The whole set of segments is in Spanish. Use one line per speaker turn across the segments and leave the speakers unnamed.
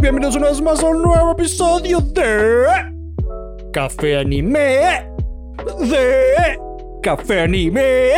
bienvenidos una vez más a un nuevo episodio de Café Anime. De Café Anime.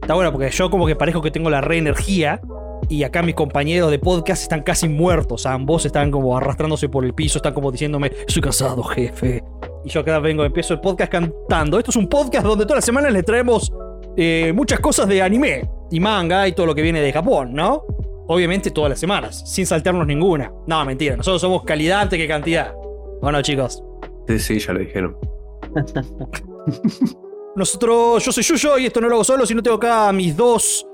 Está bueno porque yo como que parezco que tengo la re energía y acá mis compañeros de podcast están casi muertos. Ambos están como arrastrándose por el piso, están como diciéndome, soy cansado, jefe. Y yo acá vengo, empiezo el podcast cantando. Esto es un podcast donde todas las semanas les traemos eh, muchas cosas de anime y manga y todo lo que viene de Japón, ¿no? Obviamente todas las semanas, sin saltarnos ninguna. No, mentira, nosotros somos calidad antes que cantidad. Bueno, chicos,
Sí, sí, ya lo dijeron.
Nosotros, yo soy Yuyo y esto no lo hago solo, sino tengo acá a mis dos.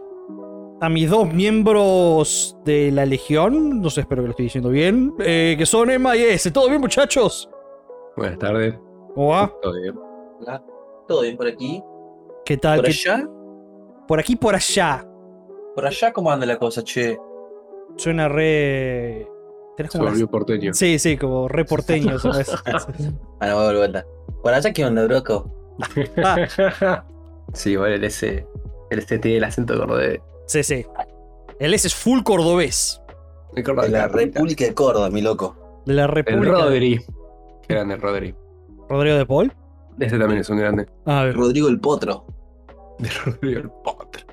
A mis dos miembros de la Legión. No sé, espero que lo estoy diciendo bien. eh, que son Emma y S. ¿Todo bien, muchachos?
Buenas tardes.
¿Cómo va?
Todo bien.
Hola, ¿Todo bien por aquí?
¿Qué tal?
¿Por
Ah, ¿Qué-
allá?
por aquí, por allá.
¿Por allá cómo anda la cosa, che?
Suena re. tenés
Se
como
volvió
una-
porteño.
Sí, sí, como re porteño. ¿sabes?
Ah, no, voy a volver vuelta. ¿Por allá qué onda, broco?
Ah,
Sí, igual el S. El S tiene el acento cordobés.
sí, sí. El S es full cordobés.
El Córdoba
De la
Capital.
República de Córdoba, mi loco.
De la
El
República.
Rodri. Qué Grande el Rodri.
Rodrigo de Paul.
Ese también es un grande.
A ver.
Rodrigo el Potro.
De Rodri el Potter.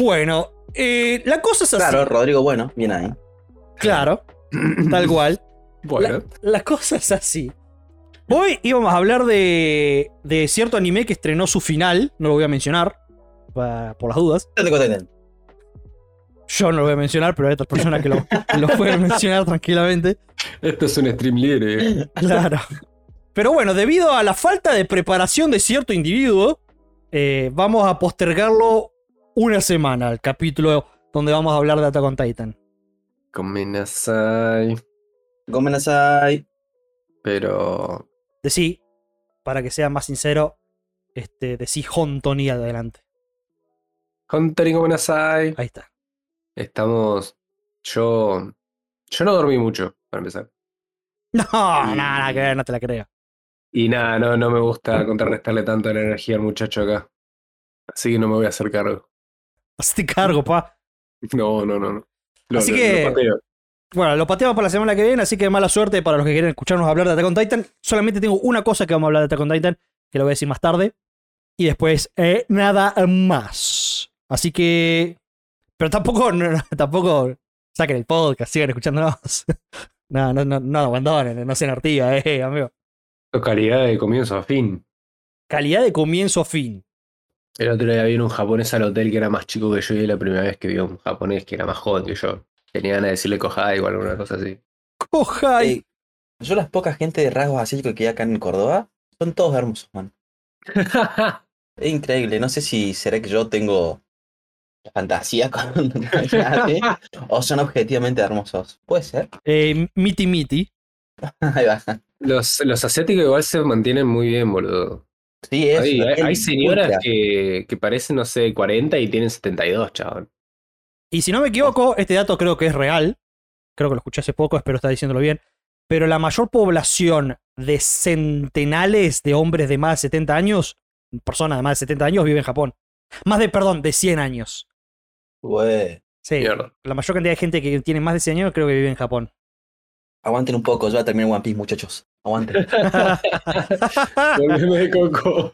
Bueno, eh, la cosa es así.
Claro, Rodrigo, bueno, bien ahí.
claro tal cual.
Bueno.
La cosa es así. Hoy íbamos a hablar de, de cierto anime que estrenó su final. No lo voy a mencionar, pa- por las dudas.
Ya te conté.
Yo no lo voy a mencionar, pero hay otras personas que lo, lo pueden mencionar tranquilamente.
Esto este es un stream libre.
Claro. Pero bueno, debido a la falta de preparación de cierto individuo, eh, vamos a postergarlo una semana, el capítulo donde vamos a hablar de Attack on Titan.
Comenazai.
Gomenazai.
Pero.
Decí, para que sea más sincero, este, decí Honton y adelante.
Hunter y Comenazai.
Ahí está.
Estamos. Yo. Yo no dormí mucho, para empezar.
No, no, nada que ver, no te la creo.
Y nada, no, no me gusta contrarrestarle tanto la energía al muchacho acá. Así que no me voy a hacer cargo.
Hazte cargo, pa.
No, no, no, no. Lo-
Así
lo-
que-
lo pateo.
Bueno, lo pateamos para la semana que viene, así que mala suerte para los que quieren escucharnos hablar de Attack on Titan. Solamente tengo una cosa que vamos a hablar de Attack on Titan, que lo voy a decir más tarde. Y después, eh, nada más. Así que. Pero tampoco, no, no, tampoco saquen el podcast, sigan escuchándonos. No, no, no, no abandonen, no sean artigas, eh, amigo.
Esto es calidad de comienzo a fin.
Calidad de comienzo a fin.
El otro día vino un japonés al hotel que era más chico que yo y es la primera vez que vi a un japonés que era más joven que yo. Tenía ganas de decirle cojada igual alguna cosa así.
Coja y-
Eh, Yo las pocas gente de rasgos asiáticos que hay acá en Córdoba son todos hermosos, man. Es increíble. No sé si será que yo tengo fantasía con ¿eh? o son objetivamente hermosos. Puede ser.
eh, miti miti.
Ahí va.
los, los asiáticos igual se mantienen muy bien, boludo.
Sí, es.
Hay,
una
hay-
piel
hay señoras
pulcra.
que, que parecen, no sé, 40 y tienen 72, chaval.
Y si no me equivoco, este dato creo que es real. Creo que lo escuché hace poco, espero estar diciéndolo bien. Pero la mayor población de centenales de hombres de más de 70 años, personas de más de 70 años, vive en Japón. Más de, perdón, de 100 años.
Güey.
Sí,
Mierda.
la mayor cantidad de gente que tiene más de 100 años creo que vive en Japón.
Aguanten un poco, yo voy a terminar One Piece, muchachos. Aguanten.
Volveme de coco.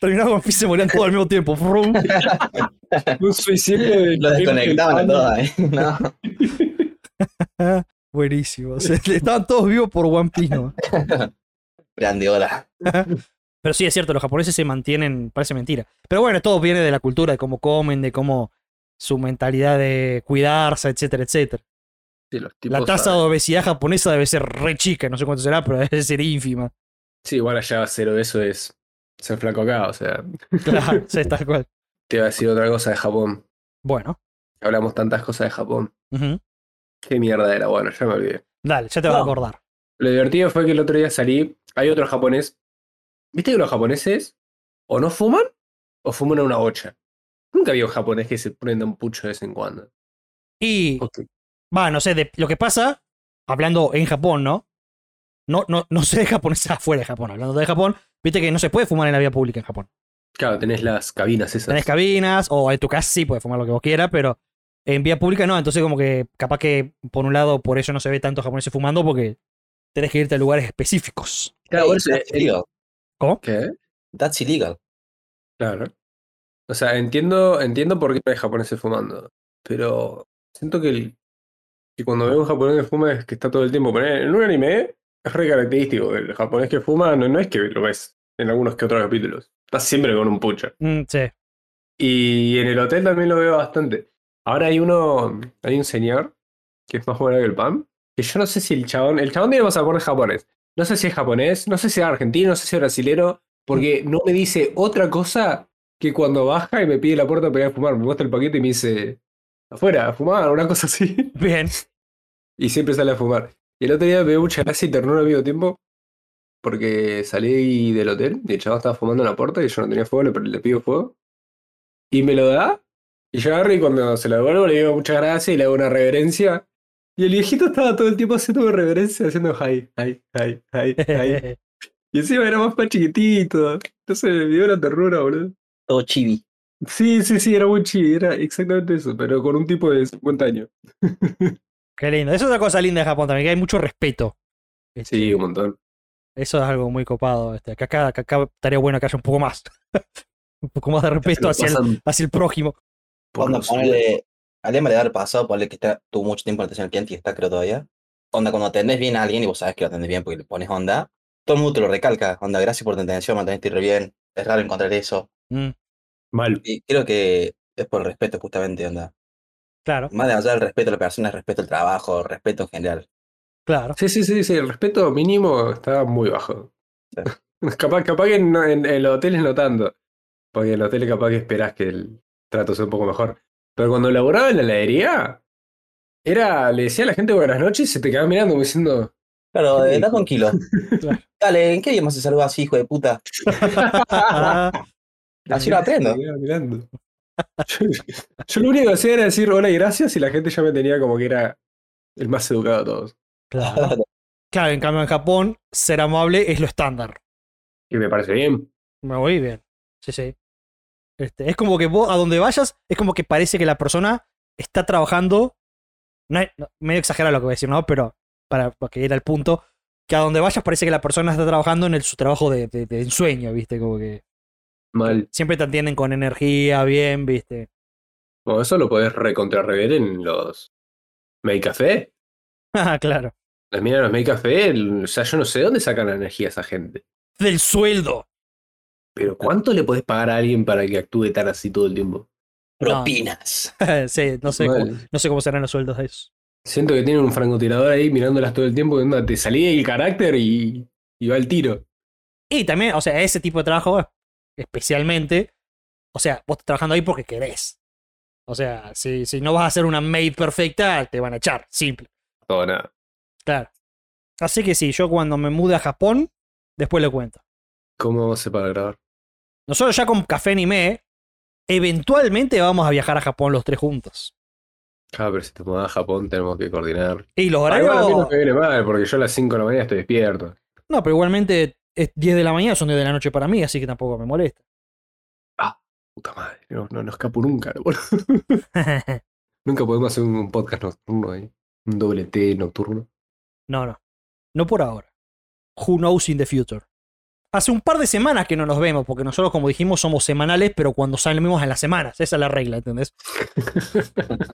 Terminaba con Piece y se morían todos al mismo tiempo. Frum.
un suicidio de
Lo desconectaban a todas, ¿eh? No.
Buenísimo. Se- estaban todos vivos por One Piece, ¿no?
Grande, hola.
Pero sí, es cierto, los japoneses se mantienen, parece mentira. Pero bueno, todo viene de la cultura, de cómo comen, de cómo su mentalidad de cuidarse, etcétera, etcétera.
Sí, los tipos
La tasa de
saben.
obesidad japonesa debe ser re chica, no sé cuánto será, pero debe ser ínfima.
Sí, igual allá cero eso es ser flaco acá, o sea.
Claro, sí, tal cual.
Te iba a decir otra cosa de Japón.
Bueno,
Hablamos tantas cosas de Japón.
ujú.
Qué mierda era, bueno, ya me olvidé.
dale, ya te vas a
No.
acordar.
Lo divertido fue que el otro día salí, hay otro japonés. ¿Viste que los japoneses o no fuman o fuman a una bocha? Nunca vi un japonés que se prenda un pucho de vez en cuando.
Y, va, no sé, de lo que pasa, hablando en Japón, ¿no? No, no, no sé de japonés afuera de Japón, hablando de Japón, viste que no se puede fumar en la vía pública en Japón.
Claro, tenés las cabinas esas.
Tenés cabinas, o en tu casa sí puedes fumar lo que vos quieras, pero En vía pública no, entonces como que capaz que por un lado por eso no se ve tantos japoneses fumando porque tenés que irte a lugares específicos.
Claro, eh,
Hey,
por eso
that's
el-
illegal.
¿Cómo?
¿Qué?
That's illegal.
Claro. O sea, entiendo, entiendo por qué no hay japoneses fumando, pero siento que, el- que cuando veo un japonés que fuma es que está todo el tiempo. Pero en un anime es re característico. El japonés que fuma no, no es que lo ves en algunos que otros capítulos. Está siempre con un pucho.
Mm, sí.
Y en el hotel también lo veo bastante. Ahora hay uno, hay un señor que es más bueno que el pan, que yo no sé si el chabón, el chabón tiene pasaporte japonés. No sé si es japonés, no sé si es argentino, no sé si es brasilero, porque no me dice otra cosa que cuando baja y me pide la puerta para ir a fumar, me muestra el paquete y me dice, afuera, a fumar, una cosa así.
Bien.
Y siempre sale a fumar. Y el otro día me dio mucha gracia y ternura al mismo tiempo. Porque salí del hotel y el chaval estaba fumando en la puerta y yo no tenía fuego, le, le pido fuego. Y me lo da. Y yo agarro y cuando se lo devuelvo le digo muchas gracias y le hago una reverencia. Y el viejito estaba todo el tiempo haciendo reverencia, haciendo hi, hi, hi, hi, hi. Y encima era más para chiquitito. Entonces me dio una ternura, boludo.
Todo chibi.
Sí, sí, sí, era muy chido, era exactamente eso, pero con un tipo de 50 años.
Qué lindo. Esa es otra cosa linda de Japón también, que hay mucho respeto. Este,
Sí, un montón.
Eso es algo muy copado. Este, que acá, que acá estaría bueno que haya un poco más. un poco más de respeto hacia el, hacia el prójimo.
por
Onda,
los
ponele. Al tema de haber pasado, ponele que está, tuvo mucho tiempo en atención al cliente y está, creo, todavía. Onda, cuando atendés bien a alguien y vos sabes que lo atendés bien porque le pones onda, todo el mundo te lo recalca. Onda, gracias por tu atención, me atendiste re bien. Es raro encontrar eso.
Mm,
Mal.
Y creo que es por el respeto, justamente, onda.
claro,
Más de allá del respeto a la persona, es respeto al trabajo, respeto en general.
claro.
Sí, sí, sí, sí, el respeto mínimo está muy bajo. capaz, capaz que no- en, en los hoteles no tanto, porque en los hoteles capaz que esperás que el trato sea un poco mejor. Pero cuando laboraba en la heladería, era, le decía a la gente buenas noches y se te quedaba mirando como diciendo,
Claro,
Qué
eh, da
rico.
tranquilo.
Claro.
Dale, ¿en qué idioma se saluda así, hijo de puta?
Ah,
la
Así lo
gente se
aprendo.
te quedaba mirando. Yo, yo lo único que hacía era decir hola y gracias y la gente ya me tenía como que era el más educado de todos.
claro. Claro, en cambio en Japón, ser amable es lo estándar.
Y me parece bien.
Me voy bien. Sí, sí. Este, es como que vos, a donde vayas, es como que parece que la persona está trabajando. No es- no, medio exagerado lo que voy a decir, ¿no? Pero para, para que ir al punto, que a donde vayas parece que la persona está trabajando en el, su trabajo de, de- de ensueño, ¿viste? Como que
Mal.
siempre te atienden con energía, bien, ¿viste?
Bueno, eso lo podés recontrarrever en los Make Café.
Ah, claro.
Las minas de los Make Café, el- o sea, yo no sé dónde sacan la energía a esa gente.
Del sueldo.
Pero ¿cuánto le podés pagar a alguien para que actúe tan así todo el tiempo?
Propinas.
sí, no sé, cómo,
Mal.
no sé cómo serán los sueldos de eso.
Siento que tienen un francotirador ahí mirándolas todo el tiempo, que onda, te salí el carácter y, y va el tiro.
Y también, o sea, ese tipo de trabajo, especialmente, o sea, vos estás trabajando ahí porque querés. O sea, si, si no vas a hacer una maid perfecta, te van a echar, simple,
Todo nada.
claro. Así que sí, yo cuando me mude a Japón, después le cuento.
¿Cómo vamos a hacer para grabar?
Nosotros ya con Café Anime, eventualmente vamos a viajar a Japón los tres juntos.
Ah, pero si te mudás a Japón tenemos que coordinar.
Y los
Ah,
horarios...
igual a mí no me viene mal, porque yo a las 5 de la mañana estoy despierto.
No, pero igualmente es 10 de la mañana, son 10 de la noche para mí, así que tampoco me molesta.
Puta madre, no, no, no escapo nunca, boludo. Nunca podemos hacer un, un podcast nocturno ahí. Un doble T nocturno.
No, no. No por ahora. Who knows in the future. Hace un par de semanas que no nos vemos, porque nosotros, como dijimos, somos semanales, pero cuando salimos en las semanas. Esa es la regla, ¿entendés?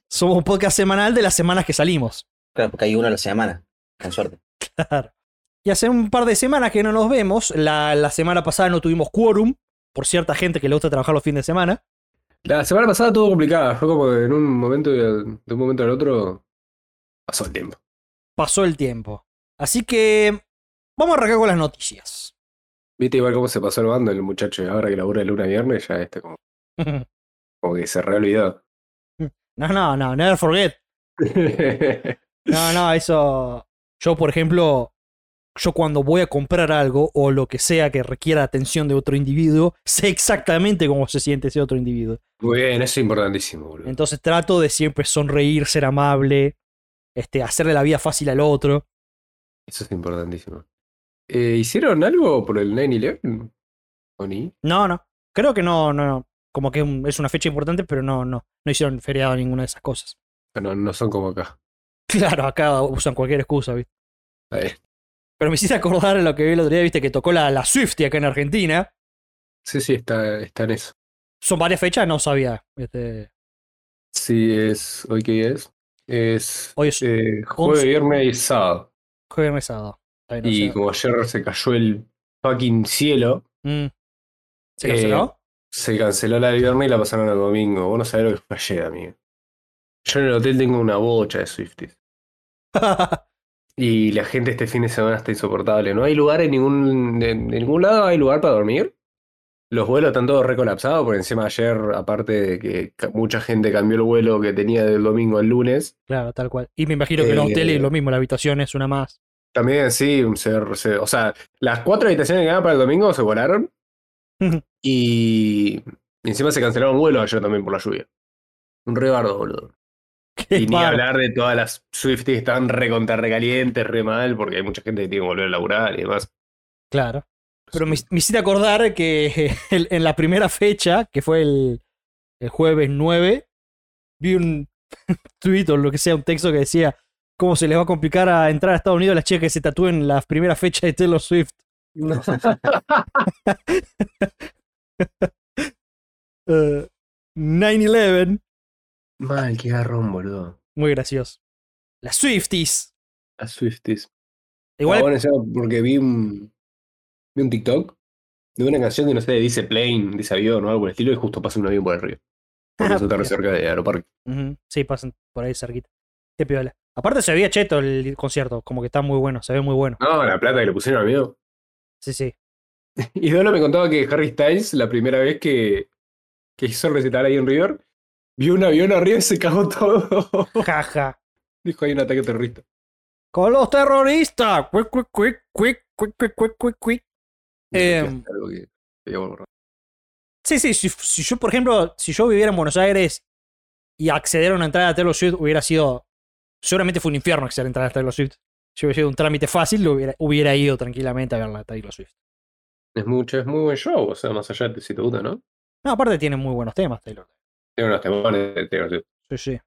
somos un podcast semanal de las semanas que salimos.
Claro, porque hay uno a la semana. Con suerte.
Claro. Y hace un par de semanas que no nos vemos. La, la semana pasada no tuvimos quórum, por cierta gente que le gusta trabajar los fines de semana.
La semana pasada todo complicada, fue como que en un momento y al- de un momento al otro pasó el tiempo.
Pasó el tiempo. Así que vamos a arrancar con las noticias.
Viste igual cómo se pasó el bando el muchacho y ahora que labura el lunes a viernes ya está como, como que se reolvidó.
No, no, no, never forget. No, no, eso. Yo, por ejemplo, yo cuando voy a comprar algo o lo que sea que requiera atención de otro individuo, sé exactamente cómo se siente ese otro individuo.
Muy bien, eso es importantísimo, boludo.
Entonces trato de siempre sonreír, ser amable, este, hacerle la vida fácil al otro.
Eso es importantísimo. Eh, ¿Hicieron algo por el 9-11? ¿O ni?
No, no. Creo que no, no. Como que es un- es una fecha importante, pero no, no. No hicieron feriado ninguna de esas cosas.
Ah, No, no son como acá.
Claro, acá usan cualquier excusa, ¿viste?
Ahí.
Pero me hiciste acordar en lo que vi el otro día, ¿viste? Que tocó la, la Swifty acá en Argentina.
Sí, sí, está, está en eso.
Son varias fechas, no sabía. Este,
Sí, es. ¿Hoy qué es? Es
hoy es
eh, jueves,
once.
viernes y sábado.
jueves y sábado. Está bien, o
Y
sea,
como ayer se cayó el fucking cielo,
mm. ¿Se
eh,
canceló?
se canceló la de viernes y la pasaron al domingo. Vos no sabés lo que fue ayer, amigo. Yo en el hotel tengo una bocha de Swifties. Y la gente este fin de semana está insoportable. No hay lugar en ningún, en ningún lado, hay lugar para dormir. Los vuelos están todos recolapsados, por encima ayer, aparte de que ca- mucha gente cambió el vuelo que tenía del domingo al lunes,
claro, tal cual. Y me imagino que los
Eh,
hoteles lo mismo, la habitación es una más.
también sí, se- se- o sea, las cuatro habitaciones que quedaban para el domingo se volaron y encima se cancelaron vuelos ayer también por la lluvia. Un rebardo, boludo. Y ni hablar de todas las Swifties que están re contra recalientes, re mal, porque hay mucha gente que tiene que volver a laburar y demás.
Claro. Pero me, me hiciste acordar que el- en la primera fecha, que fue el, el jueves 9, vi un tweet o lo que sea, un texto que decía cómo se les va a complicar a entrar a Estados Unidos a las chicas que se tatúen la primera fecha de Taylor Swift. Eh, 9-11,
Mal, qué garrón, boludo.
muy gracioso. Las Swifties.
A Swifties. Ah,
Igual,
Bueno, yo porque vi un, vi un TikTok de una canción que no sé, dice plane, dice avión o algo por el estilo, y justo pasa un avión por el río. Porque eso está re cerca de Aeroparque.
Ujú, Sí, pasan por ahí cerquita. Qué piola. Aparte se veía cheto el concierto, como que está muy bueno, se ve muy bueno.
No, la plata que le pusieron, amigo.
Sí, sí.
Y Dolo me contaba que Harry Styles, la primera vez que, que hizo recitar ahí en River, vio un avión arriba y se cagó todo.
Jaja.
Dijo, hay un ataque terrorista.
Con los terroristas. Quick, quick, quick, quick, quick, quick, quick, quick, quick. Em.
Algo que- que yo me acuerdo.
Sí, sí, si, si yo, por ejemplo, si yo viviera en Buenos Aires y acceder a una entrada a Taylor Swift hubiera sido. Seguramente fue un infierno acceder a entrar a Taylor Swift. Si hubiera sido un trámite fácil, lo hubiera, hubiera ido tranquilamente a verla a Taylor Swift.
es mucho, es muy buen show, o sea, más allá de si te gusta, ¿no?
No, aparte tiene muy buenos temas, Taylor.
Tiene unos temores de Taylor Swift.
Sí, sí.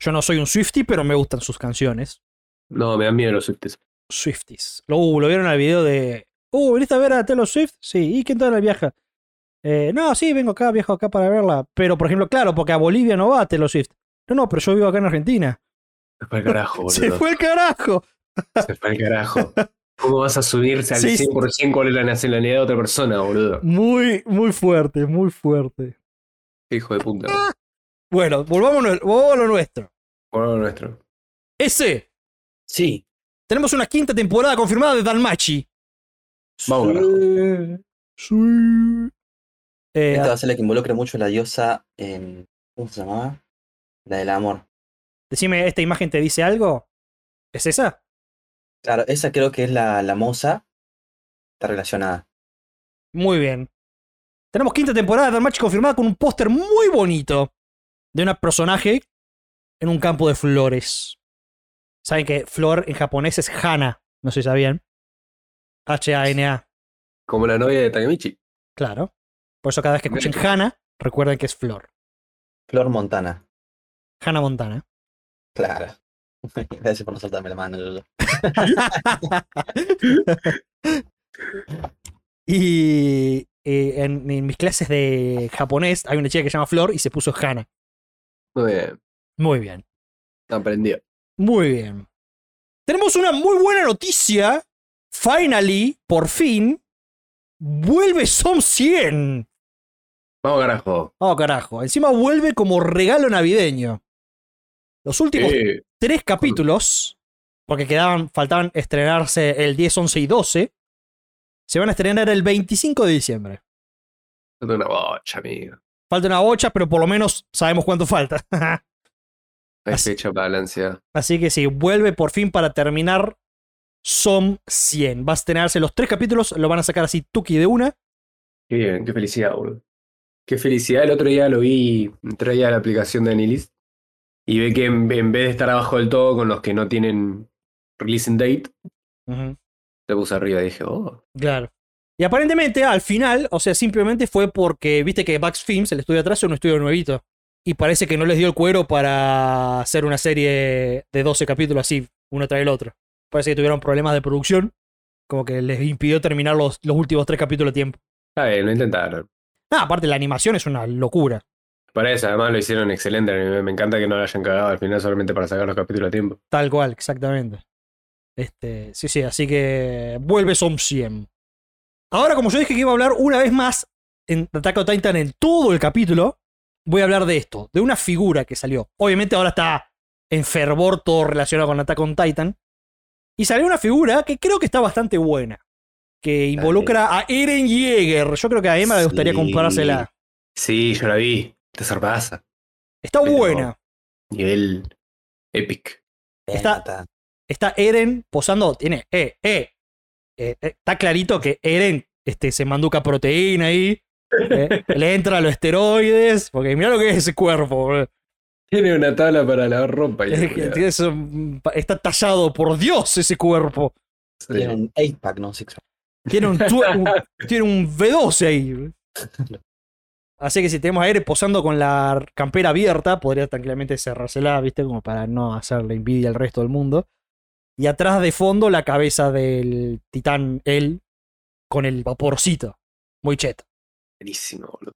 Yo no soy un Swifty, pero me gustan sus canciones.
No, me dan miedo los Swifties.
Swifties. Lo, uh, lo vieron al video de. Uh, ¿viniste a ver a Taylor Swift? Sí. ¿Y quién tal viaja? Eh, no, sí, vengo acá, viajo acá para verla. Pero, por ejemplo, claro, porque a Bolivia no va Taylor Swift. No, no, pero yo vivo acá en Argentina.
Para el carajo, boludo.
Se fue el carajo.
Se fue al carajo. ¿Cómo vas a subirse al
Sí, sí.
100% con la nacionalidad de otra persona, boludo?
Muy, muy fuerte, muy fuerte.
Qué Hijo de puta. boludo.
Bueno, volvamos, a- volvamos a lo nuestro.
Bueno, nuestro.
Ese,
Sí.
tenemos una quinta temporada confirmada de Dalmachi.
Vamos, carajo.
Sí. Eh,
Esta va a ser la que involucra mucho a la diosa. em, ¿Cómo se llamaba? La del amor.
decime, ¿esta imagen te dice algo? ¿Es esa?
Claro, esa creo que es la, la moza. Está relacionada.
Muy bien. Tenemos quinta temporada de Match confirmada con un póster muy bonito de una personaje en un campo de flores. Saben que flor en japonés es Hana, no sé si sabían. H-A-N-A,
Como la novia de Takemichi.
claro. Por eso cada vez que escuchen Hana, recuerden que es flor.
Flor Montana.
Hana Montana.
Claro. Gracias por no soltarme la mano. Lolo.
Y eh, en, en mis clases de japonés hay una chica que se llama Flor y se puso Hana.
Muy bien.
Muy bien.
Aprendió.
Muy bien. Tenemos una muy buena noticia. Finally, por fin, vuelve Som 100.
Vamos, carajo.
Oh, carajo. Encima vuelve como regalo navideño. Los últimos
Eh,
tres capítulos, porque quedaban, faltaban estrenarse el 10, 11 y 12, se van a estrenar el 25 de diciembre.
falta una bocha, amigo.
Falta una bocha, pero por lo menos sabemos cuánto falta.
Hay
Así-
fecha para la ansiedad.
Así que sí, vuelve por fin para terminar SOM 100. Va a estrenarse los tres capítulos, lo van a sacar así tuki de una.
Qué bien, qué felicidad, boludo. Qué felicidad. El otro día lo vi, entré ahí a la aplicación de Anilis y ve que en, en vez de estar abajo del todo con los que no tienen releasing date, te puse arriba y dije, oh,
Claro. Y aparentemente al final, o sea, simplemente fue porque viste que Max Films, el estudio de atrás, es un estudio nuevito. y parece que no les dio el cuero para hacer una serie de 12 capítulos así, uno tras el otro. Parece que tuvieron problemas de producción, como que les impidió terminar los, los últimos tres capítulos a tiempo.
Está bien, lo intentaron.
Nada, aparte la animación es una locura.
Para eso, además lo hicieron excelente. Me, me encanta que no lo hayan cagado al final solamente para sacar los capítulos a tiempo.
Tal cual, exactamente. Este, sí, sí, así que vuelve Som 100. Ahora, como yo dije que iba a hablar una vez más en Attack on Titan en todo el capítulo, voy a hablar de esto, de una figura que salió. Obviamente ahora está en fervor todo relacionado con Attack on Titan. Y salió una figura que creo que está bastante buena, que involucra a Eren Yeager. Yo creo que a Emma le gustaría
Sí.
comprársela.
Sí, yo la vi. Te sorpasa.
Está
Pero-
buena.
Nivel epic.
Está- Está Eren posando, tiene, eh, eh. Eh, eh, está clarito que Eren este, se manduca proteína ahí. eh, le entra los esteroides. Porque mira lo que es ese cuerpo, boludo.
Tiene una tabla para lavar ropa. Y
Es que tiene eso, mm, pa- está tallado por Dios ese cuerpo.
Sí.
Tiene un 8-pack, no Six pack.
Tiene un, tue- un- tiene un V12 ahí. Así que si tenemos a Eren posando con la campera abierta, podría tranquilamente cerrársela, ¿viste? Como para no hacerle envidia al resto del mundo. Y atrás de fondo la cabeza del titán, él, con el vaporcito. Muy cheto.
Buenísimo, boludo.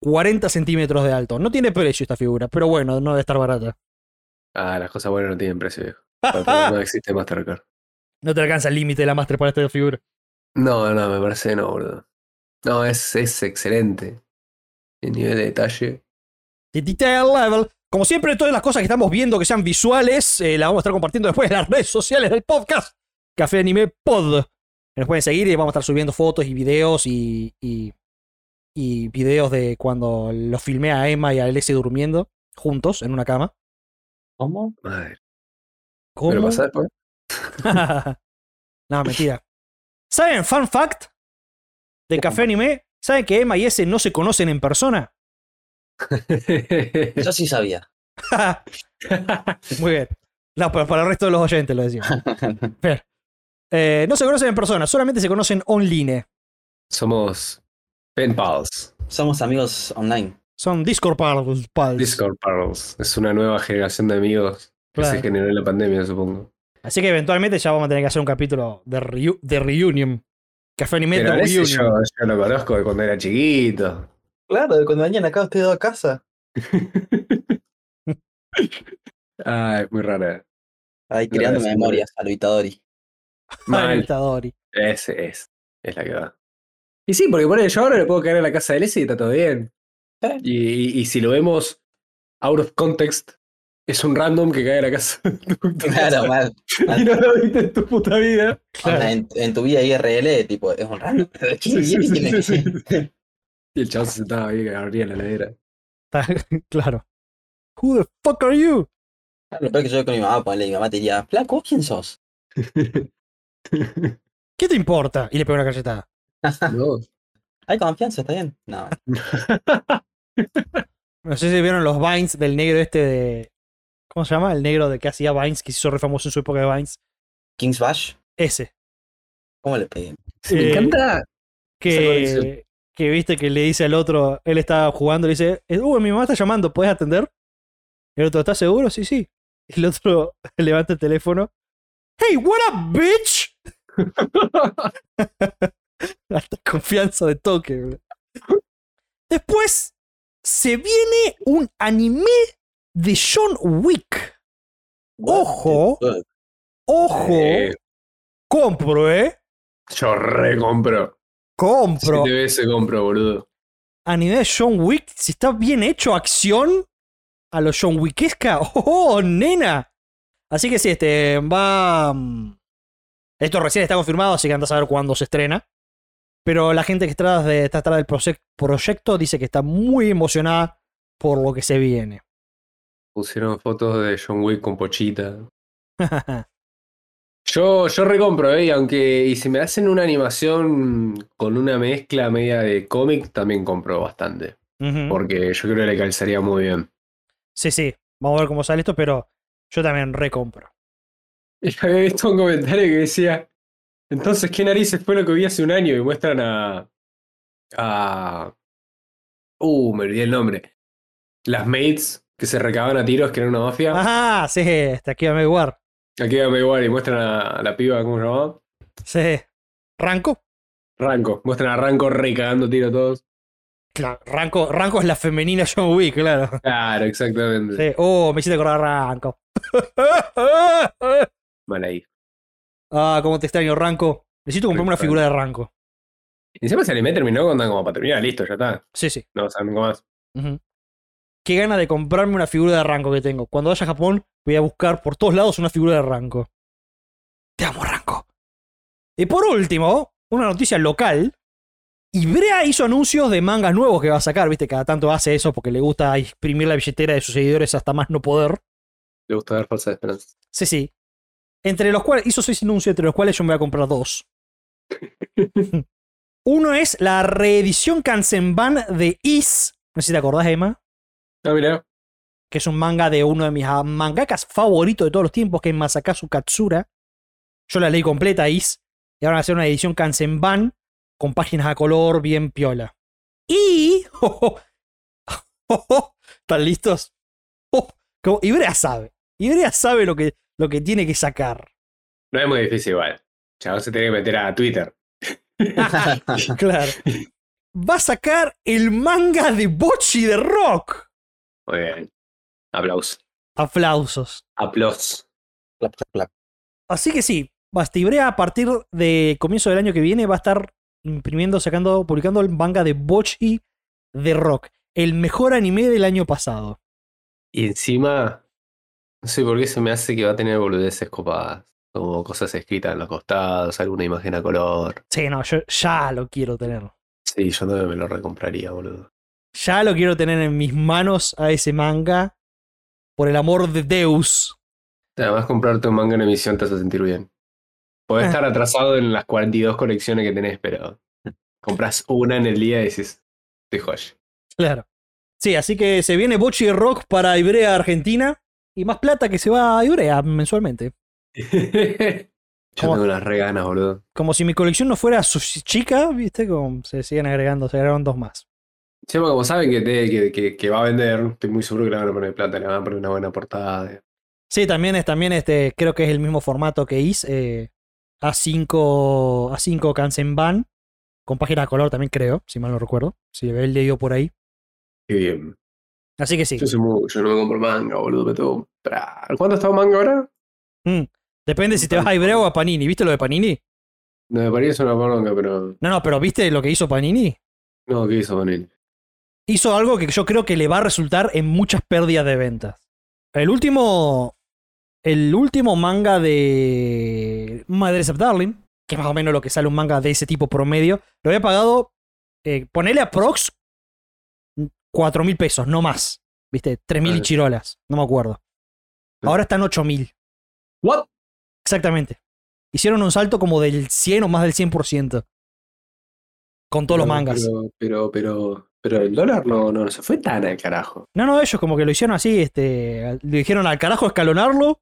40 centímetros de alto. No tiene precio esta figura, pero bueno, no debe estar barata.
Ah, las cosas buenas no tienen precio, viejo. Aparte, No existe Mastercard.
No te alcanza el límite de la Master para esta figura.
No, no, me parece que no, boludo. No, es, es excelente. El nivel de detalle.
The Detail Level. Como siempre, todas las cosas que estamos viendo que sean visuales, eh, las vamos a estar compartiendo después en las redes sociales del podcast. Café Anime Pod. Que Nos pueden seguir y vamos a estar subiendo fotos y videos y, y, y videos de cuando los filmé a Emma y a Alessi durmiendo juntos en una cama.
¿Cómo?
Madre.
¿Cómo?
¿Me lo pasás, pues?
no, mentira. ¿Saben, fun fact de Café Anime? ¿Saben que Emma y ese no se conocen en persona?
Yo sí sabía.
Muy bien. No, pero para el resto de los oyentes lo decimos. Eh, no se conocen en persona, solamente se conocen online.
Somos Pen Pals.
Somos amigos online.
Son Discord pals. pals.
Discord Pals. Es una nueva generación de amigos que
Claro.
se generó en la pandemia, supongo.
Así que eventualmente ya vamos a tener que hacer un capítulo de, reu- de reunion. Café Anime
Pero
de
a ese
reunion.
yo, yo lo conozco de cuando era chiquito.
Claro, de cuando vengan acá ustedes dos a casa.
Ay, muy rara.
Ahí
La
creando
verdad, sí,
memorias, saludadori.
Ay,
Mal.
está Dori.
Ese es. Es la que va. Y sí, porque por yo ahora le puedo caer a la casa de Leslie y está todo bien.
Eh.
Y, y- y si lo vemos out of context, es un random que cae a la casa. de tu puta
Claro,
casa.
mal.
Y no lo viste en tu puta vida.
Claro.
Onda, en, en tu vida IRL, tipo, es un random. ¿Quién-
Sí, sí, sí,
quién-
sí, Y el chavo se sentaba ahí que abría la ladera.
Está- claro. Who the fuck are you?
Claro, Lo peor que yo con mi mamá, ponle, mi mamá te diría, flaco, ¿vos ¿quién sos?
¿Qué te importa? Y le pego una cachetada.
No.
Hay confianza, está bien. No,
No sé si vieron los Vines del negro este de. ¿Cómo se llama? El negro de que hacía Vines, que se hizo re famoso en su época de Vines.
King's Bash,
Ese.
¿cómo le pegué?
Me
Eh,
encanta. Esa
que,
conexión.
que viste que le dice al otro, él estaba jugando, le dice, uh, mi mamá está llamando, ¿puedes atender? El otro, ¿estás seguro? Sí, sí. El otro levanta el teléfono. Hey, what up, bitch? Hasta confianza de toque, bro. Después se viene un anime de John Wick. Ojo,
Eh,
ojo,
Eh,
compro, ¿eh?
yo recompro.
Compro.
Siete veces compro, boludo.
anime de John Wick, si está bien hecho acción a lo John Wickesca. ¡Oh, nena! Así que sí, este va. mm, Esto recién está confirmado, así que anda a saber cuándo se estrena. Pero la gente que está atrás, de, está atrás del proce- proyecto dice que está muy emocionada por lo que se viene.
Pusieron fotos de John Wick con pochita. Yo, yo recompro, ¿eh? y aunque. Y si me hacen una animación con una mezcla media de cómic, también compro bastante.
Ujú.
Porque yo creo que le calzaría muy bien.
Sí, sí, vamos a ver cómo sale esto, pero yo también recompro.
Y había visto un comentario que decía. Entonces, ¿qué narices fue lo que vi hace un año? Y muestran a. a. Uh, me olvidé el nombre. Las mates que se recaban a tiros, que era una mafia.
Ajá, Ah, sí, está aquí a War.
Aquí va igual y muestran a, a la piba, ¿cómo se llamaba?
Sí. ¿Ranco?
Ranco. Muestran a Ranco recagando tiro a todos.
Claro, Ranco, Ranco es la femenina John Wick, claro.
Claro, exactamente.
Sí. Oh, me hiciste acordar a Ranco.
Mal ahí.
ah, cómo te extraño, Ranco. Necesito comprarme una
Recordar.
figura de Ranco.
Encima se anime terminó con como para terminar, listo, ya está.
Sí, sí.
No saben cómo más.
Ujú. Qué gana de comprarme una figura de Ranco que tengo. Cuando vaya a Japón, voy a buscar por todos lados una figura de Ranco. Te amo, Ranco. Y por último, una noticia local. Ibrea hizo anuncios de mangas nuevos que va a sacar, viste, cada tanto hace eso porque le gusta exprimir la billetera de sus seguidores hasta más no poder.
Le gusta dar falsas esperanzas.
Sí, sí. Entre los cuales, hizo seis anuncios, entre los cuales yo me voy a comprar dos. Uno es la reedición Kansenban de Is. No sé si te acordás, Emma,
Ah, mira.
que es un manga de uno de mis ah, mangakas favoritos de todos los tiempos, que es Masakazu Katsura. Yo la leí completa, Is. Y ahora van a hacer una edición Kansenban con páginas a color bien piola. Y. oh, ¿Están listos? Oh, como- Ibrea sabe. Ibrea sabe lo que, lo que tiene que sacar.
No es muy difícil igual. Chavo se tiene que meter a Twitter.
Claro. Va a sacar el manga de Bochi de Rock.
Muy bien. Aplausos.
Aplausos.
Aplausos.
Clap, clap, clap.
Así que sí, Bastibrea a partir de comienzo del año que viene va a estar imprimiendo, sacando, publicando el manga de Bochi de Rock. El mejor anime del año pasado.
Y encima, no sé por qué se me hace que va a tener boludeces copadas. Como cosas escritas en los costados, alguna imagen a color.
Sí, no, yo ya lo quiero tener.
Sí, yo no me lo recompraría, boludo.
Ya lo quiero tener en mis manos a ese manga. Por el amor de Deus.
Además, comprarte un manga en emisión te hace sentir bien. Podés
Ah.
estar atrasado en las 42 colecciones que tenés, pero compras una en el día y dices, te joya.
Claro. Sí, así que se viene Bochi de Rock para Ibrea Argentina y más plata que se va a Ibrea mensualmente.
Yo
¿Cómo?
tengo unas reganas, boludo.
Como si mi colección no fuera su chica, ¿viste? Como se siguen agregando, se agregaron dos más.
Chema, como saben que, te- que, que- que va a vender, estoy muy seguro que le van a poner plata, le van a poner una buena portada.
Sí, también es, también este, creo que es el mismo formato que is eh, A5, A5 Kansenban, con página de color también creo, si mal no recuerdo, si él leído por ahí.
Qué bien.
Así que sí,
Yo soy muy, yo no me compro manga, boludo, me tengo que comprar. ¿Cuánto está un manga ahora?
Mm. depende si te vas a Ibrea o a Panini, ¿viste lo de Panini?
No, me parece una poronga, pero
No, no, pero ¿viste lo que hizo Panini?
no, ¿qué hizo con él?
hizo algo que yo creo que le va a resultar en muchas pérdidas de ventas. El último. El último manga de. Madres of Darling, que es más o menos lo que sale un manga de ese tipo promedio, lo había pagado. eh, ponele a Prox. 4 mil pesos, no más. ¿Viste? 3 mil y
Vale.
chirolas, no me acuerdo.
Sí.
Ahora están 8 mil.
¿What?
Exactamente. Hicieron un salto como del 100 o más del 100%. Con todos los
No,
mangas.
Pero, pero, pero, pero el dólar no, no, no se fue tan al carajo.
No, no, ellos como que lo hicieron así, este, le dijeron al carajo escalonarlo.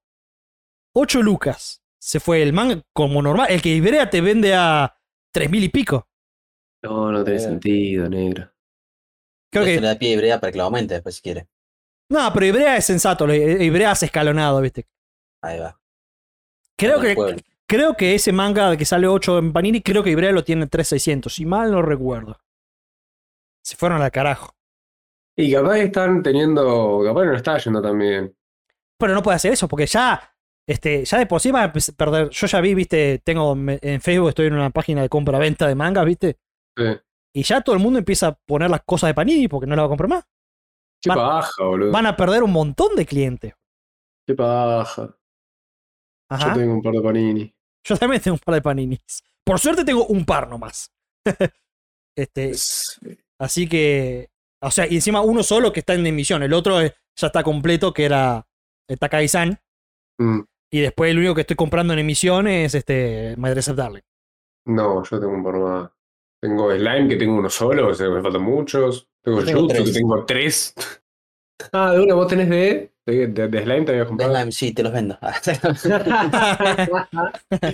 8 lucas. Se fue el manga como normal. El que Ibrea te vende a tres mil y pico.
No, no tiene
Eh.
sentido, negro.
Creo
Eso
que.
le da pie a Ibrea para que lo aumente después si quiere.
No, pero Ibrea es sensato. lo- eh, Ibrea es escalonado, ¿viste?
Ahí va.
Creo
Con el
que,
pueblo.
creo que ese manga que sale 8 en Panini, creo que Ibrea lo tiene en 3600. Si mal no recuerdo. Se fueron al carajo.
Y capaz que están teniendo, capaz que no está yendo tan bien.
pero no puede hacer eso porque ya este ya de por sí va a empe- perder yo ya vi viste tengo me- en Facebook estoy en una página de compra venta de mangas viste
Sí.
y ya todo el mundo empieza a poner las cosas de Panini porque no las va a comprar más
Qué
Van-
paja, boludo.
van a perder un montón de clientes
Qué paja.
Ajá.
Yo tengo un par de panini.
yo también tengo un par de Paninis por suerte tengo un par nomás este así que o sea y encima uno solo que está en emisión el otro eh, ya está completo que era el Takagi-san
Mm,
y después el único que estoy comprando en emisión es este Madre Darling
No, yo tengo un par más. Tengo slime que tengo uno solo, o sea, me faltan muchos. Tengo
Yo tengo
jutsu que
tres.
tengo tres. Ah, de una vos tenés de. De, de- de slime te había
De
comprado.
slime, sí, te los vendo.
Ya,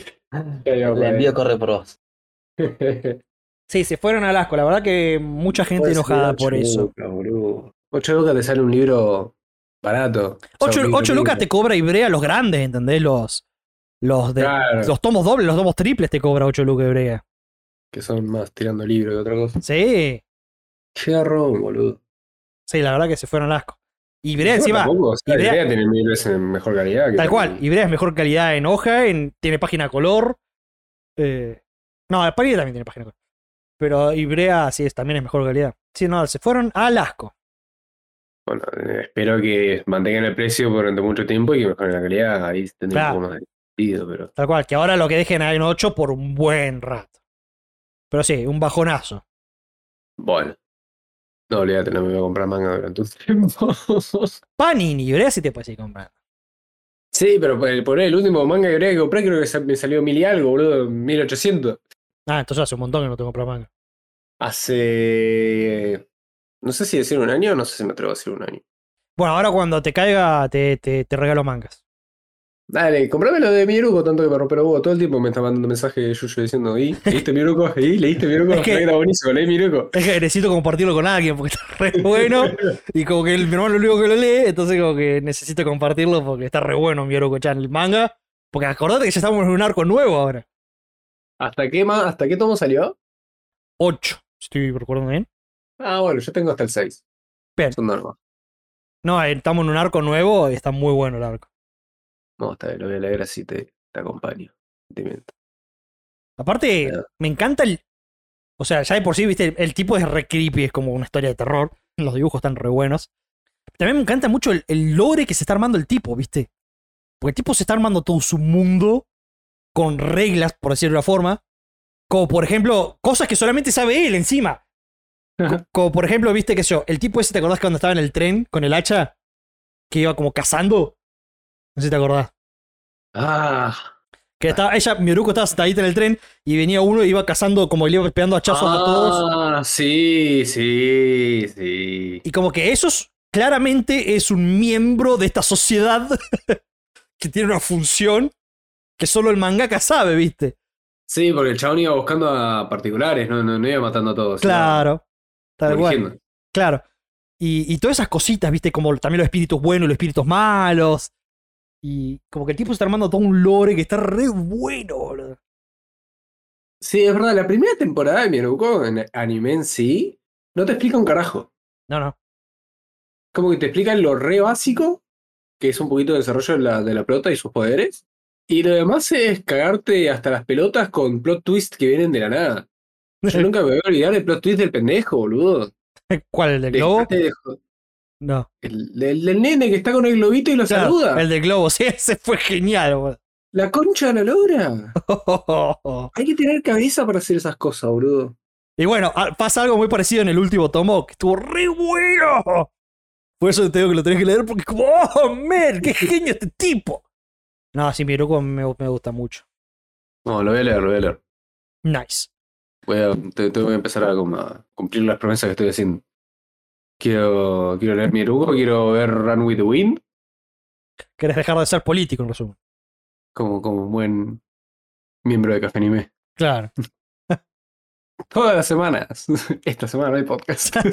ya,
Le
bueno.
envío correo por vos.
Sí, se fueron al asco. La verdad que mucha gente
Puede ser
enojada
ocho
Ah, por eso.
lucas, boludo. 8 lucas te sale un libro barato. O sea,
Ocho
un libro
ocho lucas te
lindo.
cobra Ibrea los grandes, ¿entendés? Los, los, de,
Claro.
los tomos dobles, los tomos triples te cobra 8 lucas Ibrea.
Que son más tirando libro que otra cosa.
Sí,
Qué garrón, boludo.
sí, la verdad que se fueron al asco. Y Ibrea
Yo
encima,
tampoco, o sea,
Ibrea-
Ibrea tiene libros en mejor calidad.
tal
que también-
cual, Ibrea es mejor calidad en hoja, en, tiene página a color. Eh, no, España también tiene página a color. Pero Ibrea sí es, también es mejor calidad. Sí, no, se fueron al asco.
Bueno, eh, espero que mantengan el precio durante mucho tiempo y que mejoren la calidad. Ahí tendrá
Claro.
un poco más de sentido, pero.
Tal cual, que ahora lo que dejen en 8 por un buen rato. Pero sí, un bajonazo.
Bueno. No, olvídate, no me voy a comprar manga durante un tiempo.
Panini, Ibrea sí te puedes ir comprando.
sí, pero por el, por el último manga que habría que comprar, creo que sa- me salió mil y algo, boludo, 1800.
Ah, entonces hace un montón que no tengo manga.
Hace. No sé si decir un año, no sé si me atrevo a decir un año.
Bueno, ahora cuando te caiga, te, te, te regalo mangas.
Dale, comprame lo de Miruko, tanto que me rompe los huevos todo el tiempo. Me está mandando mensajes de Yuyo diciendo, ¿y leíste Miruko? ¿Y leíste Miruko?
Es que-
Era buenísimo, leí Miruko.
Es que necesito compartirlo con alguien porque está re bueno. Y como que el, mi hermano es lo único que lo lee, entonces como que necesito compartirlo porque está re bueno mi Oroco-chan, el manga. Porque acordate que ya estamos en un arco nuevo ahora.
¿Hasta qué, ma- ¿Hasta qué tomo salió?
8, estoy recordando bien.
Ah, bueno, yo tengo hasta el 6.
Bien.
Son normas.
No, eh, estamos en un arco nuevo y está muy bueno el arco.
No, está bien, lo voy a leer así te, te acompaño. Te miento.
Aparte,
Claro.
me encanta el. O sea, ya de por sí, viste, el, el tipo es re creepy, es como una historia de terror. Los dibujos están re buenos. También me encanta mucho el, el lore que se está armando el tipo, viste. Porque el tipo se está armando todo su mundo con reglas, por decirlo de una forma. Como por ejemplo, cosas que solamente sabe él encima. Co-
Ajá.
Como por ejemplo, viste que yo, el tipo ese, ¿te acordás cuando estaba en el tren con el hacha? Que iba como cazando. No sé si te acordás.
Ah,
Que estaba, ella, Miruko estaba sentadita en el tren y venía uno y iba cazando, como le iba pegando hachazos a todos.
ah, sí, sí, sí.
Y como que eso es- claramente es un miembro de esta sociedad que tiene una función que solo el mangaka sabe, ¿viste?
Sí, porque el chabón iba buscando a particulares, no, no, no iba matando a todos. iba
Claro. Tal cual.
corrigiendo.
Claro. Y, y todas esas cositas, ¿viste? Como también los espíritus buenos, los espíritus malos. Y como que el tipo se está armando todo un lore que está re bueno, boludo.
Sí, es verdad, la primera temporada de Miruko en anime en sí no te explica un carajo.
No, no.
Como que te explican lo re básico, que es un poquito de desarrollo de la, de la pelota y sus poderes. Y lo demás es cagarte hasta las pelotas con plot twists que vienen de la nada. Yo nunca me voy a olvidar el plot twist del pendejo, boludo.
¿Cuál? ¿El del
De-
globo?
de-
No.
el, del- del nene que está con el globito y lo
Claro,
saluda.
el del globo, sí, ese fue genial, boludo.
La concha de la logra. Hay que tener cabeza para hacer esas cosas, boludo.
Y bueno, a- pasa algo muy parecido en el último tomo, que estuvo re bueno. Por eso te digo que lo tenés que leer, porque es como, oh, man, qué genio este tipo. No, sí, Miruko me, me gusta mucho.
No, lo voy a leer, lo voy a leer.
Nice.
Voy a, te- tengo que empezar a, como a cumplir las promesas que estoy haciendo. Quiero, quiero leer Miruko, quiero ver Run with the Wind
Querés dejar de ser político, en resumen.
como, como un buen miembro de Café Anime.
Claro.
Todas las semanas. Esta semana no hay podcast.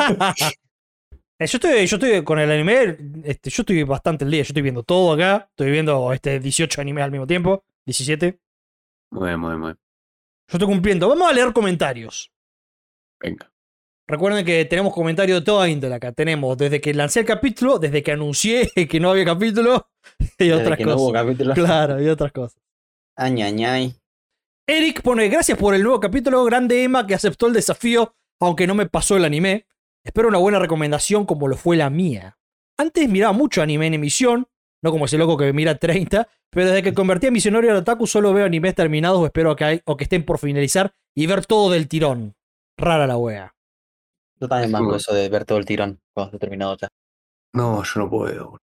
Eh, Yo estoy, yo estoy con el anime, este, yo estoy bastante al día, yo estoy viendo todo acá, estoy viendo este 18 animes al mismo tiempo, 17.
Muy bien, muy bien, muy bien.
Yo estoy cumpliendo. Vamos a leer comentarios.
Venga.
Recuerden que tenemos comentarios de toda índole acá. Tenemos desde que lancé el capítulo, desde que anuncié que no había capítulo y
Desde
otras
que no hubo
cosas.
capítulo.
claro, y otras cosas.
Ay, ay, ay.
Eric pone gracias por el nuevo capítulo. Grande Emma que aceptó el desafío, aunque no me pasó el anime. Espero una buena recomendación como lo fue la mía. Antes miraba mucho anime en emisión, no como ese loco que mira 30, pero desde que convertí a misionario al otaku solo veo animes terminados o espero que, hay- o que estén por finalizar y ver todo del tirón. Rara la wea.
Yo también banco
Seguro.
eso de ver todo el tirón cuando esté terminado ya.
No, yo no puedo. boludo.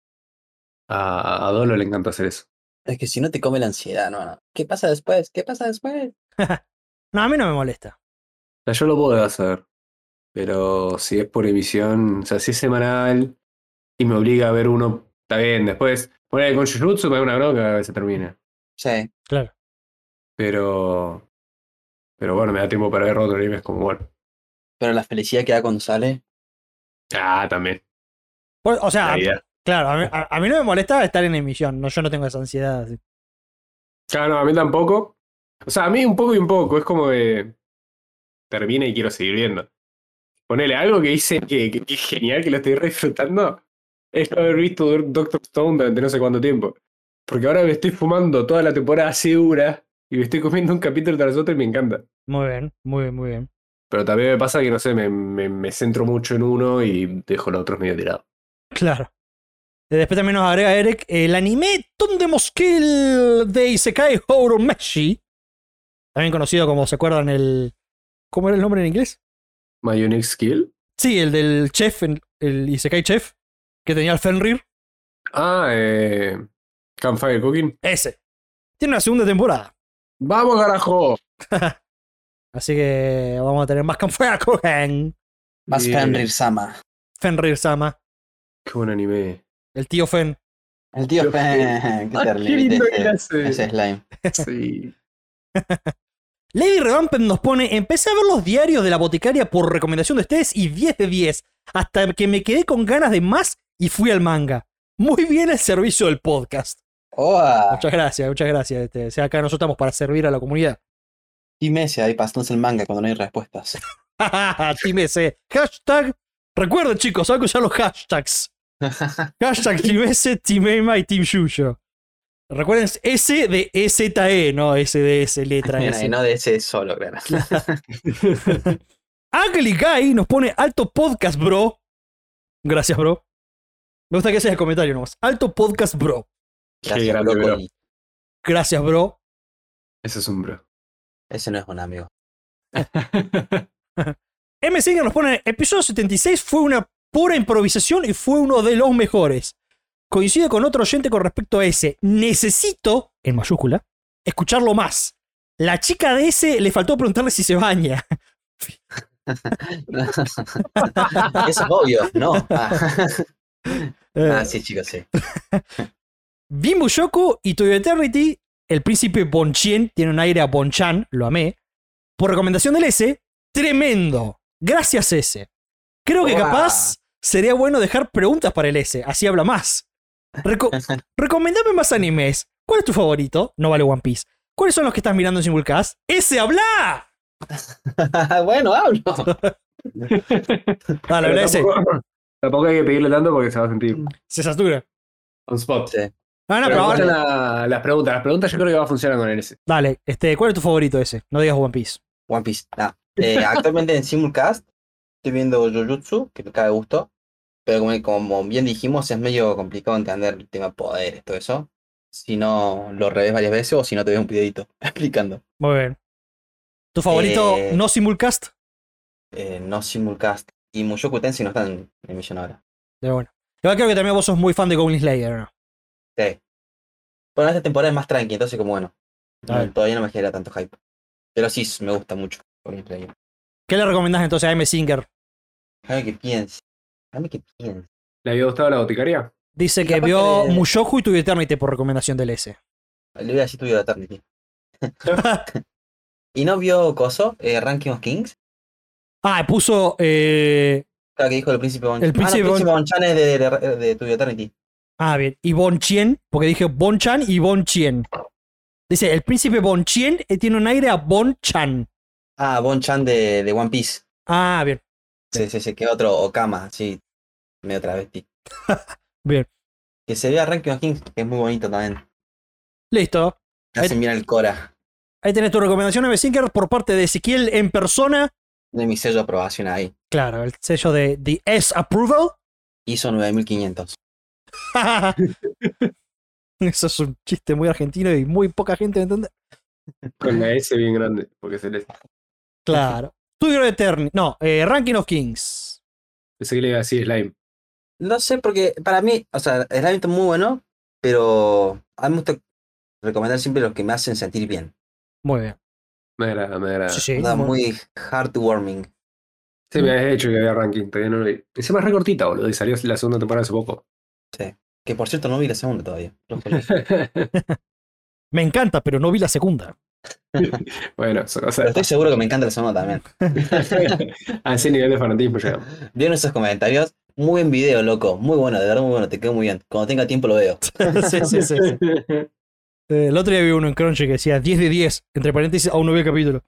A, a Dolo le encanta hacer eso.
Es que si no te come la ansiedad, no, no. ¿Qué pasa después? ¿Qué pasa después?
No, a mí no me molesta.
O sea, yo lo puedo hacer. Pero si es por emisión, o sea, si es semanal y me obliga a ver uno, está bien. Después, poner con Jujutsu me da una bronca que se termina.
Sí.
Claro.
Pero. Pero bueno, me da tiempo para ver otro anime. Es como bueno.
Pero la felicidad que da cuando sale.
Ah, también.
Por- o sea,
la
a-
idea.
claro, a mí, a- a mí no me molesta estar en emisión. No, yo no tengo esa ansiedad. así.
Claro, no, a mí tampoco. O sea, a mí un poco y un poco. Es como de. Termina y quiero seguir viendo. Ponele algo que hice que, que- que es genial, que lo estoy re disfrutando. Es no haber visto Doc- Doctor Stone durante no sé cuánto tiempo. Porque ahora me estoy fumando toda la temporada así dura y me estoy comiendo un capítulo tras otro y me encanta.
Muy bien, muy bien, muy bien.
Pero también me pasa que, no sé, me, me- me centro mucho en uno y dejo los otros medio tirados.
Claro. Eh, Después también nos agrega Eric el anime Tondemosquil de Isekai Horomeshi. También conocido como, ¿se acuerdan? el ¿Cómo era el nombre en inglés?
My unique skill.
Sí, el del chef, el- el Isekai Chef, que tenía el Fenrir.
Ah, eh. Campfire Cooking.
Ese. Tiene una segunda temporada.
¡Vamos, carajo!
Así que vamos a tener más Campfire Cohen.
Más
Bien.
Fenrir Sama.
Fenrir Sama.
Qué buen anime.
El tío Fen.
El tío
Yo-
Fen. Qué
Ah, qué
terrible.
lindo que
Ese,
hace.
eh, ese slime.
Sí.
Lady Revamped nos pone, empecé a ver los diarios de la boticaria por recomendación de ustedes y 10 de 10, hasta que me quedé con ganas de más y fui al manga. Muy bien el servicio del podcast.
¡Oh!
Muchas gracias, muchas gracias. Este, o sea, acá nosotros estamos para servir a la comunidad.
Y meses ahí pasándose el manga cuando no hay respuestas.
Team S. Hashtag. Recuerden, chicos, hay que usar los hashtags. Hashtag Team S, Team Ema y Team Yuyo. Recuerden, S de EZE, no S de S, letra S.
no de ese solo, claro.
Ugly Guy nos pone alto podcast, bro. Gracias, bro. Me gusta que ese es el comentario nomás. Alto podcast, bro.
Gracias,
grande, bro.
brócoli.
Gracias, bro.
Ese es un bro.
Ese no es un amigo.
M. Singer nos pone, episodio 76 fue una pura improvisación y fue uno de los mejores. Coincido con otro oyente con respecto a ese. Necesito, en mayúscula, escucharlo más. La chica de ese le faltó preguntarle si se baña.
Eso es obvio, no. Ah,
Eh,
ah, sí, chicos, sí.
Bimbo Yoko y To Your Eternity, el príncipe Bonchien tiene un aire a Bonchan, lo amé. Por recomendación del S, tremendo. Gracias S. Creo que
Hola.
capaz sería bueno dejar preguntas para el S, así habla más. Reco- recomendame más animes. ¿Cuál es tu favorito? No vale One Piece. ¿Cuáles son los que estás mirando en Simulcast? ¡S, habla!
bueno, hablo.
Dale, habla S.
tampoco, tampoco hay que pedirle tanto porque se va a sentir
Se satura. Ah,
on spot.
Sí.
No, no,
Pero
pero
ahora
ahora-
la- las preguntas. Las preguntas yo creo que va a funcionar con el S.
Dale, este, ¿cuál es tu favorito S? No digas One Piece.
One Piece. nah. Eh, actualmente en Simulcast estoy viendo Jujutsu, que me cae gusto. Pero como, como bien dijimos, es medio complicado entender el tema poderes, todo eso. Si no lo revés varias veces o si no te ves un videito explicando.
Muy bien. ¿Tu favorito
Eh.
no Simulcast?
Eh, no Simulcast. Y Mushoku Tensei no están en emisión ahora.
Pero bueno. Igual creo que también vos sos muy fan de Goblin Slayer, ¿no?
Sí. Bueno, esta temporada es más tranqui, entonces como bueno.
Está
no-
bien.
todavía no me genera tanto hype. Pero sí, me gusta mucho. Goblin Slayer.
¿Qué le recomendás entonces a M. Singer?
Déjame que piense. Déjame que piense.
¿Le había gustado la boticaria?
Dice que
Capaz
vio
que-
Mushoku y tu Eternity por recomendación del S.
Le voy a decir tuyo de Eternity. ¿Y no vio Coso? Eh, Ranking of Kings.
Ah, puso. eh,
Claro que dijo el príncipe Bonchan.
El príncipe
ah, no,
Bon-
Bonchan es de, de, de, de Tuyo Eternity.
Ah, bien. Y Bonchien, porque dije Bonchan y Bonchien. Dice, el príncipe Bonchien eh, tiene un aire a Bonchan.
Ah, Bonchan de, de One Piece.
Ah, bien.
Sí, sí, sí, que otro Okama, sí. Medio travesti.
Bien.
Que se vea Ranking of Kings, que es muy bonito también.
Listo.
Me Hacen bien el Cora.
Ahí tenés tu recomendación, M. Singer, por parte de Ezequiel en persona.
De mi sello de aprobación ahí.
Claro, el sello de The S Approval.
Hizo 9500.
Eso es un chiste muy argentino y muy poca gente entiende.
Con la S bien grande, porque es el S.
Claro. Studio Eternity. No, eh, Ranking of Kings.
Pensé que le iba a decir slime.
No sé, porque para mí, o sea, el hábito es muy bueno, pero a mí me gusta recomendar siempre los que me hacen sentir bien.
Muy bien.
Me agrada, me agrada.
Sí,
Sí,
sí.
Nada,
muy-
muy heartwarming.
me habías hecho que había ranking, todavía no lo vi. Encima es re cortita, boludo, y salió la segunda temporada hace poco.
Que por cierto, no vi la segunda todavía.
Me encanta, pero no vi la segunda.
bueno, eso, o sea,
Pero estoy seguro que me encanta la segunda también.
a ese nivel de fanatismo llegamos.
Vieron esos comentarios Muy buen video, loco. Muy bueno, de verdad, muy bueno. Te quedó muy bien. Cuando tenga tiempo lo veo.
sí, sí, sí, sí. Eh, El otro día vi uno en Crunchy que decía 10 de 10, entre paréntesis, aún no vi el capítulo.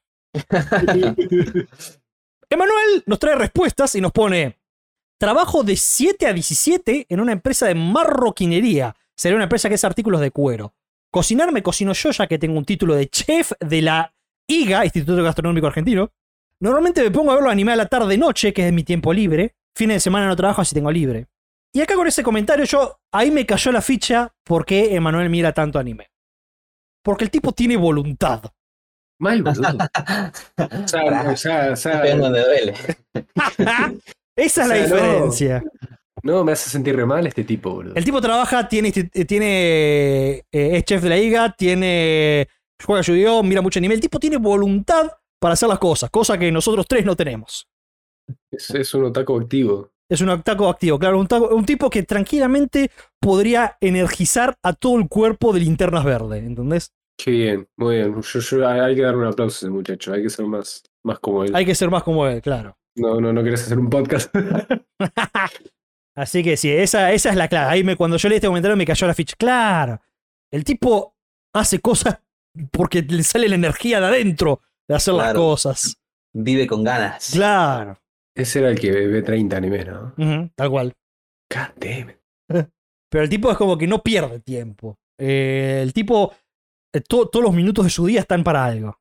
Emanuel nos trae respuestas y nos pone: Trabajo de 7 a 17 en una empresa de marroquinería. Sería una empresa que hace artículos de cuero. Cocinar me cocino yo, ya que tengo un título de chef de la IGA, Instituto Gastronómico Argentino. Normalmente me pongo a ver los animes a la tarde-noche, que es mi tiempo libre. Fines de semana no trabajo, así tengo libre. Y acá con ese comentario, yo ahí me cayó la ficha por qué Emanuel mira tanto anime. Porque el tipo tiene voluntad.
Mal, boludo. O sea, o sea, o sea,
Vean donde duele.
Esa es la
O sea, no.
diferencia.
no, me hace sentir re mal este tipo, boludo.
El tipo trabaja, tiene, insti- eh, tiene eh, es chef de la IGA, tiene juega yu mira mucho anime. El tipo tiene voluntad para hacer las cosas, cosa que nosotros tres no tenemos.
Es, es un otaku activo.
Es un taco activo, claro, un, taco- un tipo que tranquilamente podría energizar a todo el cuerpo de linternas verde, ¿entendés?
Qué bien, muy bien. Yo- yo- hay, hay que darle un aplauso a ese muchacho, hay que ser más, más como él.
Hay que ser más como él, claro.
No, no, no querés hacer un podcast.
Así que sí, esa, esa es la clave. Ahí me, cuando yo leí este comentario me cayó la ficha. Claro, el tipo hace cosas porque le sale la energía de adentro de hacer las
Claro.
cosas.
Vive con ganas.
Claro.
Ese era el que ve 30 animes, ¿no?
Ujú, tal cual.
God damn it.
Pero el tipo es como que no pierde tiempo. Eh, el tipo, eh, to- todos los minutos de su día están para algo.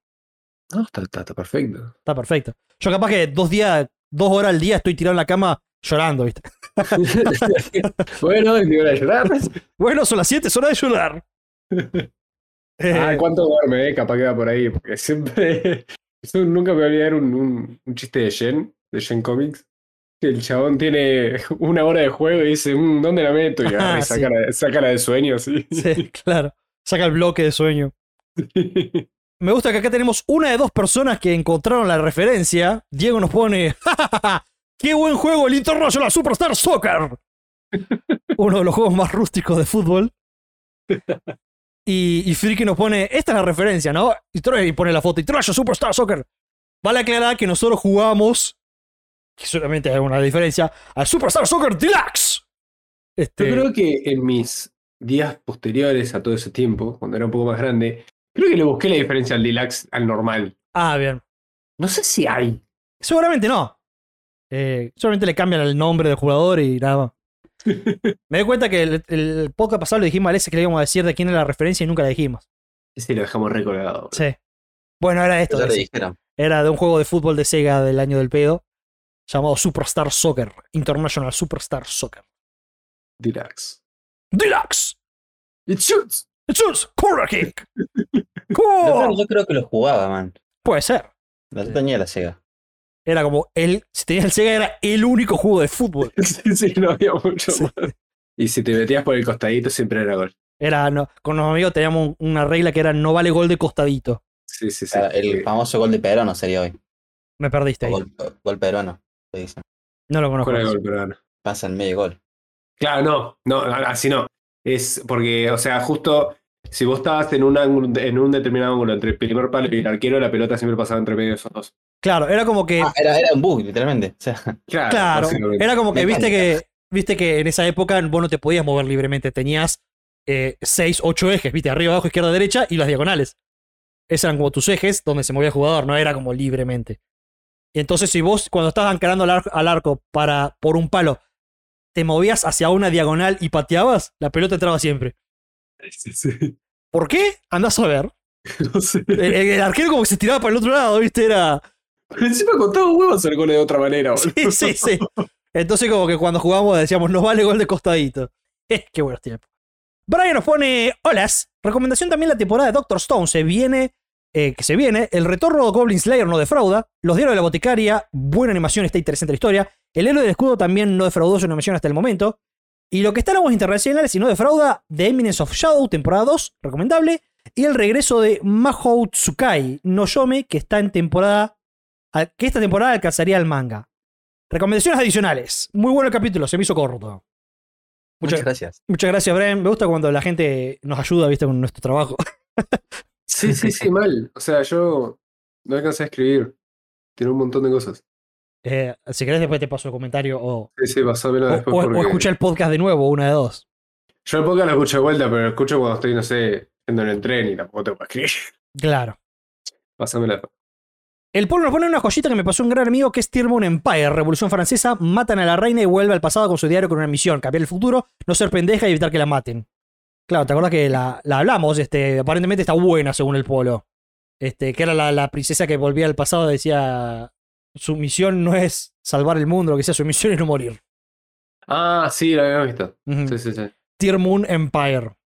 No, está, está- está perfecto.
Está perfecto. Yo capaz que dos días, dos horas al día estoy tirado en la cama llorando, ¿viste?
bueno, y te iban a llorar.
Bueno, son las 7, es hora de llorar. Eh,
Ah, ¿cuánto duerme? eh? Capaz que va por ahí, porque siempre. Eso nunca me voy a olvidar un, un- un chiste de Jen, de Jen Comics. Que el chabón tiene una hora de juego y dice, "Mm, ¿dónde la meto? Y agarra
Ah,
y
Sí.
saca, la, saca la de sueño, así.
sí, claro. Saca el bloque de sueño. Me gusta que acá tenemos una de dos personas que encontraron la referencia. Diego nos pone, ¡Ja, ja, ja, ja! ¡Qué buen juego el International Superstar Soccer! Uno de los juegos más rústicos de fútbol. Y, y Friki nos pone, esta es la referencia, ¿no? Y Troy pone la foto, International Superstar Soccer. Vale aclarar que nosotros jugamos, que solamente hay una diferencia, al Superstar Soccer Deluxe. Este,
Yo creo que en mis días posteriores a todo ese tiempo, cuando era un poco más grande, creo que le busqué la diferencia al Lilax al normal.
Ah, bien.
No sé si hay.
Seguramente no. Eh, seguramente le cambian el nombre del jugador y nada más. Me doy cuenta que el, el podcast pasado le dijimos a Alessia que le íbamos a decir de quién era la referencia y nunca la dijimos.
Ese lo dejamos recolgado.
Sí. Bueno, era esto.
Ya le
Alessia.
dijeron.
Era de un juego de fútbol de Sega del año del pedo llamado Superstar Soccer. International Superstar Soccer.
Lilax.
Deluxe.
It shoots.
It's us, Corner Kick.
Yo
Cool.
yo creo que lo jugaba, man.
Puede ser.
No
Sí.
tenía la Sega.
Era como el. Si tenía el Sega, era el único juego de fútbol.
Sí, sí, no había mucho
Sí.
más. Y si te metías por el costadito siempre era gol.
Era, no, con los amigos teníamos un- una regla que era no vale gol de costadito.
Sí, sí, sí.
Claro, Ah, el famoso gol de Peruano sería hoy.
Me perdiste
O
ahí.
Gol, gol peruano, le dicen.
No lo conozco.
Fuera de gol, pero no.
Pasa en medio gol.
Claro, no, no, así no. Es porque, o sea, justo si vos estabas en un ángulo, en un determinado ángulo entre el primer palo y el arquero, la pelota siempre pasaba entre medio de esos dos.
Claro, era como
Eh.
que.
Ah, era, era un bug, literalmente. O sea,
Claro,
claro.
básicamente.
Era como que viste que.
Mecánica.
Viste que en esa época vos no te podías mover libremente. Tenías eh, seis, ocho ejes, viste, arriba, abajo, izquierda, derecha y las diagonales. Esos eran como tus ejes donde se movía el jugador, no era como libremente. Y entonces, si vos, cuando estabas encarando al, ar- al arco para, por un palo, te movías hacia una diagonal y pateabas, la pelota entraba siempre.
Sí, sí.
¿Por qué? Andás a ver.
No sé.
El, el- el arquero como que se tiraba para el otro lado, viste, era.
Pero encima con todo huevo se gol de otra manera, boludo.
Sí, sí, sí. Entonces, como que cuando jugamos decíamos, nos vale gol de costadito. Eh, qué buenos tiempos. Brian nos pone, holas. Recomendación también la temporada de Doctor Stone. Se viene, eh, que se viene. El retorno de Goblin Slayer no defrauda. Los diarios de la boticaria, buena animación, está interesante la historia. El héroe del escudo también no defraudó su animación hasta el momento. Y lo que está en aguas internacionales y no defrauda, The Eminence of Shadow, temporada 2, recomendable. Y el regreso de Mahou Tsukai, no Yome, que está en temporada. al- que esta temporada alcanzaría el manga. Recomendaciones adicionales. Muy bueno el capítulo, se me hizo corto.
muchas
Muchas,
gracias.
muchas gracias, Brian. Me gusta cuando la gente nos ayuda, viste, con nuestro trabajo.
Sí, sí, sí, mal. O sea, yo no alcancé a escribir. Tiene un montón de cosas.
Eh, si querés, después te paso el comentario o,
Sí, sí, pasámelo
o,
después.
o- o
porque...
escucha el podcast de nuevo, una de dos.
Yo el podcast lo escucho de vuelta, pero lo escucho cuando estoy, no sé, yendo en el tren y tampoco tengo que escribir.
Claro.
Pásamela después.
El pueblo nos pone una joyita que me pasó un gran amigo que es Tiermon Empire, Revolución Francesa, matan a la reina y vuelve al pasado con su diario con una misión, cambiar el futuro, no ser pendeja y evitar que la maten. Claro, ¿te acuerdas que la, la hablamos? Este, aparentemente está buena según el pueblo. Este, que era la, la princesa que volvía al pasado decía su misión no es salvar el mundo, lo que sea, su misión es no morir.
Ah, sí, lo habíamos visto.
Ujú.
Sí, sí, sí.
Tier Moon Empire.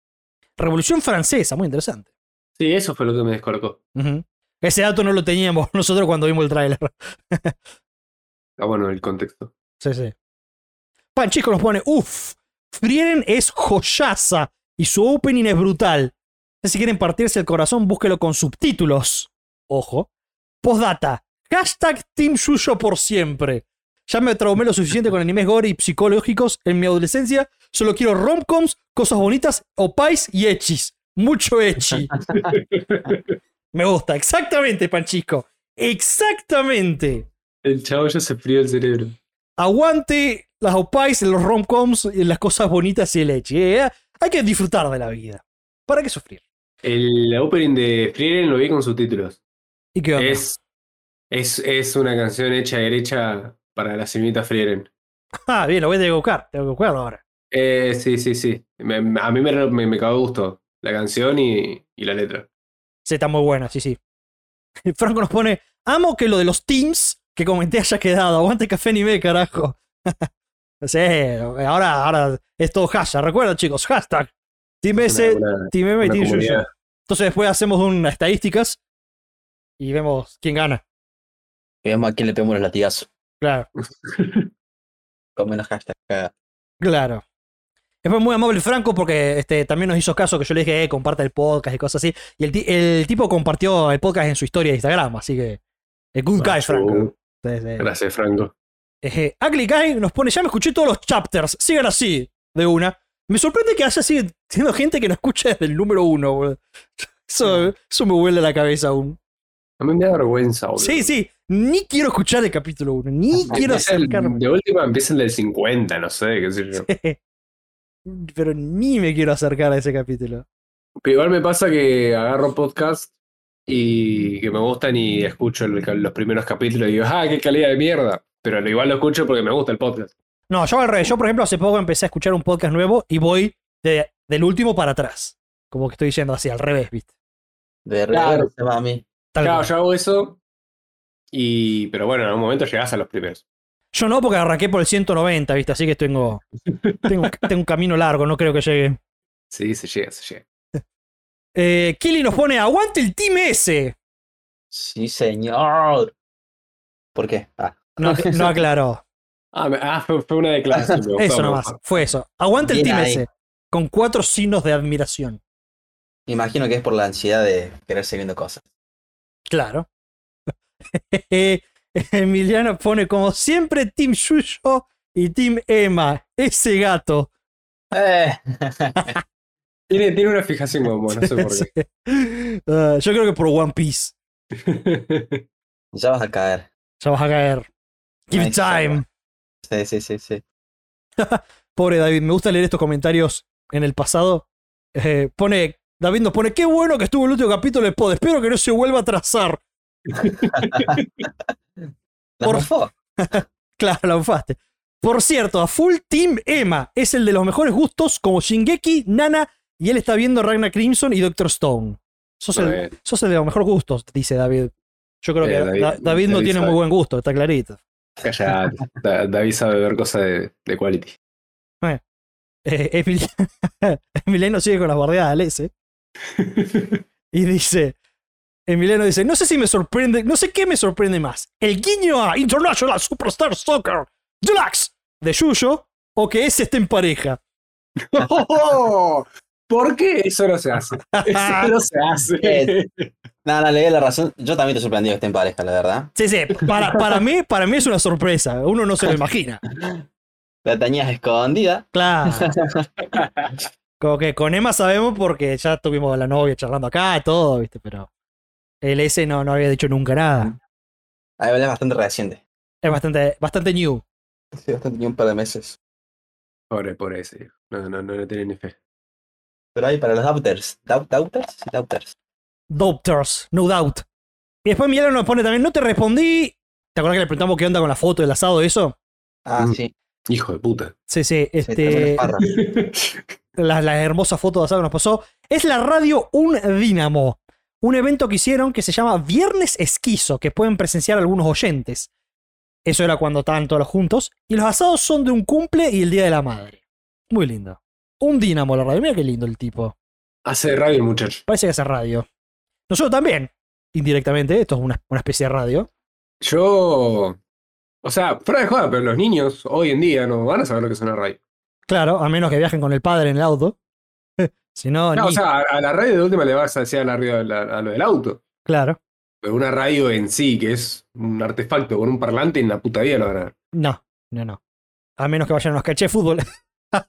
Revolución Francesa, muy interesante.
Sí, eso fue lo que me descolocó.
Ujú. Ese dato no lo teníamos nosotros cuando vimos el tráiler.
Ah, bueno, el contexto.
Sí, sí. Panchisco nos pone, uff, Frieren es joyaza y su opening es brutal. Si quieren partirse el corazón, búsquelo con subtítulos. Ojo. Postdata. Hashtag Team Yuyo por siempre. Ya me traumé lo suficiente con animes gore y psicológicos en mi adolescencia. Solo quiero romcoms, cosas bonitas, opais y echis. Mucho echi. me gusta. Exactamente, Panchisco. Exactamente.
El chavo ya se frío el cerebro.
Aguante las opais, los romcoms, las cosas bonitas y el leche. ¿eh? Hay que disfrutar de la vida. ¿Para qué sufrir?
El opening de Frieren lo vi con subtítulos.
¿Y qué onda?
Es, es, es una canción hecha y derecha para la señorita Frieren.
Ah, bien, lo voy a tener que buscar. Tengo que buscarlo ahora.
Eh, sí, sí, sí. Me- me- a mí me, me, me cagó gusto la canción y, y la letra.
Sí, está muy buena, sí, sí. Franco nos pone: Amo que lo de los teams que comenté haya quedado. Aguante café anime, carajo. sí, ahora, ahora es todo hashtag. Recuerda, chicos, hashtag. Team S,
Una- una-
Team M y
una
Team Yuyo.
comunidad.
Entonces después hacemos unas estadísticas y vemos quién gana.
Y vemos a quién le pegamos los latigazos.
Claro.
Con menos hashtag.
Claro. Después muy amable Franco porque este, también nos hizo caso que yo le dije, eh, comparta el podcast y cosas así. Y el, ti- el tipo compartió el podcast en su historia de Instagram, así que... El good guy, Franco.
Uh,
Sí, sí.
gracias, Franco.
Eje, Ugly Guy nos pone, ya me escuché todos los chapters, sigan así, de una. Me sorprende que haya sido siendo gente que no escucha desde el número uno, boludo. Eso, eso me vuelve la cabeza aún.
A mí me da vergüenza, boludo.
Sí, sí, ni quiero escuchar el capítulo uno, ni quiero
Empieza el-
acercarme.
De última empieza el del 50, no sé, qué sé yo.
Pero ni me quiero acercar a ese capítulo.
Pero Igual me pasa que agarro podcast y que me gustan y escucho el- los primeros capítulos y digo, ah, qué calidad de mierda. Pero lo- igual lo escucho porque me gusta el podcast.
No, yo al revés. Yo, por ejemplo, hace poco empecé a escuchar un podcast nuevo y voy de- del último para atrás. Como que estoy yendo así, al revés, ¿viste?
De
Claro.
regalo se va a mí.
Tal
claro,
cual.
yo hago eso. Y, pero bueno, en algún momento llegás a los primeros.
Yo no, porque arranqué por el 190, ¿viste? Así que tengo, tengo, tengo un camino largo, no creo que llegue.
Sí, se llega, se llega.
Eh, Kili nos pone, aguante el Team S.
Sí, señor. ¿Por qué? Ah,
No, ac- no aclaró.
Ah, me- ah, fue, fue una declaración. me gustó,
Eso
me
nomás,
gustó.
fue eso. Aguante el
Bien
Team
ahí.
S. Con cuatro signos de admiración.
me imagino que es por la ansiedad de quererse viendo cosas.
Claro. Eh, Emiliano pone, como siempre, Team Yuyo y Team Emma. Ese gato.
Eh.
Tiene, tiene una fijación como, no sé por
Sí. Ah, yo creo que por One Piece.
qué.
ya vas a caer.
Ya vas a caer. Give
Ahí
it
está.
time.
Sí, sí, sí, sí.
Pobre David, me gusta leer estos comentarios en el pasado. Eh, pone, David nos pone, qué bueno que estuvo el último capítulo del pod. Espero que no se vuelva a atrasar.
La
Por-
mofó.
Claro, la ufaste. Por cierto, a full team Emma es el de los mejores gustos como Shingeki, Nana y él está viendo Ragnar Crimson y Doctor Stone. Sos
Muy
el,
bien.
sos el de los mejores gustos, dice David. Yo creo
Eh,
que Da- David,
David-
no
David
tiene
sabe.
muy buen gusto, está clarito.
Callate. Da- David sabe ver cosas de, de quality.
Eh, Emil- Emiliano sigue con las bardeadas al S. Y dice, Emiliano dice, no sé si me sorprende, no sé qué me sorprende más, el guiño a International Superstar Soccer Deluxe de Yuyo o que ese esté en pareja.
¿Por qué eso no se hace? Eso no se hace.
Eh, No, no, le doy la razón. Yo también te sorprendido que esté en pareja, la verdad.
Sí, sí, para, para, mí, para mí es una sorpresa, uno no se lo imagina.
La tenías escondida.
Claro. Como que con Emma sabemos porque ya tuvimos a la novia charlando acá, todo, ¿viste? Pero el S no, no había dicho nunca nada.
Ahí es bastante reciente.
Es bastante, bastante new.
Sí, bastante, ni un par de meses.
Pobre, pobre ese viejo. No, no, no le tiene ni fe.
Pero ahí para los doubters. Dou- ¿Doubters? Sí, doubters.
Doubters, no doubt. Y después Milano nos pone también, no te respondí. ¿Te acuerdas que le preguntamos qué onda con la foto del asado de eso?
Ah,
Mm.
sí.
Hijo de puta.
Sí, sí,
sí, también es
este,
parra.
la, la hermosa foto de asado que nos pasó. Es la radio Un Dínamo. Un evento que hicieron que se llama Viernes Esquizo, que pueden presenciar algunos oyentes. Eso era cuando estaban todos juntos. Y los asados son de un cumple y el Día de la Madre. Muy lindo. Un Dínamo, la radio. Mira qué lindo el tipo.
Hace radio el muchacho.
Parece que hace radio. Nosotros también, indirectamente, esto es una, una especie de radio.
Yo. O sea, fuera de joda, pero los niños hoy en día no van a saber lo que es una radio.
Claro, a menos que viajen con el padre en el auto. si no,
No,
ni-
o sea, a, a la radio de última le vas a decir a, la radio- a la- a lo del auto.
claro,
Pero una radio en sí, que es un artefacto con un parlante, en la puta vida lo van a ver.
no, no, no. A menos que vayan a los caché de fútbol.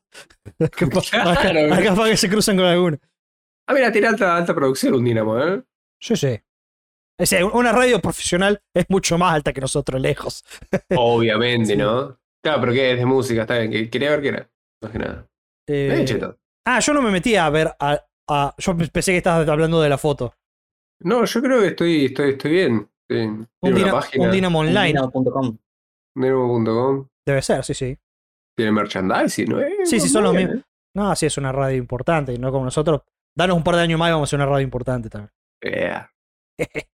Capaz- acá,
Claro.
acá capaz que se cruzan con alguno.
Ah, mira, tiene alta, alta producción un Dinamo, ¿eh?
Sí, sí. O sea, una radio profesional es mucho más alta que nosotros, lejos.
Obviamente,
Sí.
¿no? Claro, pero que es de música, está bien. que- Quería ver qué era. Más que nada.
Eh,
Eh, cheto.
ah, yo no me metí a ver. A, a- yo pensé que estabas hablando de la foto.
No, yo creo que estoy, estoy, estoy bien. Sí,
Un,
Tiene una
dina- un
página.
Dinamo Online.
Dinamo.com.
Dinamo.com.
Debe ser, sí, sí.
Tiene merchandising, ¿no? Eh,
Sí, sí, son los
bien,
mismos. No, sí, es una radio importante, no como nosotros. Danos un par de años más y vamos a ser una radio importante también.
eh. Yeah.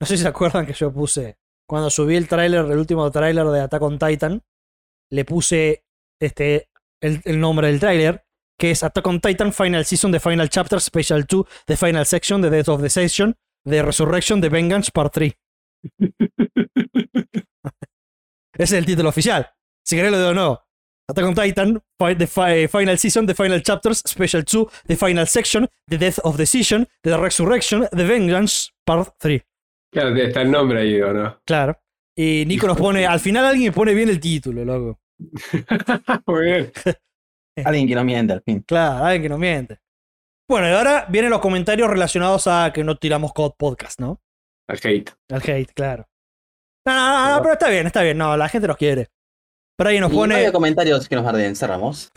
No sé si se acuerdan que yo puse, cuando subí el tráiler, el último tráiler de Attack on Titan, le puse este, el, el nombre del tráiler, que es Attack on Titan Final Season, The Final Chapter, Special 2, The Final Section, The Death of the Section, The Resurrection, The Vengeance Part 3. Ese es el título oficial. Si querés lo digo no. Attack on Titan, fi- The fi- Final Season, The Final Chapters, Special 2, The Final Section, The Death of the Season, The Resurrection, The Vengeance Part 3.
Claro, está el nombre ahí, ¿o no?
Claro. Y Nico nos pone, al final alguien pone bien el título, loco.
Muy bien.
Alguien que no miente al fin.
Claro, alguien que no miente. Bueno, y ahora vienen los comentarios relacionados a que no tiramos COD Podcast, ¿no?
Al hate.
Al hate, claro. No, no, no, no, pero está bien, está bien. No, la gente nos quiere. Pero ahí nos
Y no
pone,
había comentarios que nos arden, cerramos.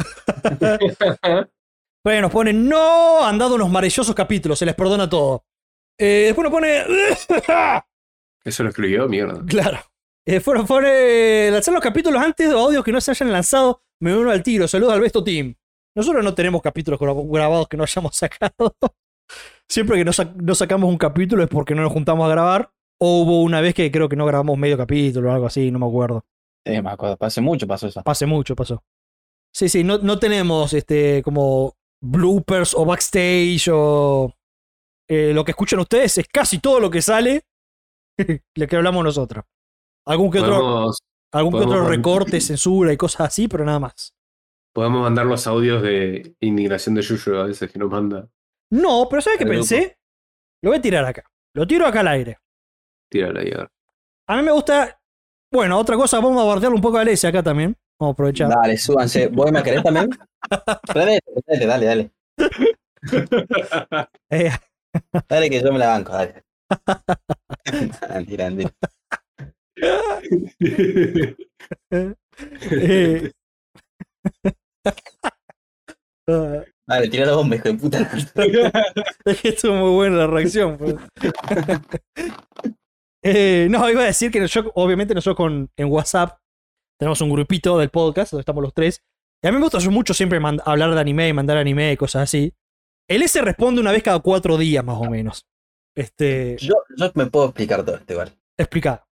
por ahí nos pone, no, han dado unos maravillosos capítulos, se les perdona todo. Eh, después nos pone,
Eso lo escribió, mierda.
Claro. Eh, después nos pone. Lanzar los capítulos antes o audios que no se hayan lanzado. Me uno al tiro. Saludos al Besto Team. Nosotros no tenemos capítulos gra- grabados que no hayamos sacado. Siempre que no, sac- no sacamos un capítulo es porque no nos juntamos a grabar. O hubo una vez que creo que no grabamos medio capítulo o algo así, no me acuerdo.
Eh, me acuerdo, hace mucho pasó eso.
Pase mucho, pasó. Sí, sí, no, no tenemos este como bloopers o backstage o. eh, lo que escuchan ustedes es casi todo lo que sale. lo que hablamos nosotros. Algún que otro.
Podemos,
Algún que
Podemos
otro
mandar-
recorte, censura y cosas así, pero nada más.
podemos mandar los audios de indignación de Yuyo a veces que nos manda.
No, pero ¿sabes qué
Está loco.
pensé? Lo voy a tirar acá. Lo tiro acá al aire.
Tírala ahí, a ver.
A mí me gusta. Bueno, otra cosa, vamos a bardear un poco a Alessia acá también. Vamos a aprovechar.
Dale, súbanse. ¿Vos me querés también? Dale, dale, dale, dale.
Eh,
Dale que yo me la banco, dale. Mentira, mentira.
eh. Ah,
Dale, tira la bomba, hijo de puta.
es que estuvo muy buena la reacción. pues. Eh, no, iba a decir que yo, obviamente nosotros con, en WhatsApp tenemos un grupito del podcast donde estamos los tres. Y a mí me gusta mucho siempre mand- hablar de anime y mandar anime y cosas así. El S responde una vez cada cuatro días más o menos. Este,
Yo, yo me puedo explicar todo esto igual.
explica.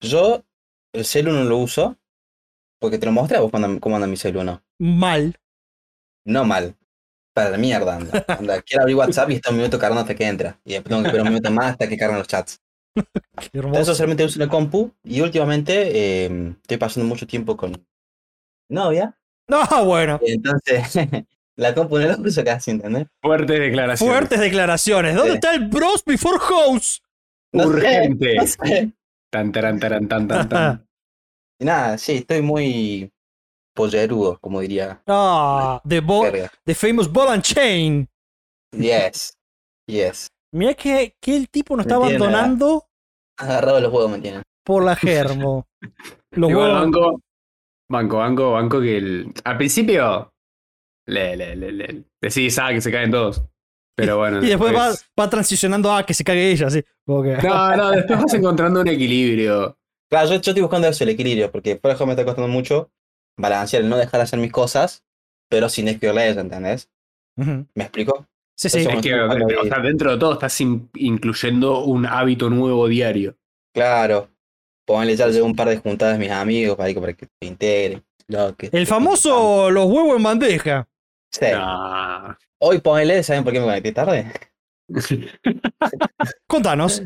Yo el celu no lo uso porque te lo mostré a vos cuando, cómo anda mi celu, ¿no?
Mal.
No mal. Para la mierda anda. Anda, Quiero abrir WhatsApp y está un minuto cargando hasta que entra. Y después tengo que esperar un minuto más hasta que cargan los chats.
Qué
Por eso
hermoso.
solamente uso una compu y últimamente eh, estoy pasando mucho tiempo con novia.
No, bueno.
Entonces, la compu no la uso casi, ¿entendés?
Fuertes declaraciones.
Fuertes declaraciones. ¿Dónde
Sí.
está el Bros Before House?
No sé,
Urgente.
no sé.
Tan, taran, taran, tan, tan, tan.
Y nada, sí, estoy muy pollerudo, como diría.
Ah, the, bo-
Verga.
the Famous Ball and Chain.
Yes. Yes.
Mirá que, que el tipo no está
No tiene nada.
abandonando.
Agarrado los huevos me tienen.
por la germo. Los
Igual
huevos.
banco, banco, banco, banco que el, al principio le, le, le, le- decís, ah, que se caen todos. Pero bueno.
Y después va,
después-
va transicionando a que se cague ella, así. Como que-
No, no, después vas encontrando un equilibrio.
Claro, yo, yo estoy buscando eso, el equilibrio, porque por ejemplo me está costando mucho balancear el no dejar de hacer mis cosas, pero sin esquivarles, ¿entendés?
Ujú.
¿Me explico?
Sí, sí.
Eso-
Es que, o sea, dentro de todo estás in- incluyendo un hábito nuevo diario.
Claro. Ponle ya llevo un par de juntadas a mis amigos para que, para que te integren. lo que-
El famoso los huevos en bandeja.
Sí.
Nah.
Hoy ponele, ¿saben por qué me conecté tarde?
Te
Contanos.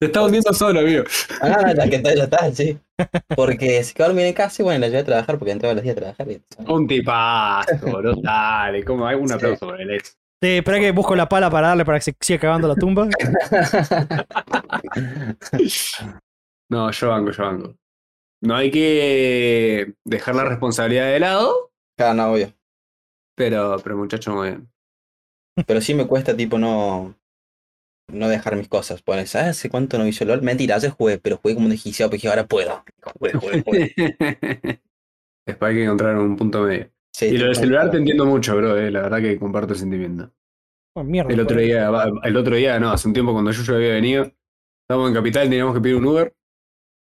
está hundiendo solo, amigo.
Ah, no, ya que está, ya está, sí. Porque se quedó a dormir en casa y bueno, la llevé a trabajar porque entraba a los días a trabajar. Y...
Un tipazo, bro. Dale, como hay un aplauso por el ex.
Te espera que busco la pala para darle para que se siga cagando la tumba.
No, yo banco, yo banco. No hay que dejar la responsabilidad de lado,
Claro, no, obvio.
pero, pero muchacho, muy bien.
Pero sí me cuesta, tipo, no. No dejar mis cosas. Ponele, ¿sabes hace cuánto no hice LOL? Mentira, ayer jugué, pero jugué como un desquiciado, porque dije, ahora puedo. Jugué, jugué, jugué.
Después hay que encontrar un punto medio.
Sí,
Y lo del
tipo,
celular te entiendo mucho, bro. eh, La verdad que comparto el sentimiento.
Oh, mierda.
El otro día, va- el otro día, no, hace un tiempo cuando yo, yo había venido, estábamos en Capital, teníamos que pedir un Uber.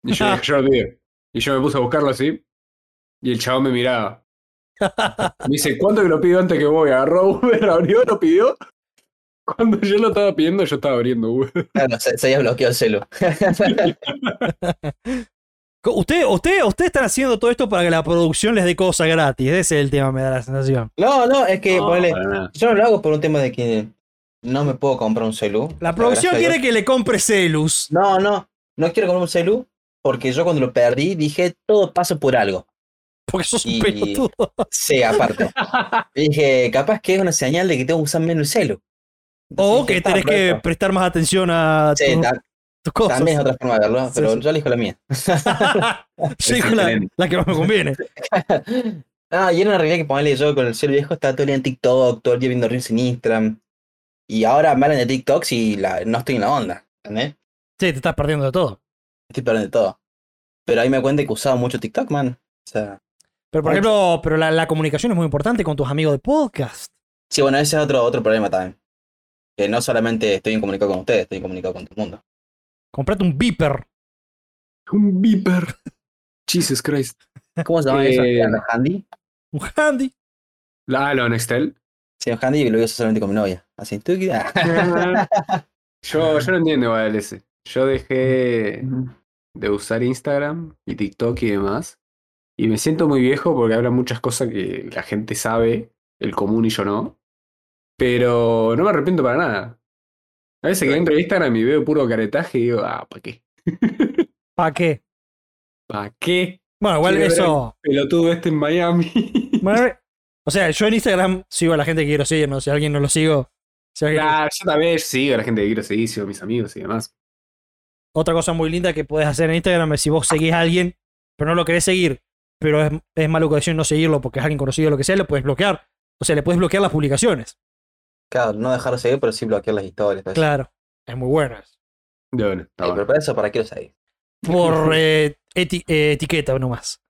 Y yo, dije, yo lo pido. Y yo me puse a buscarlo así. Y el chabón me miraba. Me dice, ¿cuánto que lo pido antes que voy? Agarró Uber, abrió, lo pidió. Cuando yo lo estaba pidiendo, yo estaba abriendo Uber.
Claro, se, se había bloqueado el celu.
Usted, usted, usted están haciendo todo esto para que la producción les dé cosas gratis. Ese es el tema, me da la sensación.
No, no, es que,
No,
ponele,
para nada.
yo no lo hago por un tema de que no me puedo comprar un celu.
La producción
gracias a
quiere que le compre Celus.
Dios. No, no, no quiero comprar un celu porque yo cuando lo perdí dije, todo pasa por algo.
Porque sos un
Y-
pelotudo.
Sí, aparte. Dije, capaz que es una señal de que tengo que usar menos el celu.
O
Entonces dije,
que
está,
tenés que
perfecto.
prestar más atención a
Sí,
tu-
ta-
tus cosas.
también es otra forma de verlo,
Sí,
pero
sí.
yo elijo la mía.
Yo digo la,
Excelente.
la que más me conviene.
Ah, y era una realidad que ponerle yo con el celu viejo, estaba todo el día en TikTok, todo el día viendo reels en Instagram. Y ahora me hablan de TikTok si la, no estoy en la onda, ¿entendés?
Sí, te estás perdiendo de todo.
Estoy perdiendo todo. Pero ahí me cuenta que usaba mucho TikTok, man. O sea,
Pero, por
Mucho.
ejemplo, pero la, la comunicación es muy importante con tus amigos de podcast.
sí, bueno, ese es otro, otro problema también. Que no solamente estoy en comunicado con ustedes, estoy en comunicado con todo el mundo.
Comprate un beeper.
Un Viper. Jesus Christ.
¿Cómo se llama eso?
Eh,
¿Los handy?
Un handy.
La ah, lo de Nextel.
Sí, los handy y lo uso solamente con mi novia. Así, tú ah,
Yo, yo no entiendo igual ese. Yo dejé de usar Instagram y TikTok y demás. Y me siento muy viejo porque hablan muchas cosas que la gente sabe, el común y yo no. Pero no me arrepiento para nada. A veces que entro a Instagram y veo puro caretaje y digo, ah, ¿para qué?
¿Para qué?
¿Para qué?
Bueno, igual
Sí,
eso.
Pelotudo este en Miami.
Bueno, o sea, yo en Instagram sigo a la gente que quiero seguir, ¿no? Si a alguien no lo sigo. si alguien-
Nah, yo también sigo a la gente que quiero seguir, sigo a mis amigos y demás.
Otra cosa muy linda que puedes hacer en Instagram es si vos seguís a alguien, pero no lo querés seguir, pero es, es mala educación no seguirlo porque es alguien conocido o lo que sea, lo puedes bloquear. O sea, le puedes bloquear las publicaciones.
Claro, no dejar de seguir, pero sí bloquear las historias. todo eso.
Claro. Es muy bueno. eso.
De bueno, está
Eh,
bueno.
Pero para eso, ¿para qué lo seguís?
Por eh, eti- eh, etiqueta nomás.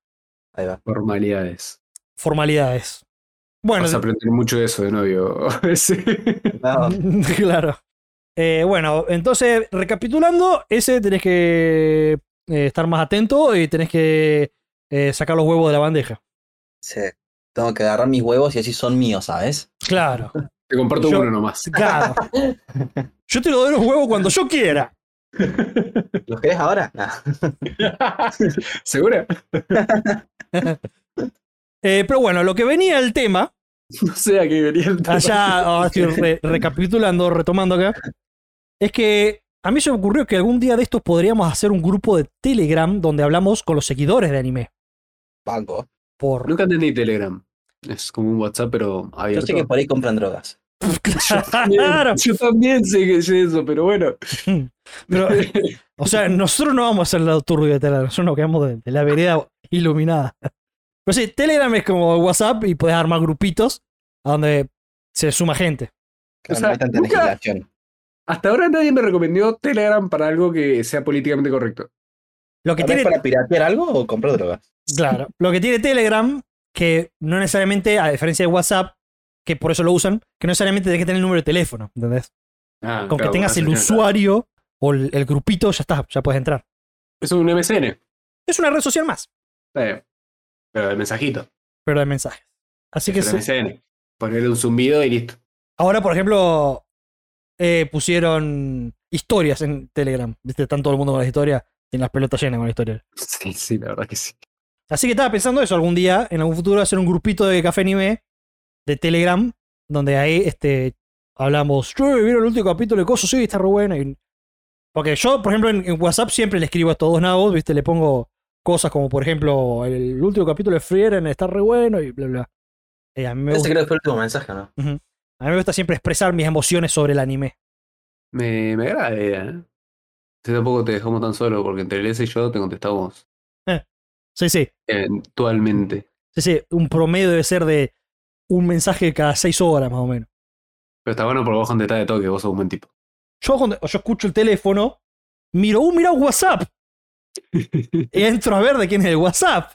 Ahí va.
Formalidades.
Formalidades. Bueno,
Vas a aprender mucho de eso de novio. Sí.
No,
claro. Eh, bueno, entonces, recapitulando, ese tenés que eh, estar más atento y tenés que eh, sacar los huevos de la bandeja.
sí. Tengo que agarrar mis huevos y así son míos, ¿sabes?
Claro,
Te comparto
Yo-
uno nomás.
claro. Yo te lo doy los huevos cuando yo quiera.
¿Los querés ahora? Nah.
¿Segura?
Eh, pero bueno, lo que venía el tema,
No sé a qué venía el tema.
allá ahora estoy re- recapitulando, retomando acá, es que a mí se me ocurrió que algún día de estos podríamos hacer un grupo de Telegram donde hablamos con los seguidores de anime.
Banco.
Por
Nunca entendí Telegram. Es como un WhatsApp, pero
Yo
abierto.
sé que por ahí compran drogas.
Ah,
Claro.
Yo también sé que es eso, pero bueno.
Pero, o sea, nosotros no vamos a hacer el lado turbio de Telegram, nosotros nos quedamos de, de la vereda iluminada. Pero sí, Telegram es como WhatsApp y puedes armar grupitos a donde se suma gente.
Claro,
sea,
no hay tanta
nunca-
legislación.
Hasta ahora nadie me recomendó Telegram para algo que sea políticamente correcto.
Lo que
¿Ahora
tiene
¿Es para piratear algo o comprar drogas?
Claro. Lo que tiene Telegram, que no necesariamente, a diferencia de WhatsApp, que por eso lo usan, que no necesariamente tenés que tener el número de teléfono, ¿entendés?
Ah,
Con que
claro,
tengas
una
el
señal.
usuario o el, el grupito, ya está, ya puedes entrar.
Es un MSN. Está
Es una red social más,
bien. Pero el mensajito.
pero de mensajes. Así que
es
sí.
un MSN. Ponerle un zumbido y listo.
ahora, por ejemplo, eh, pusieron historias en Telegram. ¿Viste? Están todo el mundo con las historias, tienen las pelotas llenas con las historias.
Sí, sí, la verdad que sí.
Así que estaba pensando eso algún día, en algún futuro, hacer un grupito de café anime de Telegram, donde ahí este, hablamos, yo vieron el último capítulo de Coso, sí, está re bueno. y- Porque yo, por ejemplo, en, en WhatsApp siempre le escribo a estos dos nabos, ¿viste? Le pongo cosas como, por ejemplo, el último capítulo de Frieren está re bueno y bla, bla. Eh, a, mí me
Ese
gusta,
creo que fue el último mensaje, ¿no?
a mí me gusta siempre expresar mis emociones sobre el anime.
Me, me agrada la idea, ¿eh? Yo tampoco te dejamos tan solo, porque entre el S y yo te contestamos
Sí, sí,
eventualmente.
sí, sí. Un promedio debe ser de un mensaje cada seis horas, más o menos.
Pero está bueno porque vos contestás de toque, vos sos un buen tipo.
Yo cuando yo escucho el teléfono, miro, uh, mira WhatsApp. Y entro a ver de quién es el WhatsApp.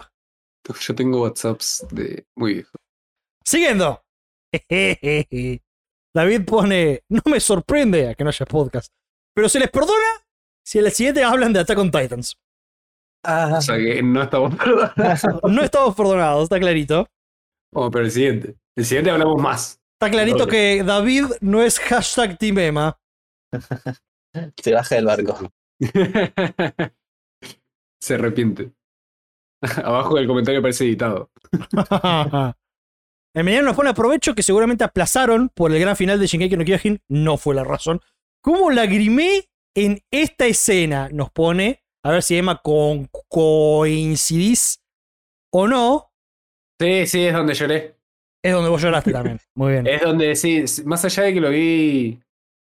Yo tengo WhatsApps de muy viejos.
Siguiendo. David pone, no me sorprende a que no haya podcast. Pero se les perdona si en la siguiente hablan de Attack on Titans.
Ah,
O sea que no estamos perdonados.
No estamos perdonados, está clarito.
Vamos, pero el siguiente. El siguiente hablamos más.
Está clarito
Doble.
que David no es hashtag Team Emma.
se baja del barco.
Se arrepiente. Abajo del comentario parece editado.
Emiliano nos pone aprovecho que seguramente aplazaron por el gran final de Shingeki no Kyojin. No fue la razón. ¿Cómo lagrimé en esta escena? Nos pone. A ver si Emma con coincidís o no.
Sí, sí, es donde lloré.
Es donde vos lloraste también. Muy bien.
Es donde sí, s- más allá de que lo vi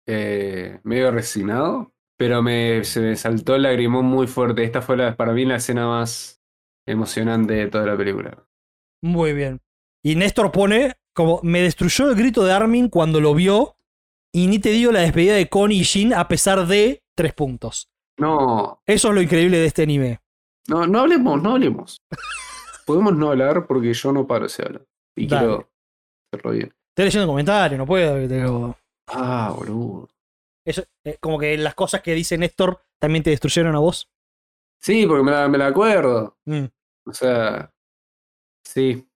eh, medio resignado, pero me, se me saltó el lagrimón muy fuerte. Esta fue la, para mí la escena más emocionante de toda la película.
Muy bien. Y Néstor pone como me destruyó el grito de Armin cuando lo vio y ni te digo la despedida de Connie y Shin a pesar de tres puntos.
No,
Eso es lo increíble de este anime.
no, no hablemos, no hablemos. Podemos no hablar porque yo no paro si hablo. Y
Dale.
quiero hacerlo bien.
Estoy leyendo comentarios, no puedo. que te lo-
Ah, boludo.
Eso, eh, como que las cosas que dice Néstor también te destruyeron a vos.
Sí, porque me la, me la acuerdo.
Mm,
O sea, sí.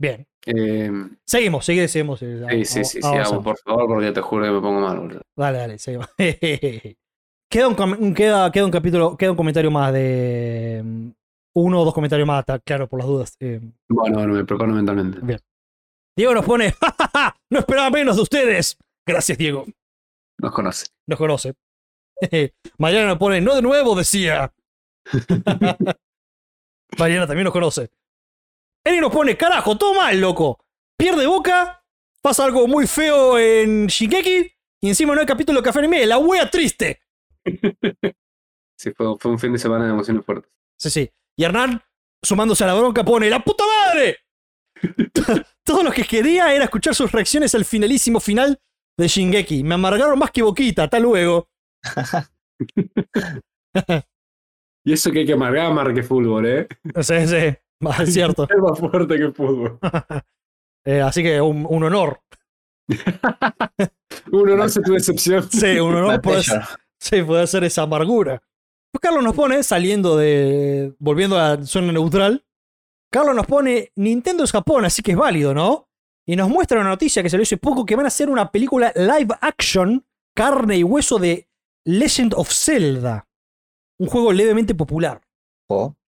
bien.
eh,
Seguimos, sigue- seguimos. eh,
sí,
av-
sí, sí,
av-
sigamos,
avanzamos.
por favor, porque te juro que me pongo mal, boludo.
Dale, dale, seguimos. queda, un, com- queda, queda un capítulo, queda un comentario más de. mm, Uno o dos comentarios más, ta- claro, por las dudas. eh.
Bueno, bueno, me preparo mentalmente.
Diego nos pone, ¡Ja, ja, ja! no esperaba menos de ustedes. Gracias, Diego.
Nos conoce.
Nos conoce. Mariana nos pone, no de nuevo, decía. Mariana también nos conoce. Eri nos pone, carajo, todo mal, loco. Pierde boca, pasa algo muy feo en Shingeki y encima no hay capítulo de Café Anime, la wea triste.
Sí, fue, fue un fin de semana de emociones fuertes.
Sí, sí. Y Hernán, sumándose a la bronca, pone, ¡la puta madre! todo lo que quería era escuchar sus reacciones al finalísimo final de Shingeki. Me amargaron más que boquita, hasta luego.
Y eso que hay que amargar más que fútbol, ¿eh?
Sí, sí, es cierto.
Es más fuerte que fútbol.
Eh, así que un, un honor.
Uno no hace tu decepción.
Sí, un honor
Matt
poder,
Taylor.
sí, poder ser esa amargura. Pues Carlos nos pone, saliendo de. volviendo a zona neutral. Carlos nos pone, Nintendo es Japón, así que es válido, ¿no? Y nos muestra una noticia que se le hace poco que van a hacer una película live action, carne y hueso de Legend of Zelda. Un juego levemente popular.
Ojo.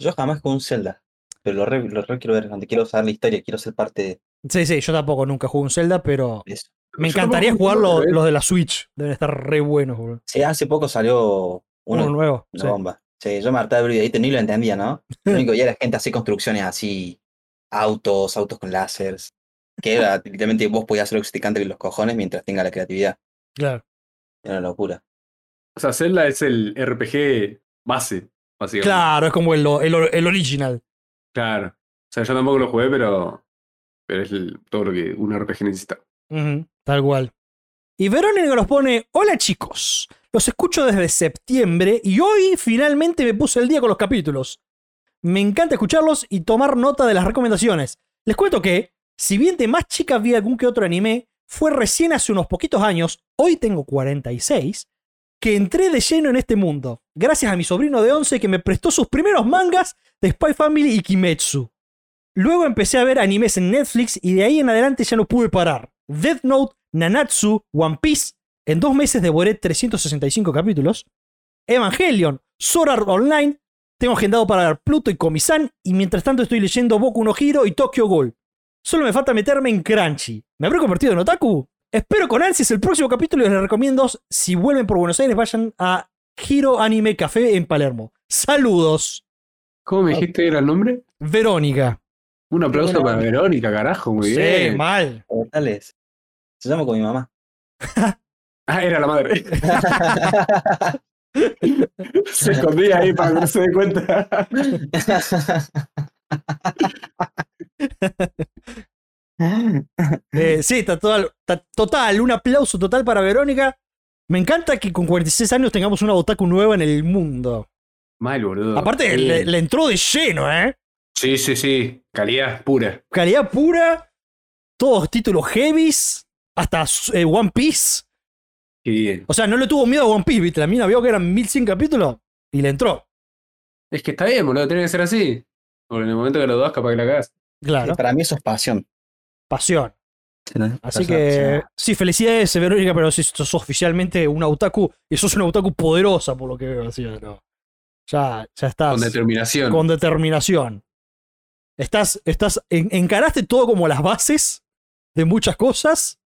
Yo jamás con un Zelda. Pero lo re, lo re quiero ver, donde quiero saber la historia, quiero ser parte de
Sí, sí, yo tampoco nunca jugué un Zelda, pero
eso.
me
Yo
encantaría
tampoco
jugar los,
jugué.
los de la Switch. Deben estar re buenos, boludo.
Sí, hace poco salió uno,
Uno nuevo.
una
sí.
bomba. Sí, yo me hartaba de ver videíto, ni lo entendía, ¿no? Lo único que veía era gente así construcciones así, autos, autos con láseres. Que era, literalmente vos podías hacer lo que se te cante los cojones mientras tenga la creatividad.
Claro.
Era una locura.
O sea, Zelda es el RPG base, básicamente.
Claro, es como el, o- el, or- el original.
Claro. O sea, yo tampoco lo jugué, pero, pero es el- todo lo que un RPG necesita.
Ujú, Tal cual. Y Verónica nos pone, hola chicos. Los escucho desde septiembre y hoy finalmente me puse el día con los capítulos. Me encanta escucharlos y tomar nota de las recomendaciones. Les cuento que, si bien de más chica vi algún que otro anime, fue recién hace unos poquitos años, hoy tengo 46, que entré de lleno en este mundo, gracias a mi sobrino de 11 que me prestó sus primeros mangas de Spy Family y Kimetsu. Luego empecé a ver animes en Netflix y de ahí en adelante ya no pude parar. Death Note, Nanatsu, One Piece, en dos meses devoré 365 capítulos. Evangelion, Sword Art Online, tengo agendado para ver Pluto y Comisan y mientras tanto estoy leyendo Boku no Hiro y Tokyo Ghoul. Solo me falta meterme en Crunchy. ¿Me habré convertido en otaku? Espero con ansias el próximo capítulo y les recomiendo, si vuelven por Buenos Aires, vayan a Hiro Anime Café en Palermo. Saludos,
¿Cómo me dijiste que era el nombre?
Verónica.
Un aplauso para
Verónica.
Verónica, carajo, muy
Sí,
bien.
mal.
Tales. Se llama con mi mamá.
Ah, era la madre. Se escondía ahí para que no se dé cuenta.
Eh, sí, está total, está total, un aplauso total para Verónica. Me encanta que con 46 años tengamos una otaku nueva en el mundo.
Mal, boludo.
Aparte,
Sí.
le, le entró de lleno, ¿eh?
Sí, sí, sí. Calidad pura.
Calidad pura, todos títulos heavies, hasta eh, One Piece.
Qué bien.
O sea, no le tuvo miedo a One Piece, ¿viste? La mina vio que eran 1100 capítulos y le entró.
Es que está bien, boludo. Tiene que ser así. Porque en el momento que lo das, capaz que la cagas.
Claro,
Para mí eso es pasión.
pasión. Así que, sí, felicidades, Verónica, pero si sos oficialmente una otaku y sos una otaku poderosa, por lo que veo, así que no. Ya, ya estás.
Con determinación.
Ah, con determinación. Estás, estás, en- encaraste todo como las bases de muchas cosas.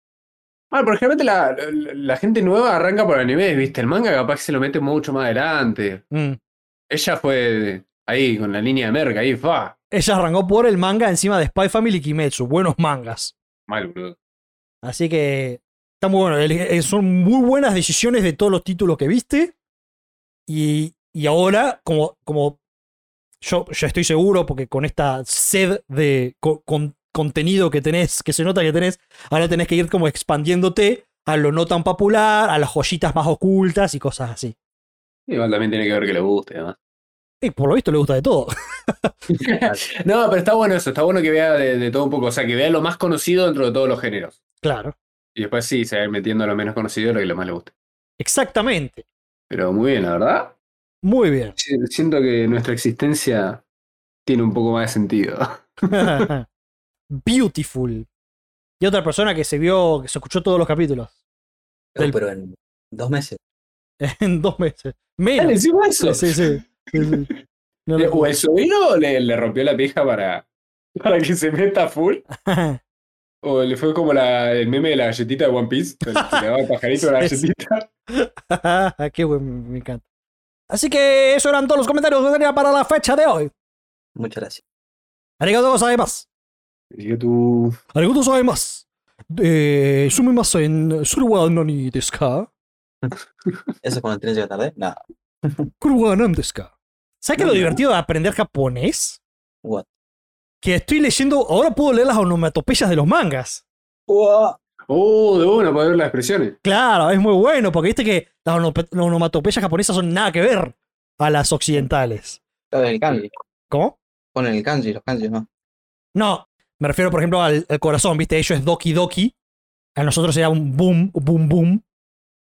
Ah, pero generalmente la, la- la gente nueva arranca por animes, ¿viste? El manga capaz que se lo mete mucho más adelante.
Mm.
Ella fue ahí, con la línea de merca, ahí, fa.
Ella arrancó por el manga encima de Spy Family y Kimetsu, buenos mangas.
Mal, boludo.
Así que está muy bueno. El- eh, Son muy buenas decisiones de todos los títulos que viste. Y, y ahora, como, como yo ya estoy seguro, porque con esta sed de co- con- contenido que tenés, que se nota que tenés, ahora tenés que ir como expandiéndote a lo no tan popular, a las joyitas más ocultas y cosas así.
Igual también tiene que ver que le guste, además.
Y por lo visto le gusta de todo.
No, pero está bueno eso, está bueno que vea de, de todo un poco, o sea, que vea lo más conocido dentro de todos los géneros.
Claro.
Y después sí, se va a ir metiendo lo menos conocido, lo que le más le guste.
Exactamente.
Pero muy bien, la verdad.
Muy bien.
Sí, Siento que nuestra existencia tiene un poco más de sentido.
Beautiful. Y otra persona que se vio, que se escuchó todos los capítulos. Del-
Pero en dos meses.
en dos meses. Menos.
encima eso.
Sí, sí. sí, sí. No,
Eh,
no.
O el sobrino le, le rompió la pija para, para que se meta full. O le fue como la, el meme de la galletita de One Piece. que Le daba el pajarito a la
Sí, sí.
galletita.
Qué bueno, me encanta. Así que eso eran todos los comentarios que tenía para la fecha de hoy.
Muchas gracias.
Arigato además.
Y tú.
Arigato además. Eh, sumimasu en suruwa no ni desu ka?
¿Eso es cuando el tren llega tarde? No.
Kuruwa nan desu ka? ¿Sabes qué es lo
No, no.
divertido de aprender japonés?
What?
Que estoy leyendo, ahora puedo leer las onomatopeyas de los mangas.
Oh, de una, para ver las expresiones.
Claro, es muy bueno, porque viste que las onope- las onomatopeyas japonesas son nada que ver a las occidentales.
Claro, el kanji.
¿Cómo?
Ponen el kanji, los kanjis, ¿no?
No, me refiero, por ejemplo, al, al corazón, ¿viste? Ellos es Doki Doki. A nosotros sería un boom, boom, boom.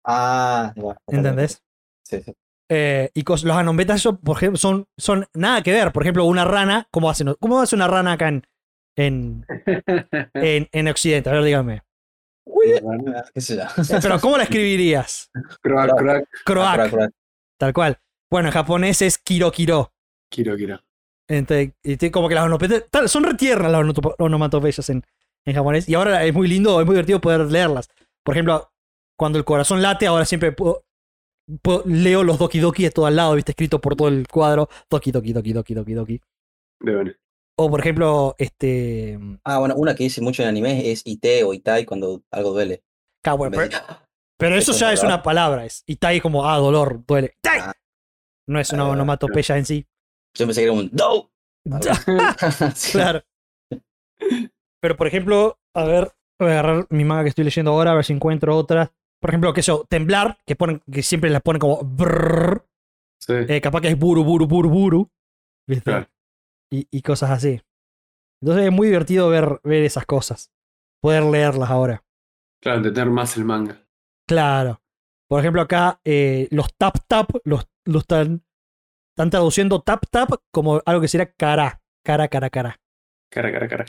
Ah, bueno.
¿Entendés?
Sí, sí.
Eh, y cos- los anombetas, eso, por ejemplo, son, son nada que ver. Por ejemplo, una rana, ¿cómo, hacen, cómo hace una rana acá en, en, en, en Occidente? A ver, dígame.
Ah, ¿Qué sé yo?
Eh, Pero, ¿cómo la escribirías?
Croac, croac.
Ah,
Croac,
crack, crack.
tal cual. Bueno, en japonés es Kiro Kiro.
Quiero, quiero.
Ente- y te- como que las onomatopeyas. tal, Son retiernas las onoto- onomatopeyas en, en japonés. Y ahora es muy lindo, es muy divertido poder leerlas. Por ejemplo, cuando el corazón late, ahora siempre puedo- puedo- leo los Doki Doki de todo al lado, viste, escrito por todo el cuadro. Doki Doki Doki Doki Doki Doki.
De una.
O por ejemplo, este.
Ah, bueno, una que dice mucho en anime es IT o Itai cuando algo duele.
ca- bueno,
En vez
pero,
de-
pero eso
eso es
ya es
dolor.
una palabra. Es itai como, ah, dolor, duele. ¡Tai!
Ah.
No es una
Ah,
onomatopeya en sí.
Yo pensé que era un DO. Sí.
Claro. Pero por ejemplo, a ver, voy a agarrar mi manga que estoy leyendo ahora, a ver si encuentro otra. Por ejemplo, que eso, temblar, que, ponen, que siempre las ponen como brrr,
Sí.
eh, capaz que es buru, buru, buru, buru. ¿viste?
Claro.
Y, y cosas así. Entonces es muy divertido ver, ver esas cosas. Poder leerlas ahora.
Claro, entender más el manga.
Claro. Por ejemplo, acá eh, los tap tap los, los están, están traduciendo tap tap como algo que sería cara. Cara, cara, cara.
Cara, cara, cara.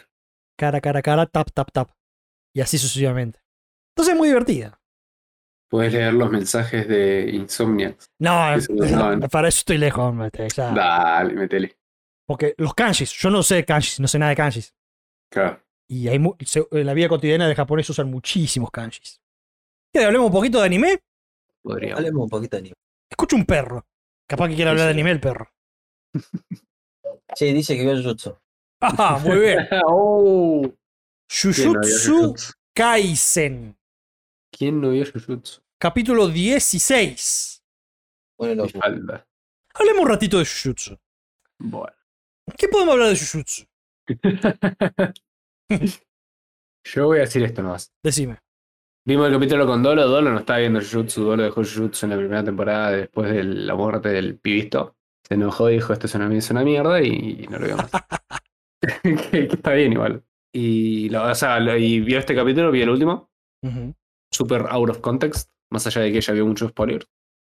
Cara, cara, cara, tap, tap, tap. Y así sucesivamente. Entonces es muy divertida.
Puedes leer los mensajes de Insomniac.
No,
Sí, sí, no, no.
para eso estoy lejos, hombre, te-
Ah.
ya.
Dale, metele.
Porque los kanjis, yo no sé de kanjis, no sé nada de kanjis.
Claro.
Y hay mu- se- en la vida cotidiana de japonés usan muchísimos kanjis. ¿Quieres hablemos un poquito de anime?
Podríamos.
Hablemos un poquito de anime.
Escucha un perro. Capaz que quiera
Sí,
hablar de
sí.
anime el perro.
Che, dice que vio Jutsu.
Ajá, Ah, muy bien.
Oh. ¿Quién no vio
Jujutsu
Jujutsu?
Kaisen.
¿Quién no vio Jujutsu?
capítulo 16.
Bueno,
Mi
loco.
falda.
Hablemos un ratito de Jujutsu.
Bueno.
¿Qué podemos hablar de Jujutsu?
Yo voy a decir esto nomás.
Decime.
Vimos el capítulo con Dolo. Dolo no estaba viendo Jujutsu. Dolo dejó Jujutsu en la primera temporada después de la muerte del pibisto. Se enojó y dijo: Esto es una, es una mierda y no lo vio más. que, que está bien igual. Y, lo- o sea, lo- y vio este capítulo, vio el último. Super out of context. Más allá de que ella vio muchos spoilers.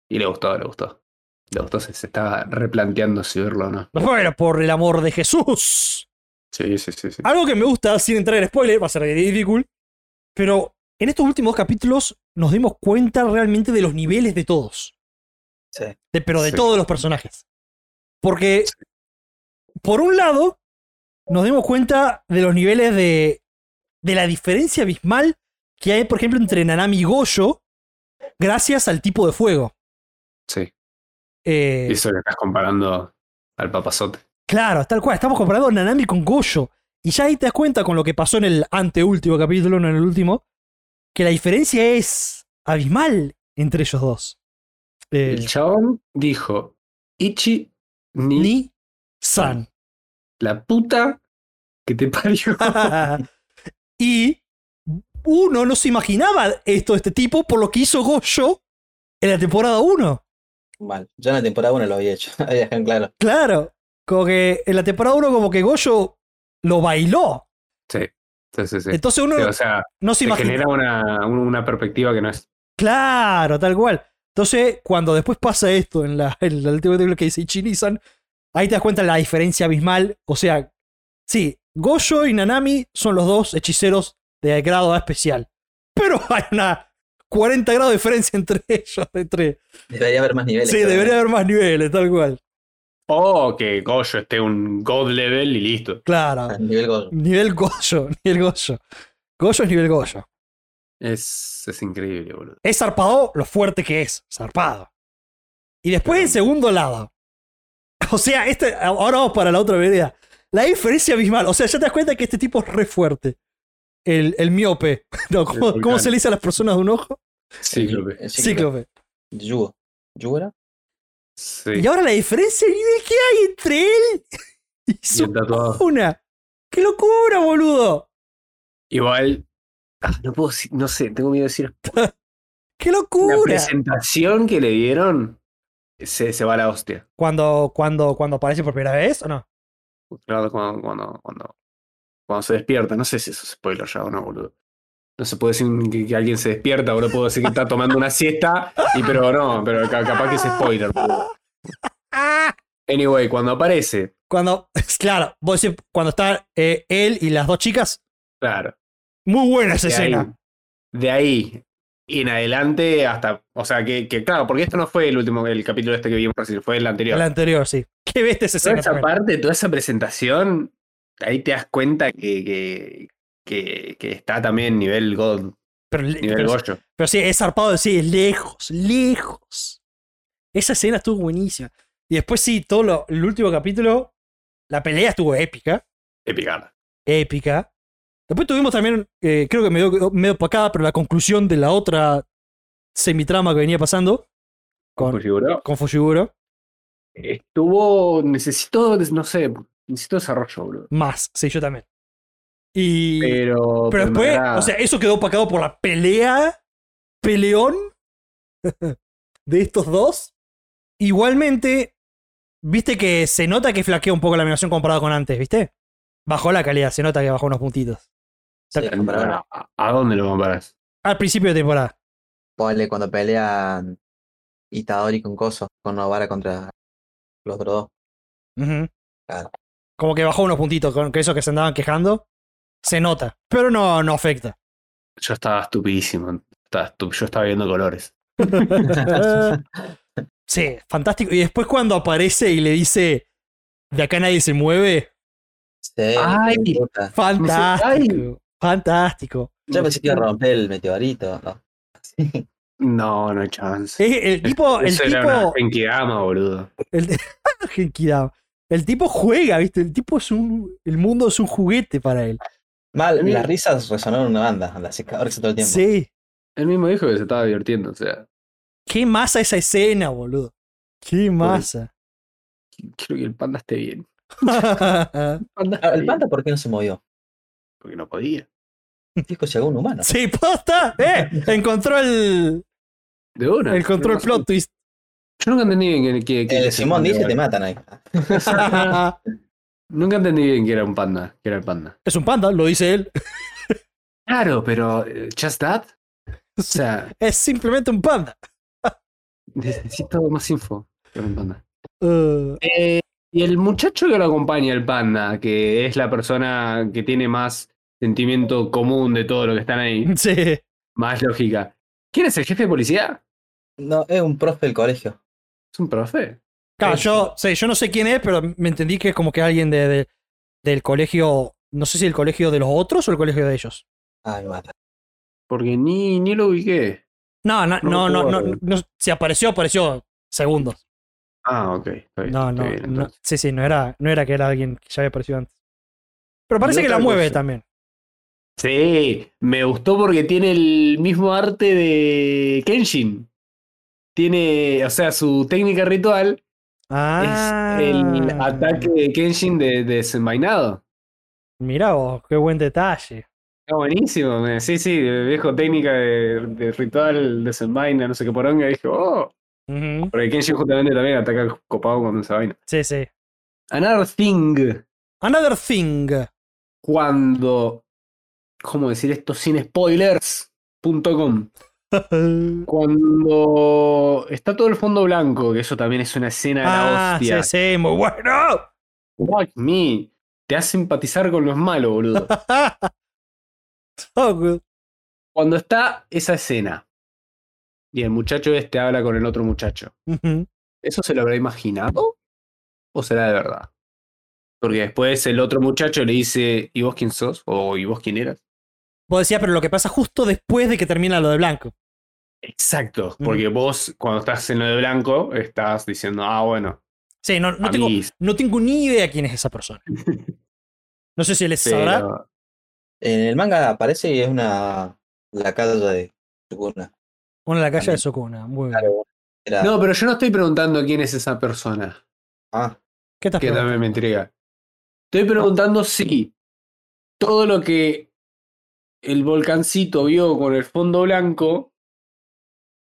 Y le gustó, le gustó. Le gustó, se, se estaba replanteando si verlo o no.
Bueno, por el amor de Jesús.
Sí, sí, sí. sí.
Algo que me gusta, sin entrar en spoiler, va a ser difícil. Pero en estos últimos capítulos nos dimos cuenta realmente de los niveles de todos.
Sí.
De- pero de
Sí.
todos los personajes. Porque, por un lado, nos dimos cuenta de los niveles de, de la diferencia abismal que hay, por ejemplo, entre Nanami y Goyo, gracias al tipo de fuego.
sí.
Eh,
Y eso que estás comparando al papazote.
Claro, tal cual. Estamos comparando a Nanami con Goyo. Y ya ahí te das cuenta con lo que pasó en el anteúltimo capítulo, no en el último, que la diferencia es abismal entre ellos dos. Eh,
El chabón dijo: Ichi ni,
Ni San.
la puta que te parió.
y uno no se imaginaba esto de este tipo por lo que hizo Goyo en la temporada 1.
Mal. Yo en la temporada 1 lo había hecho. Había dejado en claro.
Claro, como que en la temporada 1 como que Goyo lo bailó.
sí, sí, sí. sí.
Entonces uno
Sí, o sea,
no se
Eh, te
imaginaba.
genera una, un- una perspectiva que no es.
Claro, tal cual. Entonces, cuando después pasa esto en la, en la última película que dice Ichini-san, ahí te das cuenta la diferencia abismal. O sea, sí, Goyo y Nanami son los dos hechiceros de grado A especial. Pero hay una 40 grados de diferencia entre ellos. Entre...
Debería haber más niveles.
Sí,
claramente.
debería haber más niveles, tal cual.
O "Oh, que Goyo esté un God level y listo.
Claro.
A nivel Gojo.
Nivel Goyo, nivel Goyo. Goyo es nivel Goyo.
Es, es increíble, boludo.
Es zarpado lo fuerte que es, zarpado. Y después en segundo lado. O sea, este, ahora vamos para la otra vereda. La diferencia abismal. O sea, ya te das cuenta que este tipo es re fuerte. El, el miope. No, ¿cómo,
volcán.
cómo se le dice a las personas de un ojo?
Sí, creo que.
El ciclo.
Cíclope.
Yugo. ¿Yugo era?
Sí.
Y ahora la diferencia de nivel que hay entre él y
Y
su
el tatuado.
una. ¡Qué locura, boludo!
Igual. ah, no puedo decir- no sé, tengo miedo de decir.
¡Qué
La
locura!
presentación que le dieron se, se va a la hostia.
Cuando, cuando, cuando aparece por primera vez, ¿o no?
Claro, cuando, cuando, cuando, cuando se despierta. No sé si eso es spoiler ya o no, boludo. No se puede decir que, que alguien se despierta, boludo. Puedo decir que está tomando una siesta, y, pero no, pero ca- capaz que es spoiler, boludo.
¡Ah!
Anyway, cuando aparece,
Cuando, claro, vos decís, cuando está eh, él y las dos chicas,
claro.
muy buena esa
De ahí,
escena.
de ahí en adelante hasta. O sea, que, que claro, porque esto no fue el último, el capítulo este que vimos recién, fue el anterior.
La anterior, sí. Qué bestia esa
Toda
escena.
esa
también.
parte, toda esa presentación, ahí te das cuenta que, que, que, que está también nivel God,
Pero, le-
nivel
pero-
Goyo.
pero sí, es zarpado, sí, es lejos, lejos. Esa escena estuvo buenísima. Y después sí, todo lo- el último capítulo, la pelea estuvo épica,
Epicada.
épica. Después tuvimos también, eh, creo que medio, medio opacada, pero la conclusión de la otra semitrama que venía pasando con,
Fushiguro.
con Fushiguro.
Estuvo. Necesito, no sé, necesito desarrollo, bro.
Más, sí, yo también. Y...
Pero.
Pero
me
después,
agrada.
o sea, eso quedó opacado por la pelea peleón de estos dos. Igualmente, viste que se nota que flaquea un poco la animación comparado con antes, ¿viste? Bajó la calidad, se nota que bajó unos puntitos.
Sí, comparado.
¿A, a dónde lo comparás?
Al principio de temporada.
Ponle cuando pelean Itadori con Coso, con Novara contra los otros dos.
Ujú.
Claro.
Como que bajó unos puntitos con que esos que se andaban quejando. Se nota, pero no, no afecta.
Yo estaba estupidísimo. estaba estu- yo estaba viendo colores.
sí, fantástico. Y después cuando aparece y le dice, de acá nadie se mueve,
Sí,
Ay.
qué puta.
fantástico. Fantástico.
Yo pensé que iba a romper el meteorito. ¿no?
No, no hay chance.
Es el tipo, Eh, el
Eso era una
tipo,
Genkidama, boludo.
el, Genkidama. el tipo juega, ¿viste? El tipo es un, el mundo es un juguete para él.
Mal,
Mira.
las risas resonaron en una banda, las escaladores todo el tiempo.
Sí.
Él mismo dijo que se estaba divirtiendo. O sea,
Qué masa esa escena, boludo. Qué masa.
quiero que el panda esté bien. El panda
Ah,
está
¿El
bien,
panda por qué no se movió?
Porque no podía.
Dijo llegó un humano.
sí, posta. Eh, encontró el,
De una.
el control
Tenés razón.
plot twist.
Yo nunca entendí bien que, que- que
el
era ese
Eh, Simón
panda,
dice te
igual.
matan ahí.
Nunca entendí bien que era un panda. Que era el panda.
es un panda, lo dice él.
Claro, pero. eh, ¿Just that? O sea,
Es simplemente un panda.
necesito más info sobre el panda.
Eh,
Eh, y el muchacho que lo acompaña, el panda, que es la persona que tiene más sentimiento común de todo lo que están ahí,
sí.
más lógica. ¿Quién es el jefe de policía?
No, es un profe del colegio.
Es un profe.
Claro,
Sí.
yo, sí, yo no sé quién es, pero me entendí que es como que alguien de, de- del colegio. No sé si el colegio de los otros o el colegio de ellos.
Ay, mata.
Porque ni, ni lo ubiqué.
No, no, no,
No,
no, no,
pobre.
no, Si apareció, apareció segundos.
Ah, ok. está bien,
No,
está
no,
bien,
no.
entonces.
Sí, sí, no era, no era que era alguien que ya había aparecido antes. Pero parece
Y
que la
otra
mueve
cosa.
también.
Sí, me gustó porque tiene el mismo arte de Kenshin. Tiene, o sea, su técnica ritual
Ah,
es el ataque de Kenshin de, de desenvainado.
Mirá vos, qué buen detalle.
Está buenísimo, me- sí, sí, de viejo técnica de, de ritual, desenvaina, no sé qué poronga, dije, oh,
Ujú,
porque Kenshin justamente también ataca copado cuando se vaina.
Sí, sí.
Another thing,
Another thing.
cuando, ¿cómo decir esto sin spoilers? punto com. Cuando está todo el fondo blanco, que eso también es una escena de la
ah, sí,
hostia.
sí, muy bueno.
Fuck me. Te hace empatizar con los malos, boludo.
So good.
Cuando está esa escena y el muchacho este habla con el otro muchacho,
Ujú.
¿eso se lo habrá imaginado? ¿O será de verdad? Porque después el otro muchacho le dice, ¿y vos quién sos? ¿O y vos quién eras?
Vos decías, pero lo que pasa justo después de que termina lo de blanco.
Exacto,
Mm.
porque vos cuando estás en lo de blanco estás diciendo, ah, bueno,
Sí, no, no
a
tengo,
mí,
no tengo ni idea quién es esa persona. No sé si él es sabrá.
pero-
En el manga aparece y es una. La casa de Sukuna.
Uno en la calle de Sokuna. Muy bien.
Claro, era-
No, pero yo no estoy preguntando quién es esa persona.
Ah,
¿Qué estás
que
preguntando?
también me intriga. Estoy preguntando si todo lo que el volcancito vio con el fondo blanco,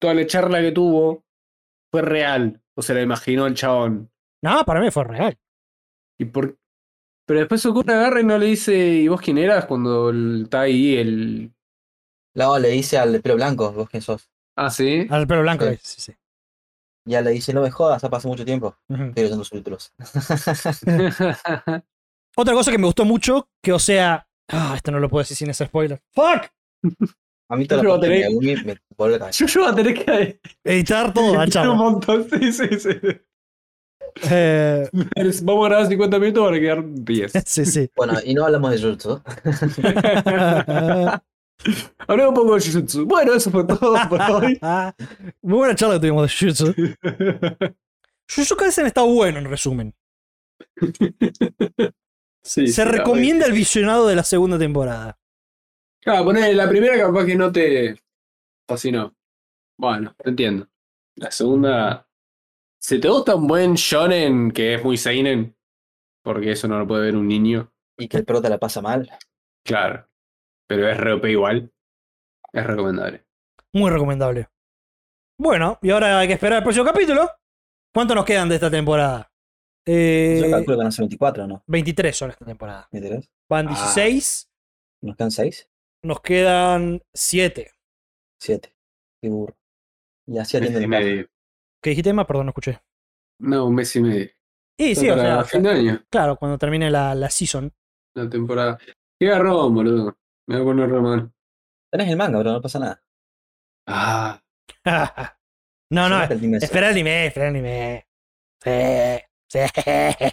toda la charla que tuvo, fue real. O se la imaginó el chabón.
No, para mí fue real.
Y por... Pero después ocurre agarra y no le dice, ¿y vos quién eras? Cuando el- está ahí el.
luego le dice al de pelo blanco, vos quién sos.
Ah, sí.
Al pelo blanco.
Sí.
Sí, sí.
Ya le dice, no me jodas, ha pasado mucho tiempo.
Ujú.
Estoy leyendo subtítulos.
Otra cosa que me gustó mucho, que o sea. Ah, esto no lo puedo decir sin ese spoiler. ¡Fuck!
A mí toda
Yo
la
lo
parte de
tenés.
Megumi me voló la cabeza.
yo, yo voy a tener que.
Editar todo, la
un
charla.
montón. Sí, sí, sí.
Eh,
Vamos a grabar 50 minutos para quedar 10.
sí, sí.
Bueno, y no hablamos de Jutsu.
Hablé un poco de Jujutsu. Bueno, eso fue todo por hoy.
Ah, Muy buena charla que tuvimos de Jujutsu. Jujutsu Kaisen está bueno, en resumen. Se
Sí, sí, la
recomienda el visionado de la segunda temporada.
verdad. Claro, poner la primera capaz que no te fascinó. Bueno, te entiendo. La segunda. Si te gusta un buen shonen que es muy seinen, porque eso no lo puede ver un niño,
Y que el prota la pasa mal.
claro. Pero es re OP igual, es recomendable.
Muy recomendable. Bueno, y ahora hay que esperar el próximo capítulo. ¿Cuánto nos quedan de esta temporada? Eh,
Yo calculo que no son 24, ¿no?
23 son esta temporada.
¿23?
Van
Ah.
16,
¿Nos quedan 6?
nos quedan 7.
7. Qué burro. Y así
Un mes
atiende
y
el mar.
medio.
¿Qué dijiste más? Perdón, no escuché.
No, un mes y medio.
Y sí, o
Para
sea,
fin de año,
claro, cuando termine la, la season.
la temporada. Qué garrón, boludo. Me voy a poner re mal.
Tenés el manga, bro, no pasa nada.
Ah,
no, no,
Llegate al Team S.
espera el anime, espera el anime. Sí, sí.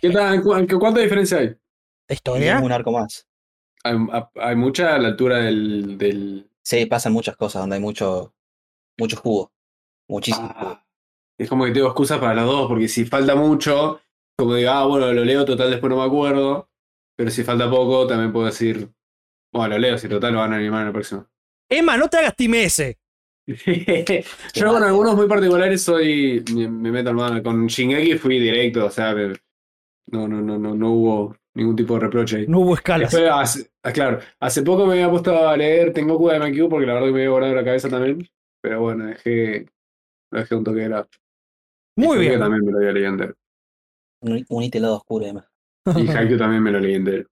¿qué tal? ¿Cu- cu- ¿Cuánta diferencia hay?
¿La
Y
historia?
tenemos un arco más.
Hay, a- hay mucha a la altura del. del...
Sí, pasan muchas cosas donde hay mucho, mucho jugo. Muchísimo jugo.
Ah. Es como que tengo excusas para las dos, porque si falta mucho, como digo, ah, bueno, lo leo, total, después no me acuerdo. Pero si falta poco, también puedo decir, bueno, lo leo, si total lo van a animar en el próximo.
Emma, no te hagas team S.
Yo con algunos muy particulares soy. Me, me meto al mano. Con Shingeki fui directo, o sea, me- no, no, no, no, no hubo ningún tipo de reproche ahí.
No hubo escalas.
Después, hace- ah, claro, hace poco me había puesto a leer Tengoku de MQ porque la verdad que me había volado la cabeza también. Pero bueno, dejé. Lo dejé un toque de lado.
Muy
Haikyuu
bien.
también me lo había leído entero.
Un, un lado oscuro, además.
Y Haikyuu también me lo leí entero.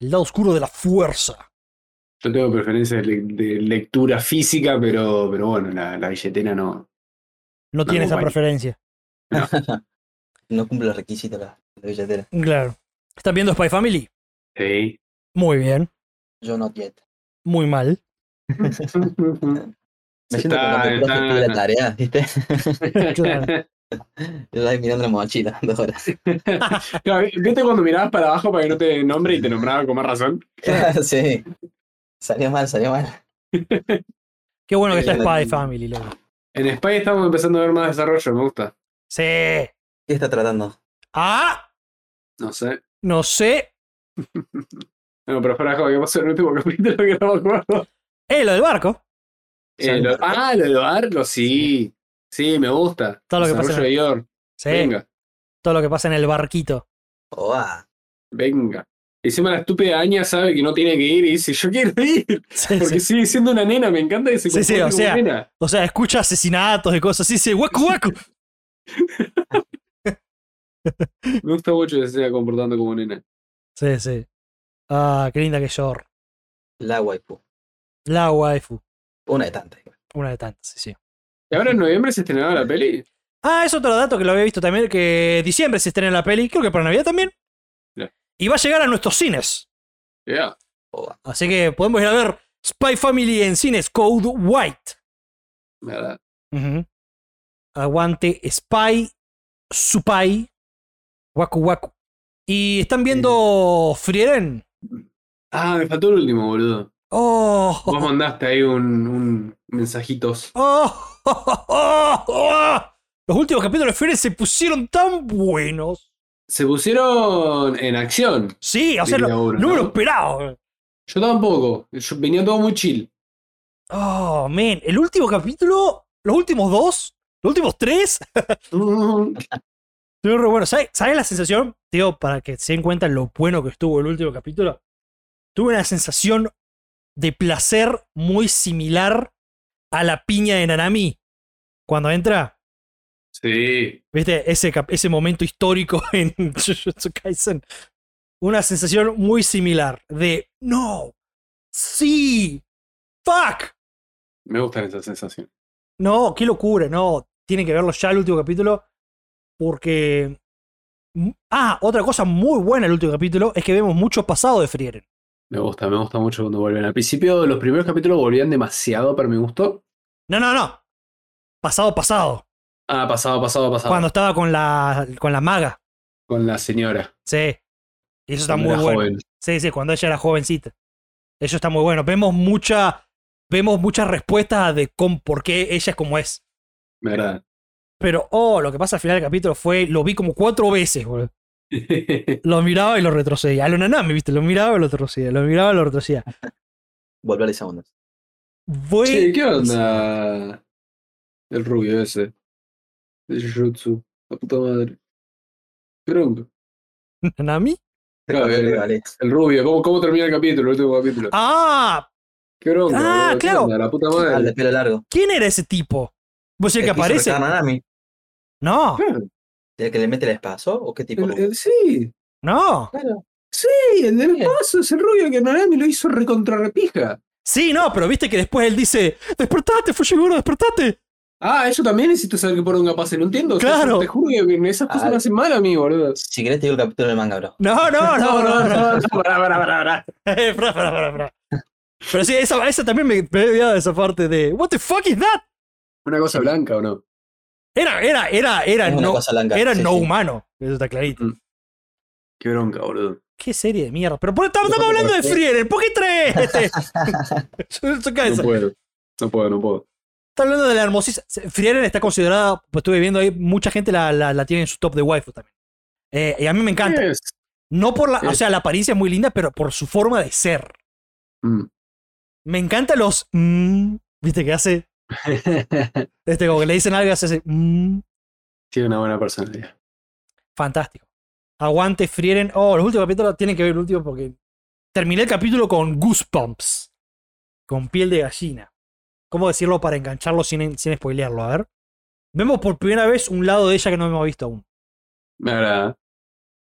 El lado oscuro de la fuerza.
Yo tengo preferencia de, le- de lectura física, pero, pero bueno, la, la billetera no.
No tiene esa
bueno.
preferencia.
No cumple los requisitos la, la billetera.
Claro. ¿Están viendo Spy Family?
Sí.
Muy bien.
Yo no yet.
Muy mal.
Me
Se
siento como
está-
que el profe
está-
pide la tarea, ¿viste?
Claro.
Yo ahí mirando la mochila dos horas.
Claro, ¿Viste cuando mirabas para abajo para que no te nombre y te nombraba con más razón?
sí. Salió mal, salió mal.
Qué bueno que está
Eh,
Spy Family, loco.
En España estamos empezando a ver más desarrollo, me gusta.
Sí.
¿Qué está tratando?
Ah,
No sé.
no sé.
Bueno, pero fuera de juego, ¿qué pasó en el último capítulo que no me acuerdo?
Eh, lo del barco.
Eh, lo- ah, lo de Barlo, sí. Sí, me gusta.
Todo lo que pasa
desarrollo
en-
de Ior.
Sí.
Venga,
Todo lo que pasa en el barquito.
Oh, ah.
venga. Encima la estúpida Aña sabe que no tiene que ir y dice, yo quiero ir.
Sí,
Porque
sí.
sigue siendo una nena, me encanta que se
Sí, sí,
comporte
o
como
sea,
nena.
O sea, escucha asesinatos y cosas así. Dice, guacu, guacu.
Me gusta mucho que se siga comportando como nena.
Sí, sí. Ah, qué linda que Yor.
La waifu.
La waifu.
Una de tantas.
Una de tantas, sí, sí.
¿Y ahora en noviembre se estrenaba la peli?
Ah, es otro dato que lo había visto también, que diciembre se estrena la peli, creo que para Navidad también.
Ya.
Y va a llegar a nuestros cines.
Yeah.
Así que podemos ir a ver Spy Family en cines Code White.
Nada.
Ujú. Aguante Spy, Supai, Waku Waku. Y están viendo Frieren.
Ah, me faltó el último, boludo.
Oh,
Vos
oh,
mandaste ahí un, un mensajitos.
oh, oh, oh, oh. Los últimos capítulos de Frieren se pusieron tan buenos.
Se pusieron en acción.
Sí, o sea,
diría
no,
uno,
no me lo
¿no?
esperaba.
Yo tampoco. Yo venía todo muy chill.
Oh, man. El último capítulo, los últimos dos, los últimos tres, Estuvo re bueno. ¿Sabes la sensación? Tío, para que se den cuenta lo bueno que estuvo el último capítulo. Tuve una sensación de placer muy similar a la piña de Nanami. Cuando entra,
Sí.
¿viste? Ese, cap- ese momento histórico en Jujutsu Kaisen. Una sensación muy similar de no, sí, fuck.
Me gustan esas sensaciones.
No, qué locura, no. Tienen que verlo ya el último capítulo. Porque. Ah, otra cosa muy buena el último capítulo es que vemos mucho pasado de Frieren.
Me gusta, me gusta mucho cuando vuelven. Al principio, los primeros capítulos volvían demasiado para mi gusto.
No, no, no. Pasado, pasado.
Ah, pasado, pasado, pasado.
Cuando estaba con la, con la maga.
Con la señora.
Sí. Y eso está
cuando
muy
era
bueno.
joven.
Sí, sí, cuando ella era jovencita. Eso está muy bueno. Vemos mucha. Vemos muchas respuestas de con, por qué ella es como es.
¿Verdad?
Pero, oh, lo que pasa al final del capítulo fue. Lo vi como cuatro veces, boludo. Lo miraba y lo retrocedía. A lo nanami, viste, lo miraba y lo retrocedía. Lo miraba y lo retrocedía.
Volver a segundos.
Fue-
Che, ¿qué onda? El rubio ese. El Jujutsu. La puta madre. Crunk.
¿Nanami?
Claro, eh,
Volver,
el,
vale.
Ah, el rubio. ¿Cómo, ¿Cómo termina el capítulo? El último capítulo.
Ah,
Qué bronca.
Ah,
boludo, qué
claro.
onda, La puta madre.
Al Ah, de pelo largo.
¿Quién era ese tipo? ¿Vos el que
¿El hizo
aparece?
recabar a Nanami?
No,
Claro,
¿El que le mete el espazo? ¿O qué tipo?
el- el- sí,
no.
Claro.
sí, el del
Bien.
paso, ese rubio que Nanami lo hizo recontrarrepija.
Sí, no, pero viste que después él dice: Despertate, Fushiguro, despertate.
Ah, eso también necesito saber qué por un capaz, no entiendo. o sea,
Claro.
te juro que esas cosas
Ah.
me hacen mal a mí, boludo.
Si querés te digo el capítulo del manga, bro.
No, no, no, no. no.
pará, pará, pará, pará.
Eh, pará, pará, pará, pará. Pero sí, esa, esa también me, me he olvidado de esa parte de What the fuck is that?
Una cosa blanca o no.
Era, era, era, era
Es una
no,
cosa larga.
era
sí,
no
sí.
humano. Eso está clarito.
Qué bronca, boludo.
Qué serie de mierda. Pero por, estamos estamos hablando de Frieren. ¿Por qué traes este? Su- su cabeza.
No puedo. No puedo, no puedo.
Está hablando de la hermosísima. Frieren está considerada, pues estuve viendo ahí, mucha gente la, la, la tiene en su top de waifu también. Eh, y a mí me encanta.
Yes.
No por la, o
Sí.
sea, la apariencia es muy linda, pero por su forma de ser.
Mm.
Me encanta los mm, viste que hace, este como que le dicen algo hace ese mm,
Tiene una buena personalidad.
fantástico. Aguante Frieren. Oh, los últimos capítulos tienen que ver el último porque terminé el capítulo con goosebumps, con piel de gallina. ¿Cómo decirlo para engancharlo sin, sin spoilearlo? A ver. Vemos por primera vez un lado de ella que no hemos visto aún.
Me agrada.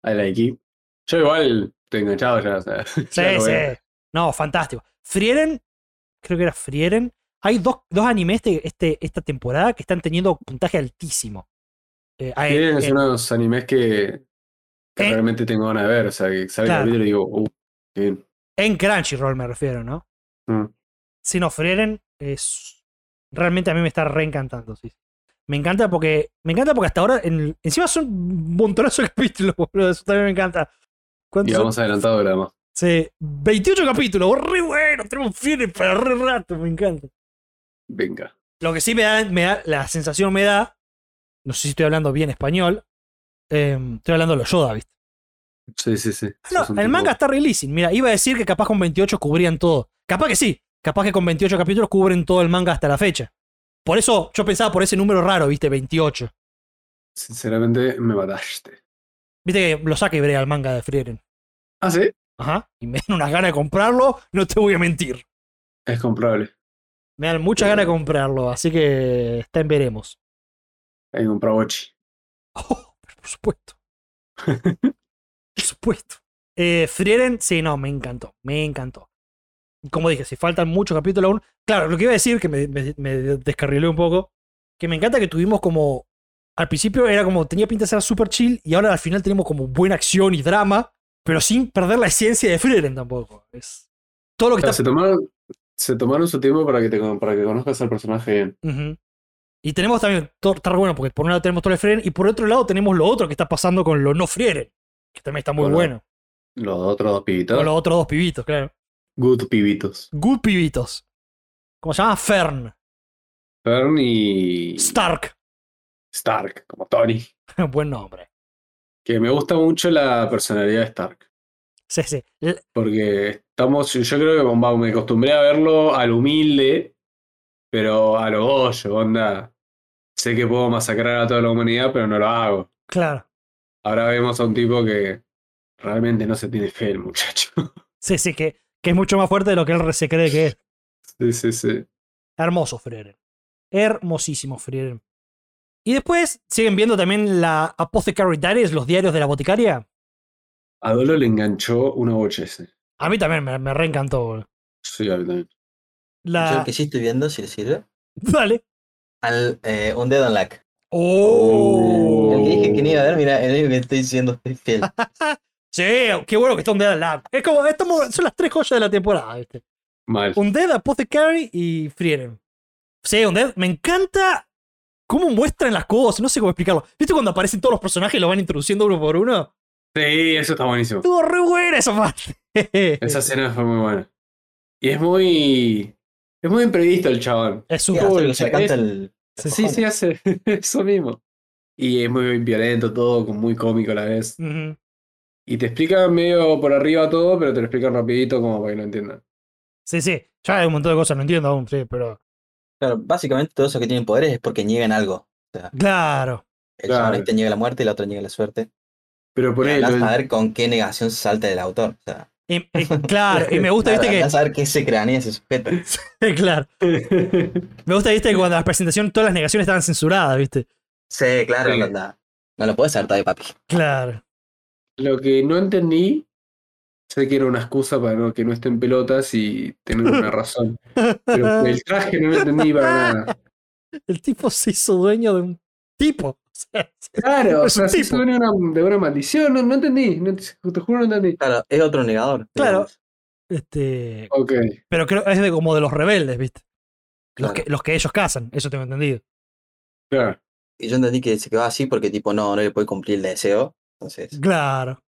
I like it. Yo igual estoy enganchado ya, o sea.
Sí,
ya lo
sí.
veo.
No, fantástico. Frieren, creo que era Frieren. Hay dos, dos animes este, este- esta temporada que están teniendo puntaje altísimo. Eh, hay-
Tienen
eh,
unos animes que, que
Eh.
realmente tengo ganas de ver. O sea, que sale
Claro.
el capítulo y digo, uh, qué bien.
en Crunchyroll me refiero, ¿no?
Mm.
Si no, Frieren es. Realmente a mí me está reencantando, sí. Me encanta porque. Me encanta porque hasta ahora. en- encima son un montonazo de capítulos, boludo. Eso también me encanta.
Y
¿Cuántos son?
vamos adelantado la más.
Sí, 28 capítulos, re bueno, tenemos Frieren para re rato, me encanta.
Venga.
Lo que sí me da, me da- la sensación me da, no sé si estoy hablando bien español, eh, estoy hablando de los Yoda, ¿viste?
Sí, sí, sí.
Ah, no,
Sos un
el
tipo-
manga está releasing. Mira, iba a decir que capaz con 28 cubrían todo. Capaz que sí, capaz que con 28 capítulos cubren todo el manga hasta la fecha. Por eso yo pensaba por ese número raro, ¿viste? 28.
Sinceramente, me mataste.
Viste que lo saca Ibrea al manga de Frieren.
Ah, sí.
Ajá. Y me dan unas ganas de comprarlo, no te voy a mentir.
Es comprobable.
Me dan muchas
Eh.
ganas de comprarlo, así que está en veremos.
Hay un Probochi.
Oh, pero por supuesto. por supuesto. Eh, Frieren, sí, no, me encantó. Me encantó. Como dije, si faltan muchos capítulos aún. Claro, lo que iba a decir, que me, me- me descarrilé un poco, que me encanta que tuvimos como. Al principio era como. Tenía pinta de ser súper chill, y ahora al final tenemos como buena acción y drama, pero sin perder la esencia de Frieren tampoco. Es todo lo que
Claro,
está.
se, tomaron, se tomaron su tiempo para que, te, con- para que conozcas al personaje bien.
Ujú. Y tenemos también, to- está re bueno, porque por un lado tenemos todo el Frieren y por otro lado tenemos lo otro que está pasando con lo no Frieren, que también está muy
Bueno,
bueno.
Los otros dos
Con
pibitos.
los otros dos pibitos, claro.
Good pibitos.
Good pibitos. ¿Cómo se llama? Fern.
Fern y
Stark.
Stark, como Tony.
Buen nombre.
Que me gusta mucho la personalidad de Stark.
Sí, sí. L-
Porque estamos, yo creo que como me acostumbré a verlo al humilde, pero a lo goyo, onda. Sé que puedo masacrar a toda la humanidad, pero no lo hago.
Claro.
Ahora vemos a un tipo que realmente no se tiene fe, el muchacho.
Sí, sí, que, que es mucho más fuerte de lo que él se cree que es.
Sí, sí, sí.
Hermoso Frieren. Hermosísimo Frieren. Y después siguen viendo también la Apothecary Diaries, los diarios de la boticaria.
A Dolo le enganchó una bocha ese.
A mí también me, me reencantó. boludo.
Sí, a mí también.
Yo
La...
el que sí estoy viendo, si le sirve.
Dale.
Al, eh, un dedo en like.
Oh.
El que dije que no iba a ver, mira, el único que estoy diciendo estoy fiel.
Sí, qué bueno que está un dead lab. Es como, estamos, son las tres joyas de la temporada. ¿viste?
Mal.
Undead, Apothecary y Frieren. Sí, Undead, me encanta cómo muestran las cosas, no sé cómo explicarlo. ¿Viste cuando aparecen todos los personajes y lo van introduciendo uno por uno?
Sí, eso está buenísimo.
Estuvo re buena esa parte.
Esa escena fue muy buena. Y es muy. Es muy imprevisto el chabón.
Es
Sí,
un-
hasta que se canta el.
Sí,
Sí, sí, hace eso mismo. Y es muy violento todo, con muy cómico a la vez.
Ujú.
Y te explican medio por arriba todo, pero te lo explican rapidito como para que lo entiendan.
Sí, sí. Ya hay un montón de cosas, no entiendo aún, sí, pero.
Claro, básicamente todos esos que tienen poderes es porque niegan algo.
Claro.
El este
Claro.
chavalista niega la muerte y la otra niega la suerte.
Pero por
Andá
ahí,
a
lo-
saber con qué negación salta el autor. O sea,
Y- y- claro, y me gusta, viste
Andá a
que.
saber qué se crean y ese sujeto.
claro. Me gusta, viste que cuando la presentación todas las negaciones estaban censuradas, viste.
Sí, claro,
Sí.
no, no. No lo puedes hartar de papi.
Claro.
Lo que no entendí, sé que era una excusa para no- que no estén pelotas y tener una razón. Pero el traje no lo entendí para nada.
El tipo se hizo dueño de un tipo. O sea,
Claro, o
Es un
sea, se
tipo.
hizo de una, de una maldición, no, no entendí, no, te te juro no entendí.
Claro, es otro negador.
Claro.
digamos.
este,
Ok,
pero creo es de como de los rebeldes, viste. Los,
Claro.
que, los que ellos cazan, eso tengo entendido.
claro.
Y yo entendí que se quedó así porque, tipo, no, no le puede cumplir el deseo. Entonces,
Claro.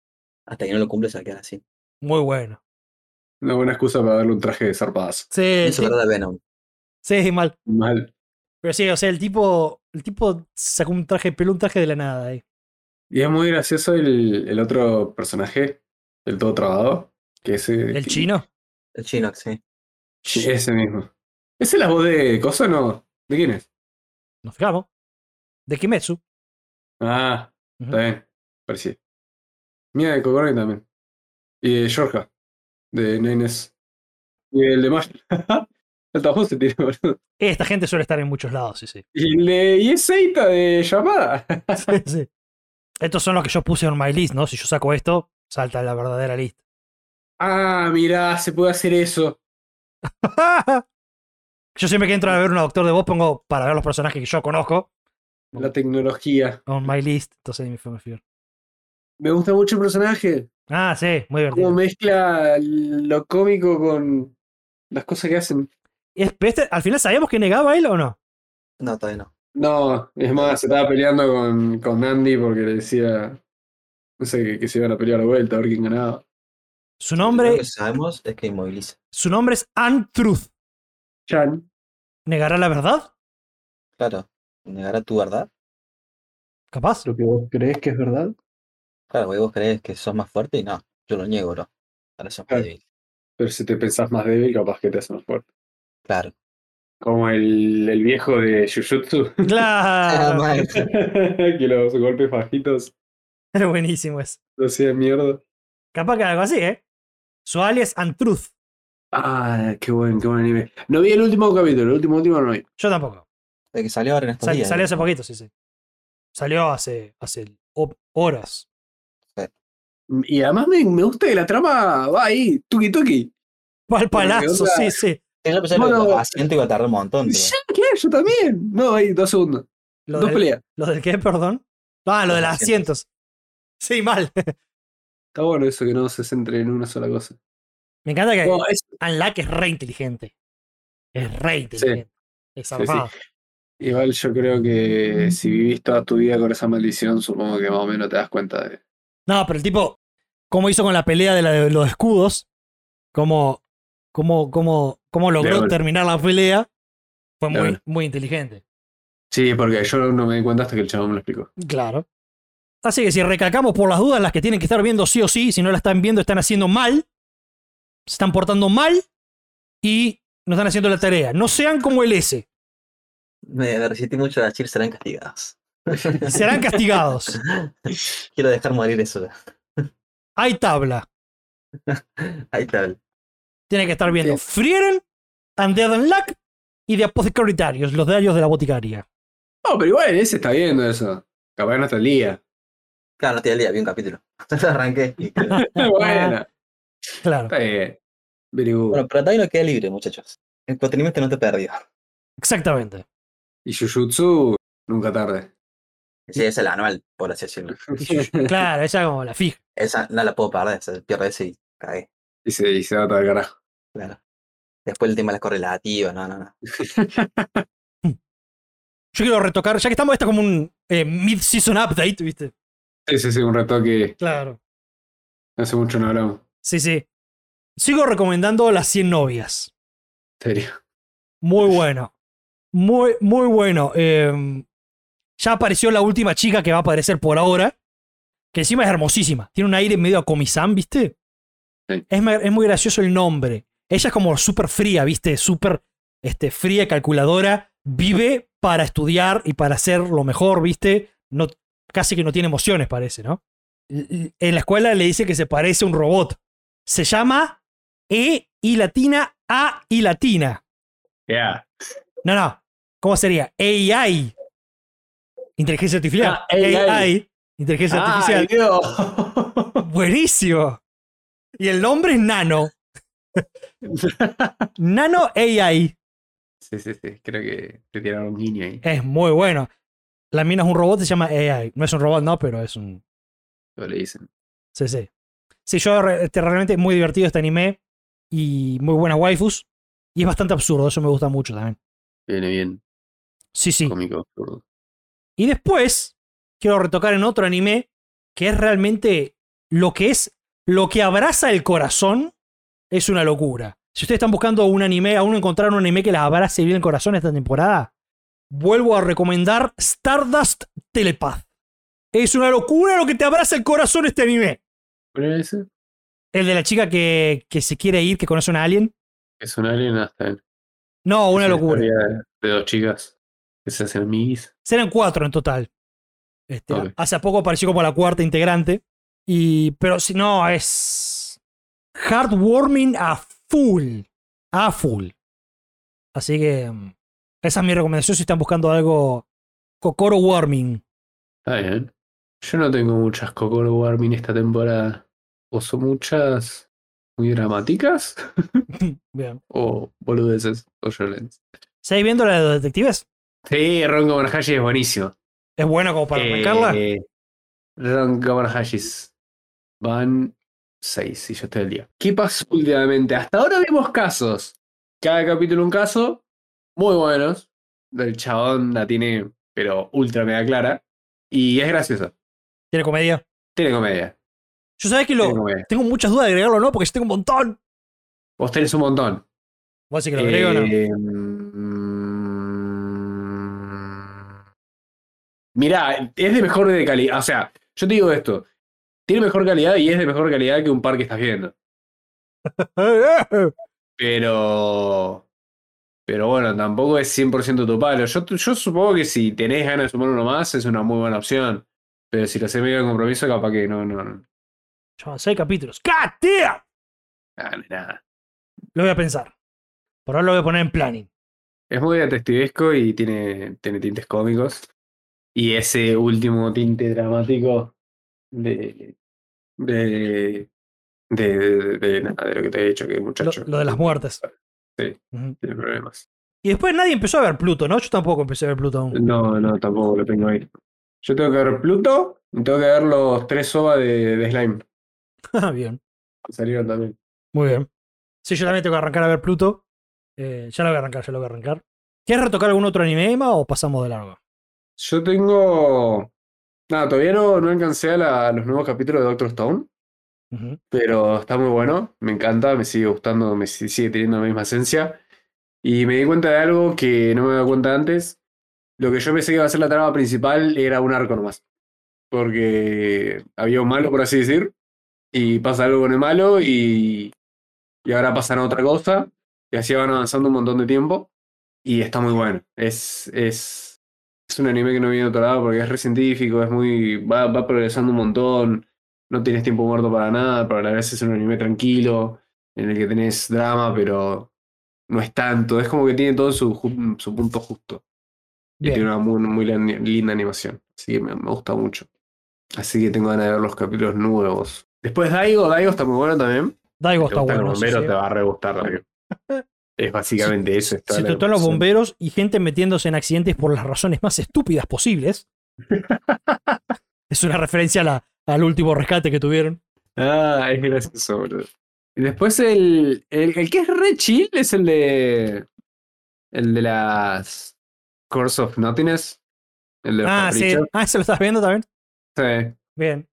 hasta que no lo cumple, se va a quedar así.
Muy bueno.
Una buena excusa para darle un traje de zarpadas.
Sí,
Eso
sí,
es verdad, Venom.
sí, mal.
Mal.
Pero sí, o sea, el tipo, el tipo sacó un traje, peló un traje de la nada ahí.
Y es muy gracioso el, el otro personaje, el todo trabado, que es
¿El chino?
El chino, sí.
Ese mismo. ¿Esa es la voz de Coso no? ¿De quién es?
Nos fijamos. De Kimetsu.
Ah,
Ujú.
está bien. Parecía. Mía de Kokorogi también. Y de Georgia, de Nenes. Y el de Mash. Hasta vos se tiene, boludo.
Esta gente suele estar en muchos lados, sí, sí.
Y, el de, y es Seita de llamada.
Sí, sí. Estos son los que yo puse en my list, ¿no? Si yo saco esto, salta la verdadera lista.
Ah, mirá, se puede hacer eso.
yo siempre que entro a ver un doctor de voz pongo para ver los personajes que yo conozco
La tecnología.
on my list. Entonces ahí me fui, me fui.
Me gusta mucho el personaje.
Ah, sí, muy divertido.
Cómo mezcla lo cómico con las cosas que hacen.
Y es- pero este- ¿Al final sabíamos que negaba él o no?
No, todavía no.
No, es más, se estaba peleando con, con Andy porque le decía, no sé, que, que se iban a pelear de vuelta, a ver quién ganaba.
Su
Lo
nombre,
que sabemos es que inmoviliza.
su nombre es Antruth.
Chan.
¿Negará la verdad?
Claro. Negará tu verdad.
Capaz.
Lo que vos crees que es verdad.
Claro, porque vos crees que sos más fuerte y no. Yo lo niego, bro. Ahora sos más
Claro.
débil.
Pero si te pensás más débil, capaz que te hace más fuerte.
Claro.
Como el, el viejo de Jujutsu,
Ah,
Claro.
mal.
que los golpes bajitos
Era buenísimo eso.
lo hacían mierda.
Capaz que algo así, ¿eh? Su alias Antruth.
Ah, qué buen, qué buen anime. No vi el último capítulo, el último, último no vi.
Yo tampoco.
De que salió ahora en estos
Sal-
días.
salió hace
digamos.
poquito, sí, sí. Salió hace, hace o- horas.
Y además me, me gusta que la trama va ahí, tuki tuki.
Va al
Bueno, ¿qué
palazo,
onda?
sí, sí.
Sí, yo pensé que
Bueno.
lo asiento iba a tardar un montón. pero-
Ya, claro, yo también. No, ahí, dos segundos.
Lo
dos
del,
peleas.
¿Lo del qué, perdón? Ah, lo
Los
de los asientos.
asientos.
Sí, mal.
Está bueno eso que no se centre en una sola cosa.
Me encanta que
Bueno, es-
Unlock es re inteligente. Es re inteligente. Es
Sí, sí.
zarpado.
igual yo creo que si vivís toda tu vida con esa maldición, supongo que más o menos te das cuenta de.
No, pero el tipo, como hizo con la pelea de, la de los escudos, como, como, como, como logró
una.
terminar la pelea, fue
De
muy,
una.
muy inteligente.
Sí, porque yo no me di cuenta hasta que el chabón me lo explicó.
Claro. Así que si recalcamos por las dudas las que tienen que estar viendo sí o sí, si no la están viendo, están haciendo mal, se están portando mal y no están haciendo la tarea. No sean como el S,
Me, me resistí mucho a decir serán castigados.
serán castigados.
Quiero dejar morir eso. ya.
Hay tabla.
Ahí está. el-
Tienen que estar viendo Frieren, Undead and Luck y The Apothecaritarios, los diarios de la boticaria.
No, pero igual ese está viendo eso. Capaz no está el día.
Claro, no tiene el día, vi un capítulo. Arranqué. y-
bueno,
Claro,
está bien. Very good.
Bueno, pero todavía no queda libre, muchachos. El contenido no te perdió.
exactamente.
Y Jujutsu, nunca tarde.
Sí, es el anual, por así decirlo.
Claro, esa como la fija.
Esa no la puedo perder, se pierde ese y cagué.
y, se, y se va para el carajo.
Claro. Después el tema de las correlativas, no, no, no.
Yo quiero retocar, ya que estamos, esta como un eh, mid-season update, ¿viste?
Ese es un retoque.
Claro.
Hace mucho no hablamos.
Sí, sí. Sigo recomendando Las 100 novias.
En serio.
Muy bueno. Muy, muy bueno. Eh, ya apareció la última chica que va a aparecer por ahora. Que encima es hermosísima. Tiene un aire medio a Comisán, ¿viste?
Sí.
Es, ma- es muy gracioso el nombre. Ella es como súper fría, ¿viste? Súper este, fría, calculadora. Vive para estudiar y para hacer lo mejor, ¿viste? No, casi que no tiene emociones, parece, ¿no? L- l- En la escuela le dice que se parece a un robot. se llama E y latina A y latina.
Yeah.
No, no. ¿Cómo sería? AI. Inteligencia artificial.
Ah, AI.
Inteligencia
Ay,
artificial.
Dios.
Buenísimo. Y el nombre es Nano. Nano AI.
Sí, sí, sí. Creo que te tiraron un niño ahí.
Es muy bueno. La mina es un robot, se llama AI. No es un robot, no, pero es un.
Lo le dicen.
Sí, sí. Sí, yo re- este, realmente muy divertido este anime. Y muy buenas waifus. Y es bastante absurdo, eso me gusta mucho también.
Viene bien.
Sí, sí.
Cómico absurdo.
Y después quiero retocar en otro anime que es realmente lo que es, lo que abraza el corazón es una locura. Si ustedes están buscando un anime, aún no encontraron un anime que les abrace bien el corazón esta temporada, vuelvo a recomendar Stardust Telepath. Es una locura lo que te abraza el corazón este anime.
¿Cuál era ese?
El de la chica que, que se quiere ir, que conoce a un alien.
Es un alien hasta en.
No, una
es
locura.
historia De dos chicas que se hacen amiguis.
Serán cuatro en total. Este,
Ok.
Hace poco apareció como la cuarta integrante. Y, pero si no, es heartwarming a full. A full. Así que mm, esa es mi recomendación si están buscando algo Kokoro Warming.
Está bien. Yo no tengo muchas Kokoro Warming esta temporada. O son muchas muy dramáticas
Bien.
o boludeces o violentas.
¿Seguís viendo la de los detectives?
Sí, Ronco Manahashi es buenísimo.
Es buena como para arrancarla.
Eh, Ronco Manahashis. Van seis, y yo estoy al día. ¿Qué pasó últimamente? Hasta ahora vimos casos. Cada capítulo un caso. Muy buenos. El chabón la tiene, pero ultra mega clara. Y es graciosa.
Tiene comedia.
Tiene comedia.
Yo sabés que
Tiene
lo,
comedia.
tengo muchas dudas de agregarlo o no, porque yo tengo un montón.
Vos tenés un montón.
¿Vos decís que lo agrego o no?
Eh, mm, Mirá, es de mejor de calidad. O sea, yo te digo esto. Tiene mejor calidad y es de mejor calidad que un par que estás viendo. Eh. Pero. Pero bueno, tampoco es 100% tu palo. Yo, yo supongo que si tenés ganas de sumar uno más, es una muy buena opción. Pero si lo haces medio de compromiso, capaz que no, no, no.
Llevan seis capítulos. ¡God damn!
Nada, nada.
Lo voy a pensar. Por ahora lo voy a poner en planning.
Es muy detectivesco y tiene, tiene tintes cómicos. Y ese último tinte dramático de. de. de. de, de- nada, de lo que te he dicho, que el
Lo,
muchacho.
lo de las muertes.
Sí.
Ujú.
Tiene problemas.
Y después nadie empezó a ver Pluto, ¿no? Yo tampoco empecé a ver Pluto aún.
No, no, tampoco lo tengo ahí. Yo tengo que ver Pluto y tengo que ver los tres OVA de, de Slime.
Ah, bien.
que Salieron también.
Muy bien. Sí, yo también tengo que arrancar a ver Pluto. Eh, ya lo voy a arrancar, ya lo voy a arrancar. ¿Quieres retocar algún otro anime, Emma, o pasamos de largo?
Yo tengo. Nada, todavía no, no alcancé a, la- a los nuevos capítulos de Doctor Stone.
Ujú.
Pero está muy bueno, me encanta, me sigue gustando, me si- sigue teniendo la misma esencia. Y me di cuenta de algo que no me había dado cuenta antes. Lo que yo pensé que iba a ser la trama principal era un arco nomás. Porque había un malo, por así decir, y pasa algo con el malo y, y ahora pasan a otra cosa. Y así van avanzando un montón de tiempo. Y está muy bueno. Es, es, es un anime que no viene de otro lado porque es re científico, es muy, va, va progresando un montón no tienes tiempo muerto para nada, pero a la vez es un anime tranquilo, en el que tenés drama, pero no es tanto. Es como que tiene todo su, ju- su punto justo. Y
Bien.
tiene una muy, muy lan- linda animación. Así que me, me gusta mucho. Así que tengo ganas de ver los capítulos nuevos. Después Daigo, Daigo está muy bueno también.
Daigo
Si
Oh, está
te gustan
bueno.
los
sí,
bomberos,
sí.
te va a re gustar Daigo. Es básicamente eso. es toda
Si
la
te gustan los
animación.
bomberos y gente metiéndose en accidentes por las razones más estúpidas posibles. es una referencia a la- al último rescate que tuvieron.
Ah, es gracioso, boludo. Y después el, el, el que es re chill es el de. El de las. Course of Nothingness. El de los
Ah, sí.
caprichos.
Ah, ¿se lo estás viendo también?
Sí,
Bien.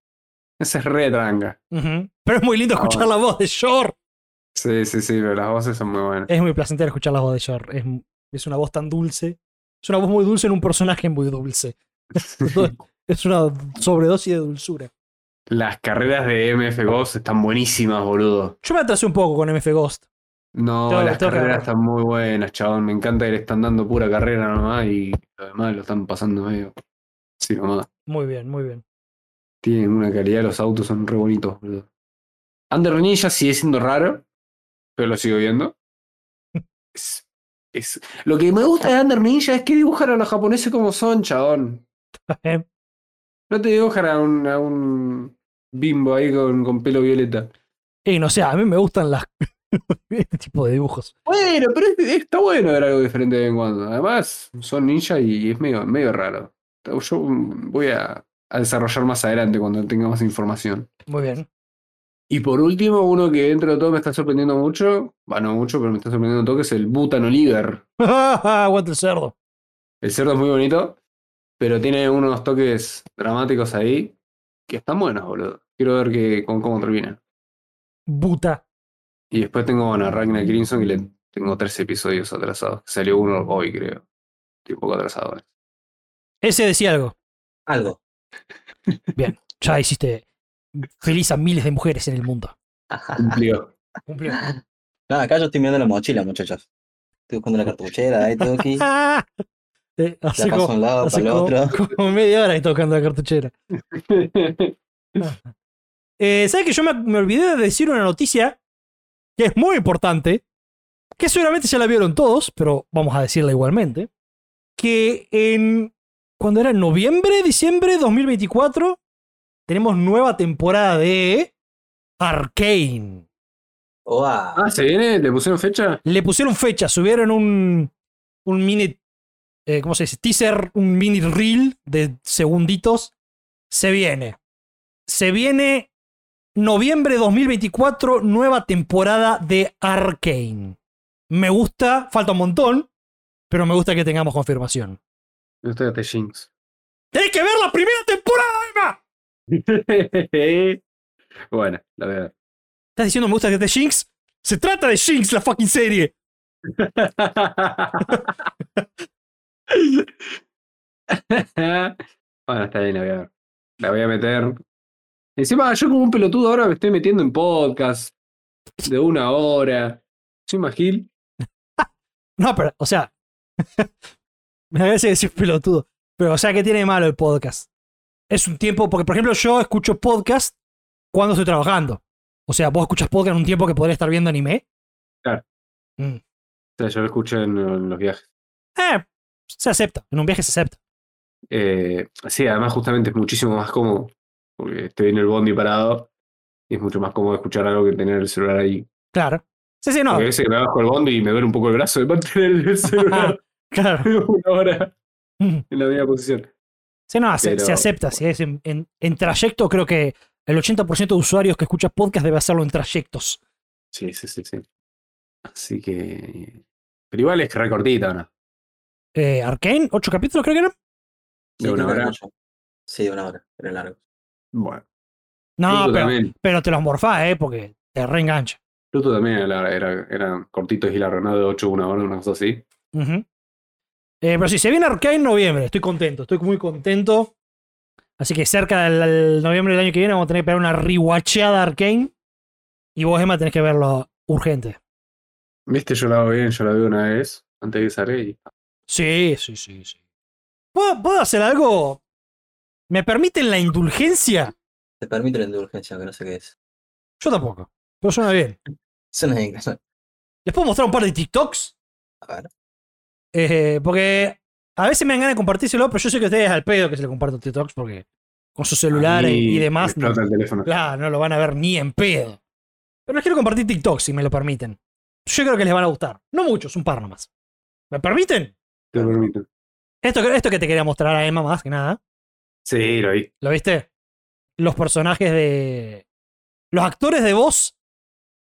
Ese es re tranca.
Ujú. Pero es muy lindo
Ah,
escuchar la voz de Shore.
Sí, sí, sí, pero las voces son muy buenas.
Es muy placentero escuchar la voz de Shore. Es, es una voz tan dulce. Es una voz muy dulce en un personaje muy dulce. Es una sobredosis de dulzura.
Las carreras de MF Ghost están buenísimas, boludo.
Yo me atrasé un poco con MF Ghost.
No,
Tengo-
las
tengo que
carreras
agarrar.
están muy buenas, chabón. Me encanta que le están dando pura carrera nomás y lo demás lo están pasando medio. Sí, nomás.
Muy bien, muy bien.
Tienen una calidad, los autos son re bonitos, boludo. Under Ninja sigue siendo raro, pero lo sigo viendo. Es, es- Lo que me gusta de Under Ninja es que dibujan a los japoneses como son, chabón.
bien.
No te dibujan a un, a un bimbo ahí con, con pelo violeta.
Y no sé, a mí me gustan las este tipo de dibujos.
Bueno, pero es- está bueno ver algo diferente de vez en cuando. Además, son ninjas y es medio, medio raro. Yo voy a, a desarrollar más adelante cuando tenga más información.
Muy bien.
Y por último, uno que dentro de todo me está sorprendiendo mucho, bueno, no mucho, pero me está sorprendiendo un toque, es el Butan Oliver.
Aguanta el cerdo.
El cerdo es muy bonito, pero tiene unos toques dramáticos ahí que están buenos, boludo. Quiero ver que, con cómo termina.
Buta.
Y después tengo, bueno, a Ragnar Crimson, que le tengo tres episodios atrasados. Salió uno hoy, creo. Estoy un poco atrasado. eh.
Ese decía algo.
Algo.
Ya hiciste feliz a miles de mujeres en el mundo.
Cumplió.
Cumplió.
No, acá yo estoy mirando la mochila, muchachos. Estoy buscando la cartuchera, ahí tengo aquí. La
Ah. Eh, hace
paso a
como,
un lado,
hace
para el
como-
otro.
como media hora ahí tocando la cartuchera. Eh, ¿Sabes que yo me, me olvidé de decir una noticia que es muy importante? Que seguramente ya la vieron todos, pero vamos a decirla igualmente. Que en. cuando era? ¿Noviembre? ¿Diciembre 2024? Tenemos nueva temporada de. Arcane.
¡Wow!
ah, ¿se viene? ¿Le pusieron fecha?
Le pusieron fecha, subieron un. un mini. eh, ¿Cómo se dice? Teaser, un mini reel de segunditos. Se viene. Se viene noviembre 2024, nueva temporada de Arkane. Me gusta, falta un montón, pero me gusta que tengamos confirmación.
No estoy hasta Jinx.
¡Tenés que ver la primera temporada, Emma!
bueno, la verdad.
¿Estás diciendo me gusta que te Jinx? Se trata de Jinx, la fucking serie.
bueno, está bien, la voy a ver. La voy a meter. Encima, yo como un pelotudo ahora me estoy metiendo en podcast de una hora. Soy más gil.
No, pero, o sea. me parece decir pelotudo. Pero, o sea, ¿qué tiene de malo el podcast? Es un tiempo, porque, por ejemplo, yo escucho podcast cuando estoy trabajando. O sea, vos escuchas podcast en un tiempo que podría estar viendo anime. Mm.
O sea, yo lo escucho en, en los viajes.
Eh, se acepta. En un viaje se acepta.
Eh, sí, además, justamente es muchísimo más cómodo. Porque estoy en el bondi parado y es mucho más cómodo escuchar algo que tener el celular ahí.
Claro. Sí, sí, no.
Porque a veces me bajo el bondi y me duele un poco el brazo de mantener el celular
Claro.
una hora
Mm.
en la misma posición.
Sí, no, se,
Pero-
se acepta. Si es en, en- en trayecto, creo que el 80% de usuarios que escuchas podcast debe hacerlo en trayectos.
Sí, sí, sí, sí. Así que. Pero igual es recortita, ¿o ¿no?
Eh, Arkane, 8 capítulos creo que eran.
¿De una
creo que
hora?
eran ocho. Sí, de una hora, pero largo.
Bueno.
No,
Pluto
pero,
también.
pero te los morfás, eh, porque te reengancha.
Pluto también era, era- eran cortitos y largos, ¿no? De 8 a 1 hora, una cosa así.
Ujú. Eh, pero sí, se viene Arcane en noviembre. Estoy contento, estoy muy contento. Así que cerca del, del noviembre del año que viene vamos a tener que pegar una rewatcheada Arcane. Y vos, Emma, tenés que verlo urgente.
Viste, yo la hago bien, yo la veo una vez antes de que salga y.
Sí, sí, sí, sí. ¿Puedo, puedo hacer algo? ¿Me permiten la indulgencia?
Te permito la indulgencia, que no sé qué es.
Yo tampoco. Pero suena bien.
Eso no es inglés.
¿Les puedo mostrar un par de TikToks?
A ver.
Eh, porque a veces me dan ganas de compartírselo, pero yo sé que ustedes al pedo que se le comparto TikToks porque con sus celulares y,
Ahí
demás. no-
Explota el teléfono.
Claro, no lo van a ver ni en pedo. Pero les quiero compartir TikTok, si me lo permiten. Yo creo que les van a gustar. No muchos, un par nomás. ¿Me permiten?
Te lo permito.
Esto, esto que te quería mostrar a Emma más que nada.
Sí, lo vi.
¿Lo viste? Los personajes de. Los actores de voz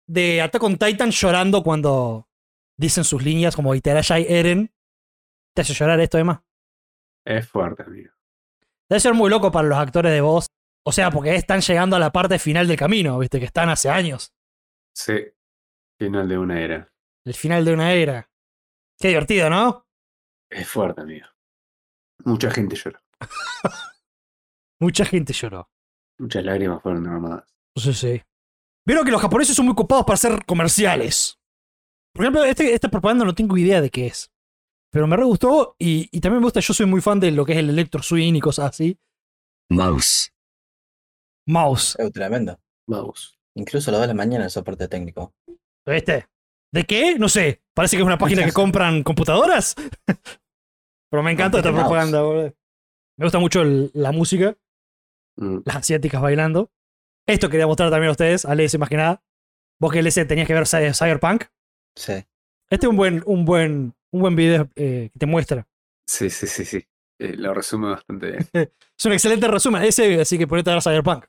de Attack on Titan llorando cuando dicen sus líneas como Itarashi Eren. ¿Te hace llorar esto, Emma?
Es fuerte, amigo.
Debe ser muy loco para los actores de voz. O sea, porque están llegando a la parte final del camino, ¿viste? Que están hace años.
Sí. Final de una era.
El final de una era. Qué divertido, ¿no?
Es fuerte, amigo. Mucha gente lloró.
Mucha gente lloró.
Muchas lágrimas fueron derramadas.
Sí, sí. Vieron que los japoneses son muy copados para hacer comerciales. Por ejemplo, este- esta propaganda no tengo idea de qué es. Pero me re gustó y, y también me gusta. Yo soy muy fan de lo que es el Electro Swing y cosas así.
Mouse.
Mouse.
Es tremendo.
Vamos.
Incluso lo de la mañana el soporte técnico.
¿Viste? ¿De qué? No sé. Parece que es una página que compran computadoras. Pero me encanta esta
Computadoras.
propaganda, boludo. Me gusta mucho el- la música,
Mm.
las asiáticas bailando. Esto quería mostrar también a ustedes, a Lese más que nada. Vos que Lese tenías que ver Cy- Cyberpunk.
Sí.
Este es un buen, un buen, un buen video eh, que te muestra.
Sí, sí, sí, sí. Eh, lo resume bastante bien.
Es un excelente resumen, ese, así que ponete a ver Cyberpunk.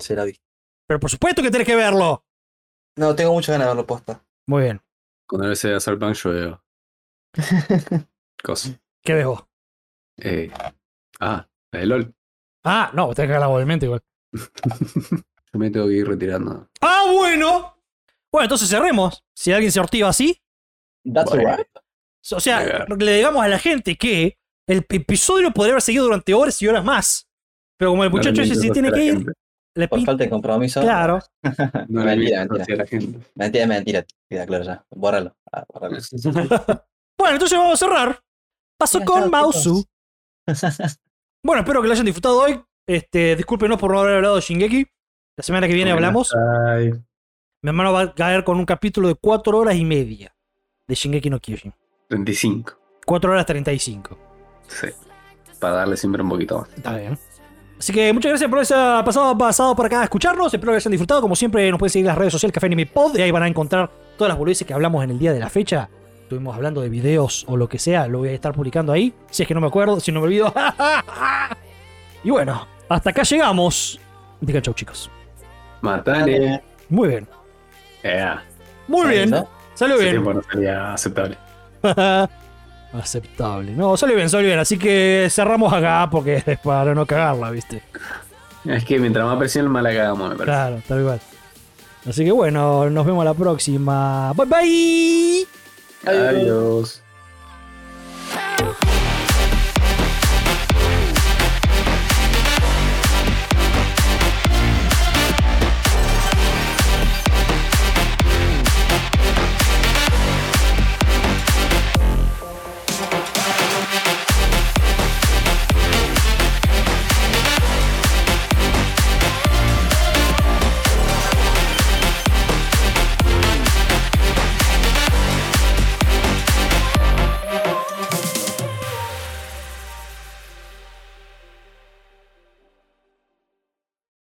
Sí, la vi.
Pero por supuesto que tenés que verlo.
No, tengo muchas ganas de verlo posta.
Muy bien.
Cuando no sé hacer pan, yo veo cosas.
¿Qué ves vos?
Eh, ah, la de LOL.
Ah, no, vos tenés que verla obviamente igual.
Yo me tengo que ir retirando.
Ah, bueno. Bueno, entonces cerremos. Si alguien se ortiva así,
That's
Bueno.
alright.
O sea,
Claro.
lo que le digamos a la gente que el episodio podría haber seguido durante horas y horas más. Pero como el
No le
muchacho ese
mientas
sí
así a
tiene
la
que ir,
gente.
le
Por
pinta.
falta de compromiso.
Claro.
No le
Mentira,
mientas así a la gente.
Mentira, mentira. Tira, claro, ya. Bórralo. Ah, bórralo.
Bueno, entonces vamos a cerrar. Pasó
Ya,
con
chao,
Mausu. Bueno, espero que lo hayan disfrutado hoy. Este, discúlpenos por no haber hablado de Shingeki. La semana que viene hablamos.
Ay,
Mi hermano va a caer con un capítulo de 4 horas y media de Shingeki no Kyojin.
25.
4 horas 35.
Sí. Para darle siempre un poquito más.
Está bien. Así que muchas gracias por haber pasado, pasado por acá a escucharnos. Espero que hayan disfrutado. Como siempre, nos pueden seguir en las redes sociales Café Anime Pod. Y ahí van a encontrar todas las boludeces que hablamos en el día de la fecha. Estuvimos hablando de videos o lo que sea. Lo voy a estar publicando ahí. Si es que no me acuerdo, si no me olvido. y bueno, hasta acá llegamos. Digan chau, chicos.
Matane.
Muy bien.
Eh,
Muy bien.
¿No?
Salió
ese
bien.
tiempo no sería aceptable.
Aceptable. No, salió bien, salió bien. Así que cerramos acá porque es para no cagarla, ¿viste?
Es que mientras más presión, más la cagamos, me parece.
Claro, tal cual. Así que bueno, nos vemos la próxima. Bye bye.
Adiós.